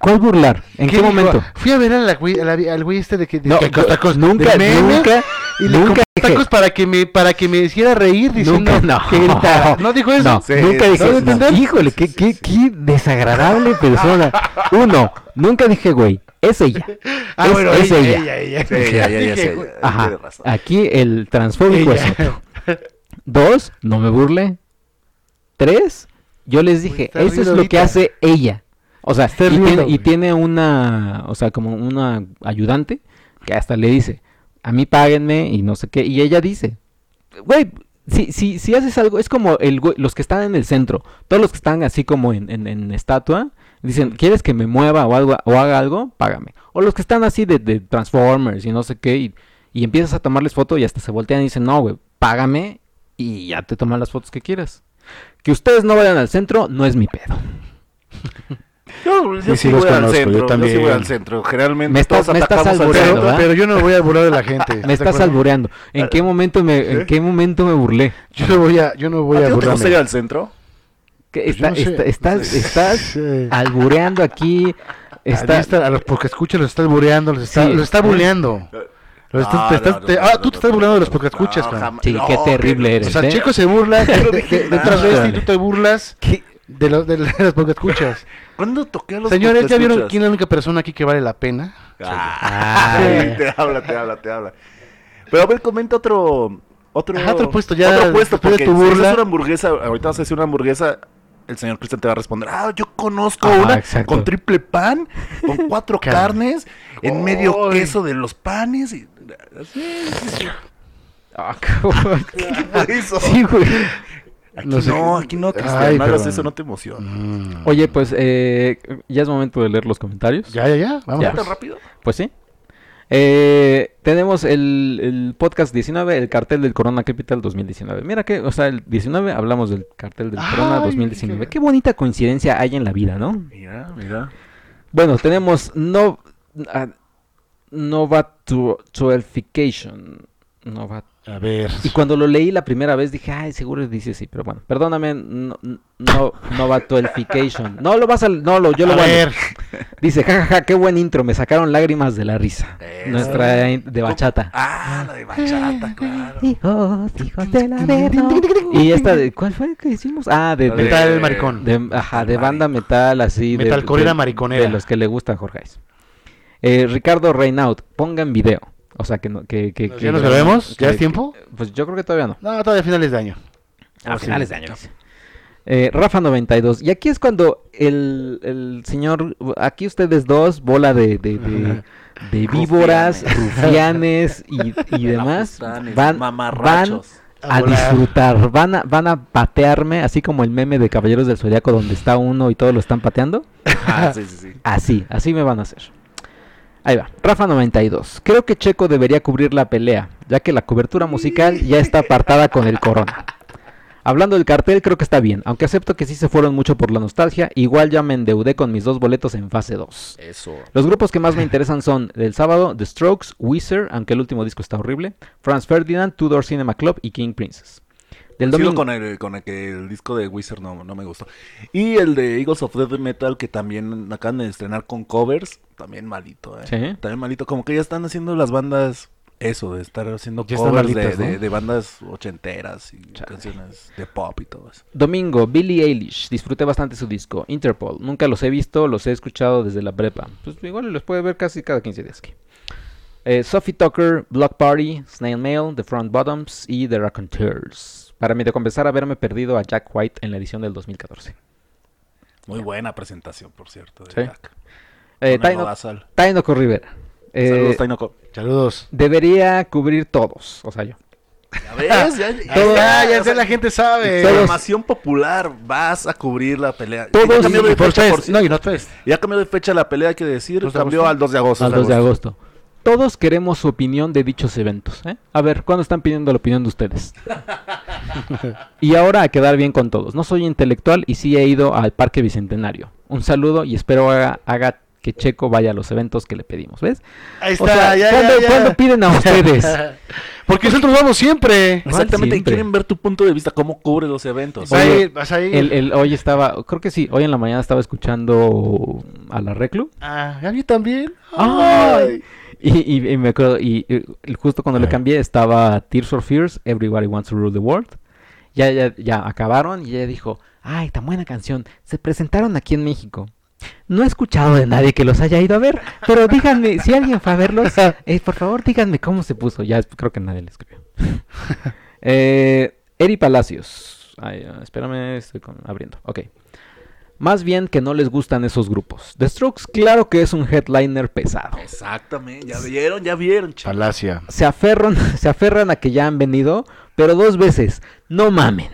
[SPEAKER 2] ¿cuál burlar? ¿En qué,
[SPEAKER 1] dijo?
[SPEAKER 2] momento?
[SPEAKER 1] Fui a ver a la güey- a la- al güey este de que... de
[SPEAKER 2] No,
[SPEAKER 1] que-
[SPEAKER 2] yo-
[SPEAKER 1] tacos,
[SPEAKER 2] nunca,
[SPEAKER 1] de meme,
[SPEAKER 2] nunca,
[SPEAKER 1] Y le
[SPEAKER 2] nunca
[SPEAKER 1] compré
[SPEAKER 2] dije-
[SPEAKER 1] tacos para que me para que me hiciera reír diciendo
[SPEAKER 2] Nunca, no.
[SPEAKER 1] que gritara. No dijo eso.
[SPEAKER 2] No,
[SPEAKER 3] Sí,
[SPEAKER 2] nunca
[SPEAKER 3] sí,
[SPEAKER 2] dije.
[SPEAKER 1] sí,
[SPEAKER 2] no.
[SPEAKER 1] entender?
[SPEAKER 2] Híjole, qué, qué, qué desagradable persona. Uno, nunca dije, güey, es ella.
[SPEAKER 1] Ah,
[SPEAKER 2] es,
[SPEAKER 1] bueno,
[SPEAKER 2] es
[SPEAKER 1] ella, ella,
[SPEAKER 2] ella.
[SPEAKER 1] ella.
[SPEAKER 3] Sí, ya, ya, ya,
[SPEAKER 1] Dije,
[SPEAKER 3] sé,
[SPEAKER 1] güey,
[SPEAKER 3] ya,
[SPEAKER 2] Ajá.
[SPEAKER 3] tienes razón.
[SPEAKER 2] Aquí el transfóbico
[SPEAKER 1] ella.
[SPEAKER 2] es otro. Dos, no me burle. Tres, yo les
[SPEAKER 1] Güey,
[SPEAKER 2] dije,
[SPEAKER 1] está
[SPEAKER 2] eso es
[SPEAKER 1] riendo
[SPEAKER 2] lo que
[SPEAKER 1] ahorita.
[SPEAKER 2] hace ella. O sea, y,
[SPEAKER 1] riendo,
[SPEAKER 2] tiene, y
[SPEAKER 1] güey.
[SPEAKER 2] tiene una, o sea, como una ayudante que hasta le dice, a mí páguenme y no sé qué. Y ella dice, güey, si, si, si haces algo, es como el, güey- los que están en el centro, todos los que están así como en, en- en estatua, dicen, ¿quieres que me mueva o, algo, o haga algo? Págame. O los que están así de, de Transformers y no sé qué, y, y empiezas a tomarles foto y hasta se voltean y dicen, no, güey, págame y ya te toman las fotos que quieras. Que ustedes no vayan al centro no es mi pedo.
[SPEAKER 3] Yo, yo
[SPEAKER 1] Y
[SPEAKER 3] sí
[SPEAKER 1] sí los
[SPEAKER 3] voy al
[SPEAKER 1] conozco, yo
[SPEAKER 3] centro, yo, sí
[SPEAKER 1] también.
[SPEAKER 3] voy al centro. Generalmente
[SPEAKER 2] Me estás-
[SPEAKER 3] todos
[SPEAKER 2] me estás
[SPEAKER 3] atacamos al
[SPEAKER 1] Pero-
[SPEAKER 2] albureando,
[SPEAKER 3] centro.
[SPEAKER 1] Pero, yo no me voy a burlar de la gente.
[SPEAKER 2] Me
[SPEAKER 1] Este, ¿estás
[SPEAKER 2] estás
[SPEAKER 1] de acuerdo? Ah, ¿eh?
[SPEAKER 2] albureando. ¿En qué momento me, en qué momento me burlé?
[SPEAKER 1] Yo no voy a, yo no voy
[SPEAKER 3] ¿A
[SPEAKER 1] a
[SPEAKER 3] ti no te
[SPEAKER 1] burlarme.
[SPEAKER 3] gusta ir al centro?
[SPEAKER 2] ¿Qué?
[SPEAKER 1] Pues yo
[SPEAKER 2] Está-
[SPEAKER 1] no sé.
[SPEAKER 2] está- estás, estás
[SPEAKER 1] Sí. Ah,
[SPEAKER 2] albureando aquí.
[SPEAKER 1] eh, Está...
[SPEAKER 2] Ah, Está,
[SPEAKER 1] a los podcascuchas los estás buleando, los está,
[SPEAKER 2] Sí. Eh.
[SPEAKER 1] los está buleando. Los estás- te estás- te- ah, tú te estás burlando de los podcastcuchas, cabrón.
[SPEAKER 3] escuchas
[SPEAKER 2] Sí, qué terrible
[SPEAKER 1] O
[SPEAKER 2] eres.
[SPEAKER 1] sea,
[SPEAKER 2] ¿eh?
[SPEAKER 1] Checo se burla de,
[SPEAKER 3] Yo no
[SPEAKER 1] de,
[SPEAKER 3] dije
[SPEAKER 1] de- de
[SPEAKER 3] nada.
[SPEAKER 1] travesti,
[SPEAKER 2] Híjole.
[SPEAKER 1] tú te burlas
[SPEAKER 2] ¿Qué?
[SPEAKER 1] de, los de, las podcastcuchas.
[SPEAKER 3] ¿Cuándo toqué a los
[SPEAKER 1] Señores, ¿ya vieron
[SPEAKER 3] podcastcuchas?
[SPEAKER 1] quién es la única persona aquí que vale la pena?
[SPEAKER 3] Ah,
[SPEAKER 1] Ah,
[SPEAKER 3] te habla, te habla, te habla. Pero a ver, comenta otro. Otro,
[SPEAKER 1] Ajá, otro puesto ya,
[SPEAKER 3] Otro puesto,
[SPEAKER 1] después de
[SPEAKER 3] porque
[SPEAKER 1] tu
[SPEAKER 3] si
[SPEAKER 1] burla.
[SPEAKER 3] haces una hamburguesa, ahorita vas a hacer una hamburguesa, el señor Cristian te va a responder, ah, yo conozco
[SPEAKER 2] Ajá,
[SPEAKER 3] una
[SPEAKER 2] exacto.
[SPEAKER 3] con triple pan, con cuatro carnes, en medio
[SPEAKER 1] Ay.
[SPEAKER 3] queso de los panes. Y...
[SPEAKER 2] Ah, cabrón.
[SPEAKER 3] ¿Qué hizo?
[SPEAKER 2] Sí, güey.
[SPEAKER 3] Aquí
[SPEAKER 1] No
[SPEAKER 3] no,
[SPEAKER 1] sé.
[SPEAKER 3] aquí no, Cristian,
[SPEAKER 1] Ay,
[SPEAKER 3] no hagas
[SPEAKER 1] pero-
[SPEAKER 3] eso, no te emociona.
[SPEAKER 1] Mm.
[SPEAKER 2] Oye, pues eh, ya es momento de leer los comentarios.
[SPEAKER 1] Ya, ya, ya. Vamos.
[SPEAKER 2] Ya.
[SPEAKER 3] ¿Tan rápido?
[SPEAKER 2] Pues sí. Eh, tenemos el, el podcast 19, el cartel del Corona Capital 2019. Mira que, o sea, el 19 hablamos del cartel del Corona
[SPEAKER 1] Ay,
[SPEAKER 2] 2019.
[SPEAKER 1] qué-
[SPEAKER 2] Qué... bonita coincidencia hay en la vida, ¿no?
[SPEAKER 3] Mira, mira.
[SPEAKER 2] Bueno, tenemos no, ah, Novatualification. Nova-
[SPEAKER 1] A ver.
[SPEAKER 2] Y cuando lo leí la primera vez dije, ay, seguro dice sí, pero bueno, perdóname, no, no, Novatualification. No lo vas a, no lo, yo lo
[SPEAKER 1] a
[SPEAKER 2] voy a leer.
[SPEAKER 1] ver.
[SPEAKER 2] Dice, jajaja, qué buen intro, me sacaron lágrimas de la risa.
[SPEAKER 3] Eso.
[SPEAKER 2] Nuestra in- de bachata.
[SPEAKER 3] Ah, la de bachata, claro.
[SPEAKER 2] Hijos, hijos del Averno. Y esta de, ¿cuál fue que hicimos? Ah, de,
[SPEAKER 3] La
[SPEAKER 2] de,
[SPEAKER 1] Metal maricón.
[SPEAKER 2] de- ajá, de
[SPEAKER 3] Del
[SPEAKER 2] banda metal así. de-
[SPEAKER 1] Metalcorera
[SPEAKER 2] de-
[SPEAKER 1] mariconera.
[SPEAKER 2] De los que le gusta a Jorge. Aiz. Eh, Ricardo Reinaud, pongan video. O sea, que... No, que, que- que-
[SPEAKER 1] ¿Ya nos grabemos?
[SPEAKER 2] que-
[SPEAKER 1] ¿Ya es tiempo?
[SPEAKER 2] Pues yo creo que todavía no.
[SPEAKER 1] No, todavía finales de año.
[SPEAKER 2] A
[SPEAKER 1] Ah, sí.
[SPEAKER 2] finales de año. dice. Eh, Rafa 92. Y aquí es cuando el, el señor, aquí ustedes dos, bola de, de, de- de víboras, rufianes y, y demás,
[SPEAKER 3] Ajustanes,
[SPEAKER 2] van, van
[SPEAKER 3] mamarrachos.
[SPEAKER 1] A
[SPEAKER 2] a
[SPEAKER 1] volar.
[SPEAKER 2] disfrutar, van a, van a patearme, así como el meme de Caballeros del Zodiaco donde está uno y todos lo están pateando.
[SPEAKER 3] Ah, sí, sí, sí.
[SPEAKER 2] Así, así me van a hacer. Ahí va, Rafa 92. Creo que Checo debería cubrir la pelea, ya que la cobertura musical ya está apartada con el corona. Hablando del cartel, creo que está bien, aunque acepto que sí se fueron mucho por la nostalgia, igual ya me endeudé con mis dos boletos en fase 2.
[SPEAKER 3] Eso.
[SPEAKER 2] Los grupos que más me interesan son del sábado, The Strokes, Weezer, aunque el último disco está horrible, Franz Ferdinand, Tudor Cinema Club y King Princess. Del
[SPEAKER 3] Sigo
[SPEAKER 2] domingo...
[SPEAKER 3] con el, con el que el disco de Wizard no, no me gustó. Y el de Eagles of Death Metal, que también acaban de estrenar con covers, también malito, ¿eh?
[SPEAKER 2] Sí.
[SPEAKER 3] También malito. Como que ya están haciendo las bandas eso, de estar haciendo
[SPEAKER 1] Ya están
[SPEAKER 3] covers de-
[SPEAKER 1] malitas,
[SPEAKER 3] de,
[SPEAKER 1] ¿no?
[SPEAKER 3] de bandas ochenteras y
[SPEAKER 2] Chale.
[SPEAKER 3] canciones de pop y todo eso.
[SPEAKER 2] Domingo, Billie Eilish. Disfruté bastante su disco, Interpol. Nunca los he visto, los he escuchado desde la prepa. Pues igual los puede ver casi cada 15 días. que- Eh, Sophie Tucker, Block Party, Snail Mail, The Front Bottoms y The Raconteurs. Para mí de compensar haberme perdido a Jack White en la edición del 2014.
[SPEAKER 3] Muy buena presentación, por cierto, de
[SPEAKER 2] Sí.
[SPEAKER 3] Jack.
[SPEAKER 2] Eh,
[SPEAKER 3] Con el
[SPEAKER 2] Taino,
[SPEAKER 3] Nodazal.
[SPEAKER 2] Tainoco Rivera. Eh,
[SPEAKER 3] Saludos, Tainoco.
[SPEAKER 1] Saludos.
[SPEAKER 2] debería cubrir todos, o sea yo.
[SPEAKER 3] ¿Ya ves? Ya, ya,
[SPEAKER 1] Todo, ya, ya
[SPEAKER 3] o sea,
[SPEAKER 1] la gente sabe.
[SPEAKER 2] Todos-
[SPEAKER 3] Información popular, vas a cubrir la pelea.
[SPEAKER 2] Todos-
[SPEAKER 3] Ya
[SPEAKER 1] Y
[SPEAKER 3] cambió de
[SPEAKER 1] por
[SPEAKER 3] fecha,
[SPEAKER 1] Fest,
[SPEAKER 3] por
[SPEAKER 1] No, y no Fest.
[SPEAKER 3] Ya cambió de fecha la pelea, hay que decir.
[SPEAKER 1] ¿Dos de
[SPEAKER 3] Cambió
[SPEAKER 1] agosto?
[SPEAKER 3] al 2 de agosto.
[SPEAKER 2] Al 2 de agosto. Todos queremos su opinión de dichos eventos. ¿eh? A ver, ¿cuándo están pidiendo la opinión de ustedes? y ahora a quedar bien con todos. No soy intelectual y sí he ido al Parque Bicentenario. Un saludo y espero haga, haga que Checo vaya a los eventos que le pedimos. ¿Ves?
[SPEAKER 1] Ahí
[SPEAKER 2] O sea, ¿cuándo, cuándo piden a ustedes?
[SPEAKER 1] Porque nosotros vamos siempre.
[SPEAKER 2] ¿Cuál
[SPEAKER 3] Exactamente, y
[SPEAKER 2] siempre?
[SPEAKER 3] quieren ver tu punto de vista, cómo cubre los eventos.
[SPEAKER 1] Vas a
[SPEAKER 2] Oye,
[SPEAKER 1] ir, vas a ir.
[SPEAKER 2] El- el- hoy estaba, creo que sí, hoy en la mañana estaba escuchando a la Reclu.
[SPEAKER 1] Ah, a mí también.
[SPEAKER 2] Ay. Y, y- y me acuerdo, y, y justo cuando le
[SPEAKER 1] Ay.
[SPEAKER 2] cambié estaba Tears for Fears, Everybody Wants to Rule the World. Ya, ya, ya acabaron y ella dijo, ay, tan buena canción, se presentaron aquí en México. No he escuchado de nadie que los haya ido a ver, pero díganme, si alguien fue a verlos, eh, por favor díganme cómo se puso. Ya es- creo que nadie le escribió. eh, Eri Palacios. Ay, ah, espérame, estoy con- abriendo. Ok. Más bien que no les gustan esos grupos. The Strokes, claro que es un headliner pesado
[SPEAKER 3] Exactamente, ya vieron, ya vieron, chaval.
[SPEAKER 1] Palacia.
[SPEAKER 2] se aferran, se aferran a que ya han venido, pero dos veces. No mamen.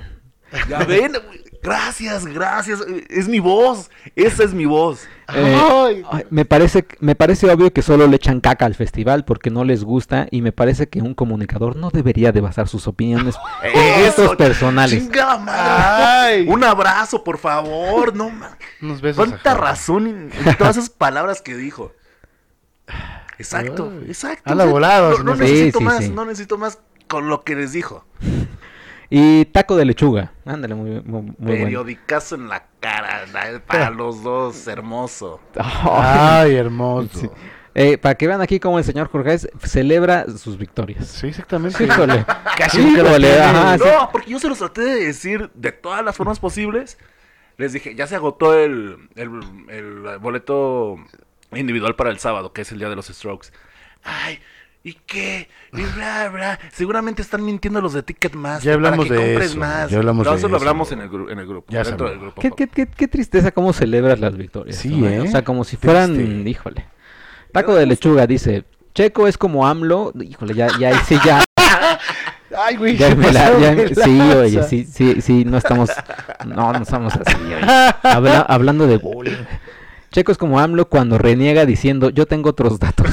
[SPEAKER 3] Ya ven, güey. gracias, gracias. Es mi voz, esa es mi voz.
[SPEAKER 2] Eh,
[SPEAKER 1] Ay.
[SPEAKER 2] ay, me, parece, me parece obvio que solo le echan caca al festival porque no les gusta y me parece que un comunicador no debería de basar sus opiniones en estos
[SPEAKER 3] Eso,
[SPEAKER 2] personales.
[SPEAKER 3] Chingada madre.
[SPEAKER 1] Ay.
[SPEAKER 3] Un abrazo, por favor, no mames.
[SPEAKER 1] Unos besos.
[SPEAKER 3] Cuánta
[SPEAKER 1] ajá.
[SPEAKER 3] razón en, en todas esas palabras que dijo. Exacto,
[SPEAKER 1] Ay.
[SPEAKER 3] exacto.
[SPEAKER 1] Anda volado,
[SPEAKER 3] No, no
[SPEAKER 1] señor.
[SPEAKER 3] necesito
[SPEAKER 2] Sí, sí,
[SPEAKER 3] más,
[SPEAKER 2] sí.
[SPEAKER 3] no necesito más con lo que les dijo.
[SPEAKER 2] Y taco de lechuga. Ándale, muy, muy, muy bueno.
[SPEAKER 3] Periodicazo en la cara, la- para los dos, hermoso.
[SPEAKER 2] Ay.
[SPEAKER 1] Ay, hermoso.
[SPEAKER 2] Sí.
[SPEAKER 1] Sí,
[SPEAKER 2] Ah. Eh, para que vean aquí cómo el señor Jorge celebra sus victorias.
[SPEAKER 1] exactamente.
[SPEAKER 2] Híjole.
[SPEAKER 1] Casi nunca lo
[SPEAKER 2] Híjole,
[SPEAKER 1] tiene.
[SPEAKER 2] ajá, sí.
[SPEAKER 3] no, porque yo se los traté de decir de todas las formas posibles. Les dije, ya se agotó el, el, el boleto individual para el sábado, que es el día de los strokes. Ay, ¿y qué? Y bla, bla. Seguramente están mintiendo los de Ticketmaster.
[SPEAKER 1] Ya hablamos
[SPEAKER 3] para que
[SPEAKER 1] de
[SPEAKER 3] compres
[SPEAKER 1] eso,
[SPEAKER 3] Más.
[SPEAKER 1] ya hablamos
[SPEAKER 3] No,
[SPEAKER 1] de
[SPEAKER 3] eso lo
[SPEAKER 1] eso.
[SPEAKER 3] hablamos en el, gru- en el grupo.
[SPEAKER 1] Ya
[SPEAKER 3] dentro
[SPEAKER 1] sabemos.
[SPEAKER 3] del grupo.
[SPEAKER 2] Qué, qué- qué- qué tristeza cómo celebras las victorias.
[SPEAKER 1] Sí,
[SPEAKER 2] ¿no, eh?
[SPEAKER 1] ¿eh? Este,
[SPEAKER 2] O sea, como si
[SPEAKER 1] Triste.
[SPEAKER 2] fueran, híjole. Taco de lechuga dice, Checo es como AMLO, híjole, ya, ya, sí, ya,
[SPEAKER 1] Ay, güey.
[SPEAKER 2] ya
[SPEAKER 1] se
[SPEAKER 2] me la-
[SPEAKER 1] pasaron de
[SPEAKER 2] ya me- sí,
[SPEAKER 1] lanza.
[SPEAKER 2] oye, sí, sí, sí, no estamos, no, no estamos así, oye. Habla- hablando de bullying. Checo es como AMLO cuando reniega diciendo, yo tengo otros datos.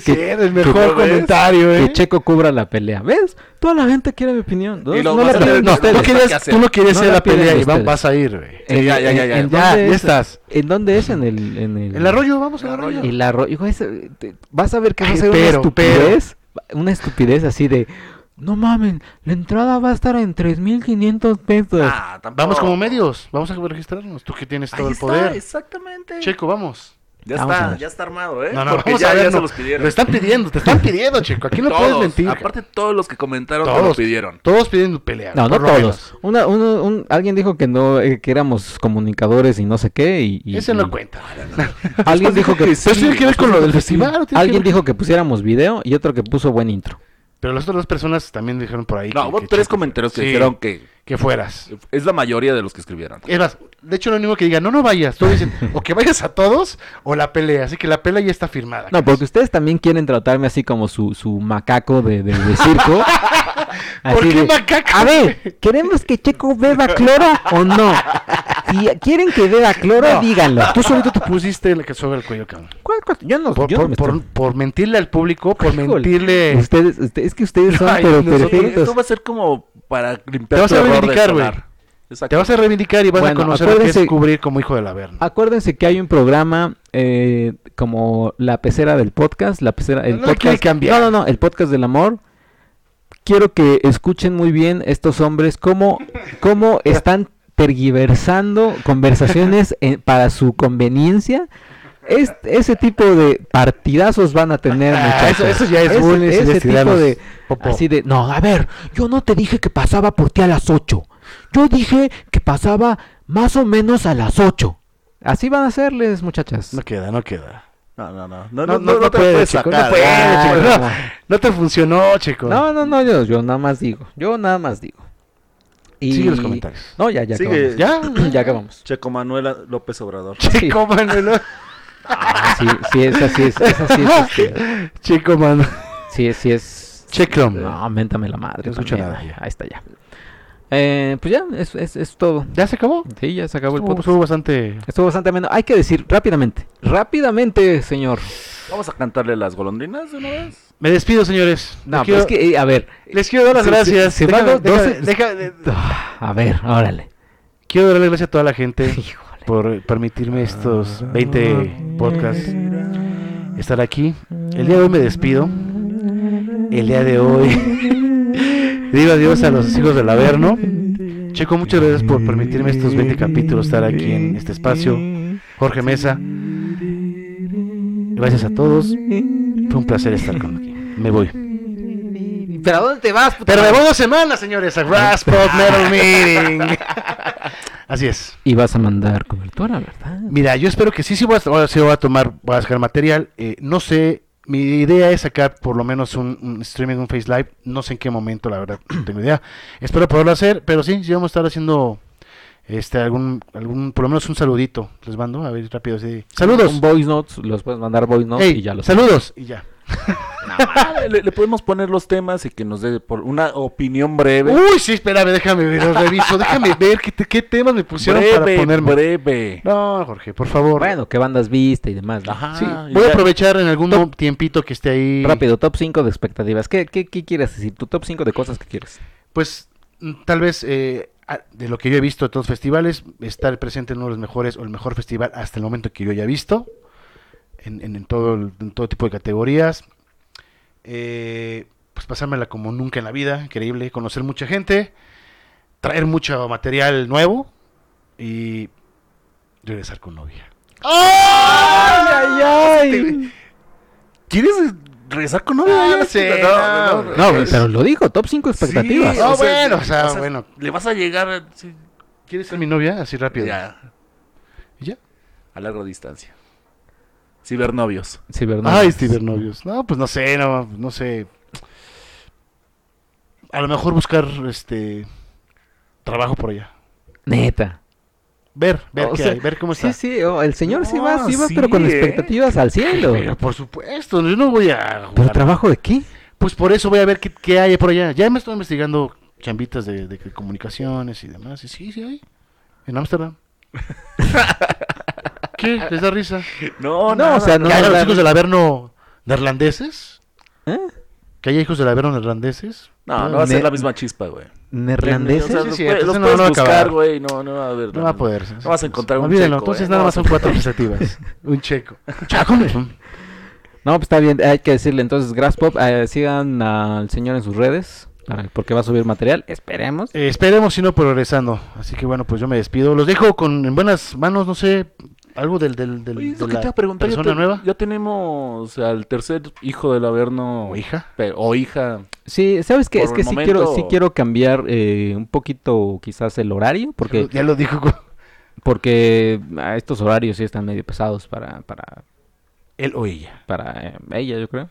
[SPEAKER 1] Sí, eres el mejor
[SPEAKER 3] ¿Lo ves?
[SPEAKER 1] comentario, eh.
[SPEAKER 2] Que Checo cubra la pelea, ¿ves? Toda la gente quiere mi opinión, ¿no?
[SPEAKER 3] Y lo
[SPEAKER 2] No
[SPEAKER 3] vas
[SPEAKER 2] la
[SPEAKER 3] a tener
[SPEAKER 2] piden
[SPEAKER 3] que-
[SPEAKER 2] ustedes.
[SPEAKER 1] No querías-
[SPEAKER 3] ¿Qué hacer?
[SPEAKER 1] tú no querías
[SPEAKER 2] No
[SPEAKER 1] ir a
[SPEAKER 2] la
[SPEAKER 1] la
[SPEAKER 2] piden
[SPEAKER 1] pelea y
[SPEAKER 2] ustedes.
[SPEAKER 1] vas a ir, güey.
[SPEAKER 3] Sí, ya, ya, ya, ya.
[SPEAKER 2] ¿En
[SPEAKER 1] Ya, ya
[SPEAKER 2] dónde es?
[SPEAKER 1] estás.
[SPEAKER 2] ¿En dónde es? En el... En el,
[SPEAKER 1] El arroyo, vamos al
[SPEAKER 3] El
[SPEAKER 1] arroyo.
[SPEAKER 3] arroyo.
[SPEAKER 2] El arroyo. Hijo, ese- te- vas a ver que va a
[SPEAKER 1] Ay,
[SPEAKER 2] ser una
[SPEAKER 1] pero,
[SPEAKER 2] estupidez. Una estupidez así de... No mamen, la entrada va a estar en 3.500 pesos.
[SPEAKER 3] Ah, tampoco.
[SPEAKER 1] Vamos como medios, vamos a registrarnos. Tú que tienes todo
[SPEAKER 3] Ahí
[SPEAKER 1] el
[SPEAKER 3] está,
[SPEAKER 1] poder.
[SPEAKER 3] Exactamente.
[SPEAKER 1] Checo, vamos.
[SPEAKER 3] Ya
[SPEAKER 2] Vamos a
[SPEAKER 3] está,
[SPEAKER 2] ver.
[SPEAKER 3] ya está armado, ¿eh?
[SPEAKER 1] No, no,
[SPEAKER 3] Porque
[SPEAKER 1] vamos
[SPEAKER 3] ya,
[SPEAKER 1] a ver,
[SPEAKER 3] ya
[SPEAKER 1] no.
[SPEAKER 3] se los pidieron.
[SPEAKER 1] Lo están pidiendo, te están pidiendo, Checo. Aquí no puedes
[SPEAKER 3] Todos,
[SPEAKER 1] mentir.
[SPEAKER 3] Aparte, todos los que comentaron te lo
[SPEAKER 1] todos
[SPEAKER 3] pidieron.
[SPEAKER 1] Todos pidiendo pelea.
[SPEAKER 2] No, no
[SPEAKER 1] por lo
[SPEAKER 2] todos.
[SPEAKER 1] menos.
[SPEAKER 2] Una, uno- un- alguien dijo que no, eh, que éramos comunicadores y no sé qué. Y, y-
[SPEAKER 1] Ese
[SPEAKER 2] y-
[SPEAKER 1] no cuenta.
[SPEAKER 2] Alguien dijo que.
[SPEAKER 1] Eso tiene que ver con lo del festival. tiene
[SPEAKER 2] Alguien
[SPEAKER 1] que ver-
[SPEAKER 2] dijo que pusiéramos video y otro que puso buen intro.
[SPEAKER 1] Pero las otras dos personas también dijeron por ahí.
[SPEAKER 3] No,
[SPEAKER 1] que-
[SPEAKER 3] hubo
[SPEAKER 1] que
[SPEAKER 3] tres
[SPEAKER 1] Checo-
[SPEAKER 3] comentarios que
[SPEAKER 1] Sí,
[SPEAKER 3] dijeron que
[SPEAKER 1] que fueras.
[SPEAKER 3] es la mayoría de los que escribieron.
[SPEAKER 1] Es más, de hecho, lo único que diga, no, no vayas. Todos dicen, o que vayas a todos o la pelea. Así que la pelea ya está firmada.
[SPEAKER 2] No, porque ustedes también quieren tratarme así como su, su macaco de, de- de circo.
[SPEAKER 1] ¿Por
[SPEAKER 2] Así
[SPEAKER 1] qué
[SPEAKER 2] de,
[SPEAKER 1] macaco?
[SPEAKER 2] A ver, ¿queremos que Checo beba cloro o no? Si quieren que beba cloro,
[SPEAKER 1] No.
[SPEAKER 2] díganlo.
[SPEAKER 1] Tú solito te pusiste la que sobre el cuello, cabrón.
[SPEAKER 2] ¿Cuál- cuál? Yo no,
[SPEAKER 1] Por,
[SPEAKER 2] yo no
[SPEAKER 1] por,
[SPEAKER 2] me
[SPEAKER 1] por-
[SPEAKER 2] estoy-
[SPEAKER 1] por mentirle al público, por
[SPEAKER 2] Híjole,
[SPEAKER 1] mentirle.
[SPEAKER 2] Ustedes, ustedes- es que ustedes son
[SPEAKER 1] Ay,
[SPEAKER 2] pero
[SPEAKER 1] nosotros-
[SPEAKER 2] perfectos.
[SPEAKER 3] Esto va a ser como para limpiar
[SPEAKER 1] Te vas
[SPEAKER 3] tu
[SPEAKER 1] a
[SPEAKER 3] error de
[SPEAKER 1] reivindicar, güey.
[SPEAKER 3] sonar. Exacto.
[SPEAKER 1] Te vas a reivindicar y vas
[SPEAKER 2] Bueno,
[SPEAKER 1] a conocer lo que es
[SPEAKER 2] acuérdense- Ah,
[SPEAKER 1] cubrir como hijo de la verna.
[SPEAKER 2] Acuérdense que hay un programa eh, como la pecera del podcast, la pecera, el
[SPEAKER 1] No la quiere
[SPEAKER 2] podcast.
[SPEAKER 1] cambiar.
[SPEAKER 2] No, no, no, el podcast del amor. Quiero que escuchen muy bien estos hombres cómo, cómo están tergiversando conversaciones en- para su conveniencia. Es- ese tipo de partidazos van a tener,
[SPEAKER 1] Ah,
[SPEAKER 2] muchachos.
[SPEAKER 1] eso- eso ya es
[SPEAKER 2] Ese-
[SPEAKER 1] bullying sin
[SPEAKER 2] ese tipo
[SPEAKER 1] descuidarnos,
[SPEAKER 2] de,
[SPEAKER 1] Popo.
[SPEAKER 2] Así de, no, a ver, yo no te dije que pasaba por ti a las 8. Yo dije que pasaba más o menos a las 8. Así van a hacerles, muchachas.
[SPEAKER 1] No queda, no queda.
[SPEAKER 3] No, no, no. No, no,
[SPEAKER 1] No,
[SPEAKER 3] no,
[SPEAKER 1] no, no
[SPEAKER 3] te
[SPEAKER 1] puede,
[SPEAKER 3] puedes
[SPEAKER 1] chico, no
[SPEAKER 3] sacar.
[SPEAKER 1] puede.
[SPEAKER 2] Ah,
[SPEAKER 1] chico, no.
[SPEAKER 2] bueno.
[SPEAKER 1] No te funcionó, chico.
[SPEAKER 2] No, no, no, yo, yo nada más digo. Yo nada más digo. Y...
[SPEAKER 1] Sigue los comentarios.
[SPEAKER 2] No, ya, ya
[SPEAKER 3] Sigue.
[SPEAKER 2] acabamos.
[SPEAKER 1] ¿Ya?
[SPEAKER 2] ya acabamos.
[SPEAKER 3] Checo Manuel López Obrador.
[SPEAKER 1] Chico Manuel.
[SPEAKER 2] Ah, sí, sí, es así, es, es así, es, este,
[SPEAKER 1] Chico Manuel.
[SPEAKER 2] sí, es, sí, es.
[SPEAKER 1] Checklom.
[SPEAKER 2] No, méntame la madre.
[SPEAKER 1] No escucho
[SPEAKER 2] también.
[SPEAKER 1] nada ya.
[SPEAKER 2] Ahí está ya. Eh, pues ya, es, es, es todo.
[SPEAKER 1] ¿Ya se acabó?
[SPEAKER 2] Sí, ya se acabó el
[SPEAKER 1] Estuvo,
[SPEAKER 2] podcast.
[SPEAKER 1] estuvo bastante.
[SPEAKER 2] Estuvo bastante ameno. Hay que decir rápidamente, rápidamente, señor.
[SPEAKER 3] Vamos a cantarle las golondrinas de una vez.
[SPEAKER 1] Me despido, señores.
[SPEAKER 2] No,
[SPEAKER 1] Les
[SPEAKER 2] pero
[SPEAKER 1] quiero-
[SPEAKER 2] es que, eh, a ver.
[SPEAKER 1] Les quiero dar las
[SPEAKER 2] Se- se-
[SPEAKER 1] gracias.
[SPEAKER 2] se van
[SPEAKER 1] Déjame-
[SPEAKER 2] los
[SPEAKER 1] déjame-
[SPEAKER 2] doce-
[SPEAKER 1] déjame-
[SPEAKER 2] Ah, A ver, órale.
[SPEAKER 1] Quiero darle las gracias a toda la gente
[SPEAKER 2] Híjole.
[SPEAKER 1] por permitirme estos 20 podcasts estar aquí. El día de hoy me despido. El día de hoy digo adiós a los hijos del Averno. Checo, muchas gracias por permitirme estos 20 capítulos estar aquí en este espacio. Jorge Mesa, gracias a todos. Fue un placer estar con aquí. Me voy.
[SPEAKER 2] ¿Pero a dónde te vas? puta
[SPEAKER 1] Pero me
[SPEAKER 2] madre?
[SPEAKER 1] voy dos semanas, señores, a Grass Pop Metal Meeting. Así es.
[SPEAKER 2] Y vas a mandar cobertura, ¿verdad?
[SPEAKER 1] Mira, yo espero que sí, sí voy a, ahora sí voy a tomar, voy a sacar material. eh, no sé, mi idea es sacar por lo menos un, un streaming, un Face Live. No sé en qué momento, la verdad, no tengo idea. Espero poderlo hacer, pero sí, sí vamos a estar haciendo este algún, algún por lo menos un saludito. Les mando, a ver, rápido. sí. Saludos.
[SPEAKER 2] Con voice notes, los puedes mandar voice notes
[SPEAKER 1] Ey,
[SPEAKER 2] y ya los.
[SPEAKER 1] saludos. Y ya.
[SPEAKER 3] Ah, le, le podemos poner los temas y que nos dé por una opinión breve.
[SPEAKER 1] Uy, sí, espérame, déjame ver, los reviso. déjame ver qué, te- qué temas me pusieron
[SPEAKER 3] breve,
[SPEAKER 1] para ponerme.
[SPEAKER 3] breve.
[SPEAKER 1] No, Jorge, por favor.
[SPEAKER 2] Bueno, qué bandas viste y demás. ¿no?
[SPEAKER 3] Ajá.
[SPEAKER 1] Sí,
[SPEAKER 3] y
[SPEAKER 1] voy a
[SPEAKER 3] ya.
[SPEAKER 1] aprovechar en algún mo- tiempito que esté ahí.
[SPEAKER 2] Rápido, top 5 de expectativas. ¿Qué, qué, ¿Qué quieres decir? Tu top 5 de cosas que quieres.
[SPEAKER 1] Pues mm, tal vez eh, a- de lo que yo he visto de todos los festivales, estar presente en uno de los mejores o el mejor festival hasta el momento que yo haya visto, en, en- en todo, el- en todo tipo de categorías. Eh, pues pasármela como nunca en la vida, increíble, conocer mucha gente, traer mucho material nuevo y regresar con novia.
[SPEAKER 2] ¡Ay, ay,
[SPEAKER 3] ¿Quieres regresar con novia?
[SPEAKER 1] Ah,
[SPEAKER 3] Ya,
[SPEAKER 1] sí,
[SPEAKER 3] chica,
[SPEAKER 1] no,
[SPEAKER 2] ay! No, pero lo dijo, top 5
[SPEAKER 3] Sí,
[SPEAKER 2] expectativas.
[SPEAKER 1] No,
[SPEAKER 3] o sea,
[SPEAKER 1] bueno, o sea,
[SPEAKER 3] o sea,
[SPEAKER 1] bueno.
[SPEAKER 3] Le vas a llegar a, sí,
[SPEAKER 1] ¿Quieres ser mi novia? Así rápido.
[SPEAKER 3] ya,
[SPEAKER 1] ¿Y ya?
[SPEAKER 3] a larga distancia. Cibernovios.
[SPEAKER 2] Cibernovios.
[SPEAKER 1] Ay, cibernovios. No, pues no sé, no, no sé. A lo mejor buscar este trabajo por allá.
[SPEAKER 2] Neta.
[SPEAKER 1] Ver, ver
[SPEAKER 2] O
[SPEAKER 1] qué
[SPEAKER 2] sea,
[SPEAKER 1] hay, ver cómo
[SPEAKER 2] Sí,
[SPEAKER 1] está.
[SPEAKER 2] sí, oh, el señor sí va,
[SPEAKER 3] No,
[SPEAKER 2] sí va,
[SPEAKER 3] sí,
[SPEAKER 2] pero con
[SPEAKER 3] ¿eh?
[SPEAKER 2] expectativas al cielo.
[SPEAKER 1] Pero por supuesto, yo no voy a
[SPEAKER 2] ¿Pero
[SPEAKER 1] jugar.
[SPEAKER 2] trabajo de qué?
[SPEAKER 1] Pues por eso voy a ver qué, qué hay por allá. Ya me estoy investigando chambitas de, de comunicaciones y demás. Y sí, sí hay. En Ámsterdam. ¿Qué? ¿Les da risa?
[SPEAKER 3] No,
[SPEAKER 2] No, o sea,
[SPEAKER 1] ¿Que
[SPEAKER 2] Ah, no.
[SPEAKER 1] hay los
[SPEAKER 2] la-
[SPEAKER 1] hijos del Averno neerlandeses?
[SPEAKER 2] ¿Eh?
[SPEAKER 1] ¿Que haya hijos del Averno neerlandeses?
[SPEAKER 3] No, no va a ser
[SPEAKER 2] Ne-
[SPEAKER 3] la misma chispa, güey.
[SPEAKER 2] ¿Neerlandeses?
[SPEAKER 3] O sea,
[SPEAKER 1] Sí,
[SPEAKER 3] los
[SPEAKER 1] sí,
[SPEAKER 3] puedes,
[SPEAKER 1] entonces
[SPEAKER 3] los
[SPEAKER 1] no,
[SPEAKER 3] puedes
[SPEAKER 1] no va a
[SPEAKER 3] buscar,
[SPEAKER 1] acabar.
[SPEAKER 3] güey, no, no va a haber.
[SPEAKER 1] No va a poder. sí,
[SPEAKER 3] No vas
[SPEAKER 1] sí,
[SPEAKER 3] a encontrar
[SPEAKER 1] sí.
[SPEAKER 3] un
[SPEAKER 1] Olvídenlo,
[SPEAKER 3] checo,
[SPEAKER 1] entonces
[SPEAKER 3] ¿eh?
[SPEAKER 1] nada
[SPEAKER 3] No
[SPEAKER 1] más
[SPEAKER 3] vas a
[SPEAKER 1] son cuatro perspectivas. un checo. Chaco.
[SPEAKER 2] No, pues está bien, hay que decirle entonces, Grass Pop, eh, sigan al señor en sus redes, para- porque va a subir material, esperemos.
[SPEAKER 1] Eh, esperemos si no progresando. Así que bueno, pues yo me despido. Los dejo con en buenas manos, no sé, algo del, del, del
[SPEAKER 3] Oye, es
[SPEAKER 1] de
[SPEAKER 3] lo que
[SPEAKER 1] la
[SPEAKER 3] te iba a preguntar. Ya,
[SPEAKER 1] persona
[SPEAKER 3] te-
[SPEAKER 1] nueva.
[SPEAKER 3] ya tenemos al tercer hijo del Averno.
[SPEAKER 1] O hija.
[SPEAKER 3] pe- o hija.
[SPEAKER 2] Sí, ¿sabes qué?
[SPEAKER 3] Por
[SPEAKER 2] Es que
[SPEAKER 3] el
[SPEAKER 2] sí quiero, sí
[SPEAKER 3] momento-
[SPEAKER 2] quiero cambiar eh, un poquito quizás el horario, porque,
[SPEAKER 1] Ya lo dijo con
[SPEAKER 2] porque ah, estos horarios sí están medio pesados para, para,
[SPEAKER 1] él o ella.
[SPEAKER 2] para eh, ella, yo creo.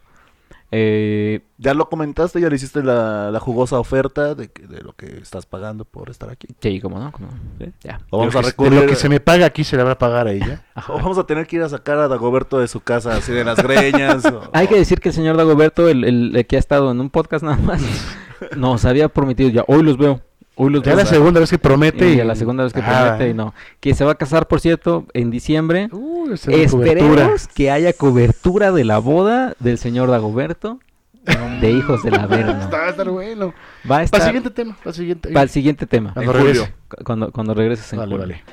[SPEAKER 2] Eh,
[SPEAKER 3] Ya lo comentaste, ya le hiciste la, la jugosa oferta de, que- de lo que estás pagando por estar aquí.
[SPEAKER 2] sí, como no, cómo no. Ya.
[SPEAKER 3] O vamos
[SPEAKER 1] De
[SPEAKER 3] a
[SPEAKER 1] lo que-
[SPEAKER 3] recurrir.
[SPEAKER 1] De lo que se me paga aquí se le habrá a pagar a ella.
[SPEAKER 2] Ajá.
[SPEAKER 3] O vamos a tener que ir a sacar a Dagoberto de su casa, así de las greñas. o-
[SPEAKER 2] Hay que decir que el señor Dagoberto, el, el- el que ha estado en un podcast nada más, nos había prometido ya, hoy los veo, hoy los
[SPEAKER 1] Ya
[SPEAKER 2] veo.
[SPEAKER 1] la segunda vez que promete.
[SPEAKER 2] y a la segunda vez que
[SPEAKER 1] Ajá.
[SPEAKER 2] promete y no. Que se va a casar, por cierto, en diciembre.
[SPEAKER 1] Uh, esa es la
[SPEAKER 2] Esperemos
[SPEAKER 1] cobertura.
[SPEAKER 2] que haya cobertura de la boda del señor Dagoberto de Hijos del Averno.
[SPEAKER 1] Está- va a estar bueno.
[SPEAKER 2] Va a
[SPEAKER 1] Para el
[SPEAKER 2] estar
[SPEAKER 1] siguiente tema. Para el siguiente.
[SPEAKER 2] para el siguiente tema.
[SPEAKER 1] Cuando
[SPEAKER 3] En julio.
[SPEAKER 1] regrese.
[SPEAKER 2] cu- Cuando, cuando regreses en
[SPEAKER 1] Vale,
[SPEAKER 2] julio.
[SPEAKER 1] vale.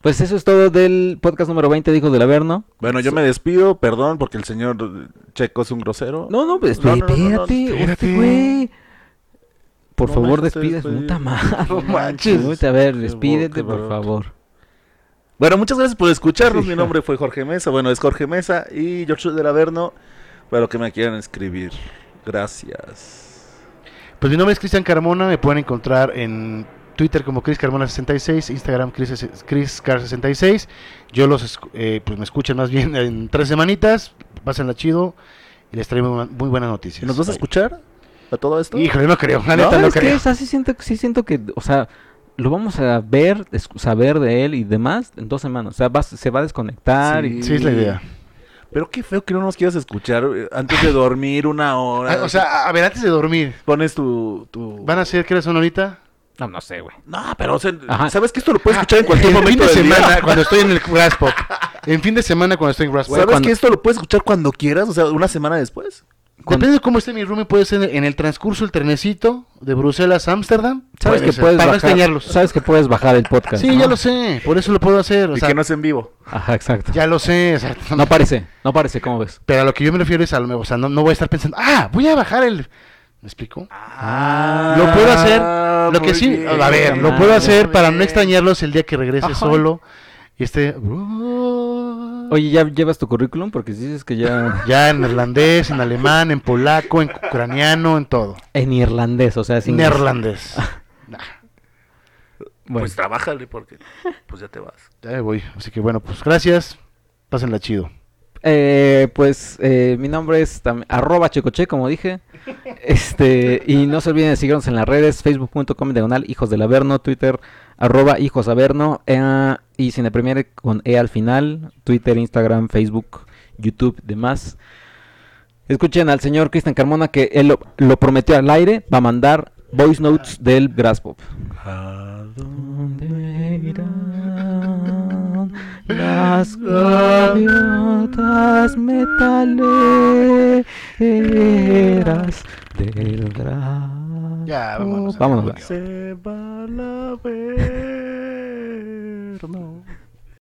[SPEAKER 2] Pues eso es todo del podcast número 20 de Hijos del Averno.
[SPEAKER 3] Bueno, yo me despido, perdón, porque el señor Checo es un grosero.
[SPEAKER 2] No, no, pues
[SPEAKER 3] No, no, no, no,
[SPEAKER 2] espérate,
[SPEAKER 3] no,
[SPEAKER 1] espérate.
[SPEAKER 2] este güey. Por
[SPEAKER 3] No
[SPEAKER 2] favor,
[SPEAKER 3] me estés
[SPEAKER 2] despides,
[SPEAKER 3] despedido.
[SPEAKER 2] puta madre.
[SPEAKER 1] No manches.
[SPEAKER 2] Puta, A ver,
[SPEAKER 3] Qué
[SPEAKER 2] despídete,
[SPEAKER 3] bo- qué
[SPEAKER 2] por
[SPEAKER 3] barato.
[SPEAKER 2] favor.
[SPEAKER 3] Bueno, muchas gracias por escucharnos.
[SPEAKER 2] Sí.
[SPEAKER 3] Mi nombre fue Jorge Mesa. Bueno, es Jorge Mesa y George del Averno. Para lo que me quieran escribir. Gracias.
[SPEAKER 1] Pues mi nombre es Cristian Carmona, me pueden encontrar en Twitter como Cris Carmona66, Instagram CrisCar66. Yo los, escu- eh, pues me escuchan más bien en tres semanitas, pásenla chido y les traigo una- muy buenas noticias.
[SPEAKER 3] ¿Nos vas a escuchar a todo esto?
[SPEAKER 1] Híjole, no creo, la
[SPEAKER 2] No,
[SPEAKER 1] neta no,
[SPEAKER 2] ¿sabes qué?
[SPEAKER 1] creo.
[SPEAKER 2] O sea, sí siento, sí siento que, o sea, lo vamos a ver, es- saber de él y demás en dos semanas. O sea, va- se va a desconectar y...
[SPEAKER 1] Sí, es la idea.
[SPEAKER 3] Pero qué feo que no nos quieras escuchar eh, antes de dormir una hora.
[SPEAKER 1] Ah, O sea, a- a ver, antes de dormir,
[SPEAKER 3] pones tu. tu...
[SPEAKER 1] ¿van a ser qué hora son ahorita?
[SPEAKER 2] No, no sé, güey.
[SPEAKER 3] No, pero o sea,
[SPEAKER 2] Ajá.
[SPEAKER 3] sabes que esto lo puedes escuchar en cualquier momento
[SPEAKER 1] Ah, fin de
[SPEAKER 3] del día?
[SPEAKER 1] semana, cuando estoy en el Grass Pop. En fin de semana, cuando estoy en Grass Pop.
[SPEAKER 3] ¿Sabes
[SPEAKER 2] cuando-
[SPEAKER 3] que esto lo puedes escuchar cuando quieras? O sea, una semana después.
[SPEAKER 1] Depende de cómo esté mi roomie, puede ser en el transcurso, el trenecito de Bruselas a Ámsterdam.
[SPEAKER 2] Sabes
[SPEAKER 1] Puede
[SPEAKER 2] que
[SPEAKER 1] ser,
[SPEAKER 2] puedes
[SPEAKER 1] Para no
[SPEAKER 2] bajar,
[SPEAKER 1] extrañarlos.
[SPEAKER 2] Sabes que puedes bajar el podcast.
[SPEAKER 1] Sí, ya lo sé, por eso lo puedo hacer. o
[SPEAKER 3] y
[SPEAKER 1] sea,
[SPEAKER 3] que no es en vivo.
[SPEAKER 2] Ajá, exacto.
[SPEAKER 1] Ya lo sé, o sea,
[SPEAKER 2] No parece, no parece, ¿cómo ves?
[SPEAKER 1] pero a lo que yo me refiero es a lo mejor, o sea, no, no voy a estar pensando, ah, voy a bajar el... ¿Me explico?
[SPEAKER 3] Ah,
[SPEAKER 1] lo puedo hacer, lo que
[SPEAKER 3] muy
[SPEAKER 1] sí,
[SPEAKER 3] bien.
[SPEAKER 1] a ver, lo
[SPEAKER 2] Ah,
[SPEAKER 1] puedo hacer
[SPEAKER 3] muy
[SPEAKER 1] para no
[SPEAKER 3] bien.
[SPEAKER 1] extrañarlos el día que regrese
[SPEAKER 2] Ajá.
[SPEAKER 1] solo y esté...
[SPEAKER 2] Oye, ¿ya llevas tu currículum? Porque dices que ya...
[SPEAKER 1] Ya en neerlandés, en alemán, en polaco, en ucraniano, en todo.
[SPEAKER 2] en irlandés, o sea, sin...
[SPEAKER 1] Neerlandés.
[SPEAKER 2] Bueno,
[SPEAKER 3] Pues trabájale porque pues ya te vas.
[SPEAKER 1] Ya me voy, así que bueno, pues gracias, pásenla chido.
[SPEAKER 2] eh, pues eh, mi nombre es tam- arroba checoche, como dije. Este, y no se olviden de seguirnos en las redes, facebook.com diagonal hijos del averno, twitter arroba hijos averno, eh, y sin premier con E al final, twitter, instagram, facebook, youtube, demás. Escuchen al señor Cristian Carmona que él lo, lo prometió al aire, va a mandar voice notes del Grass Pop. Ah, ¿Dónde irán las gaviotas metaleras del gran?
[SPEAKER 1] Ya, vámonos.
[SPEAKER 2] Vámonos.
[SPEAKER 3] Se va la verno.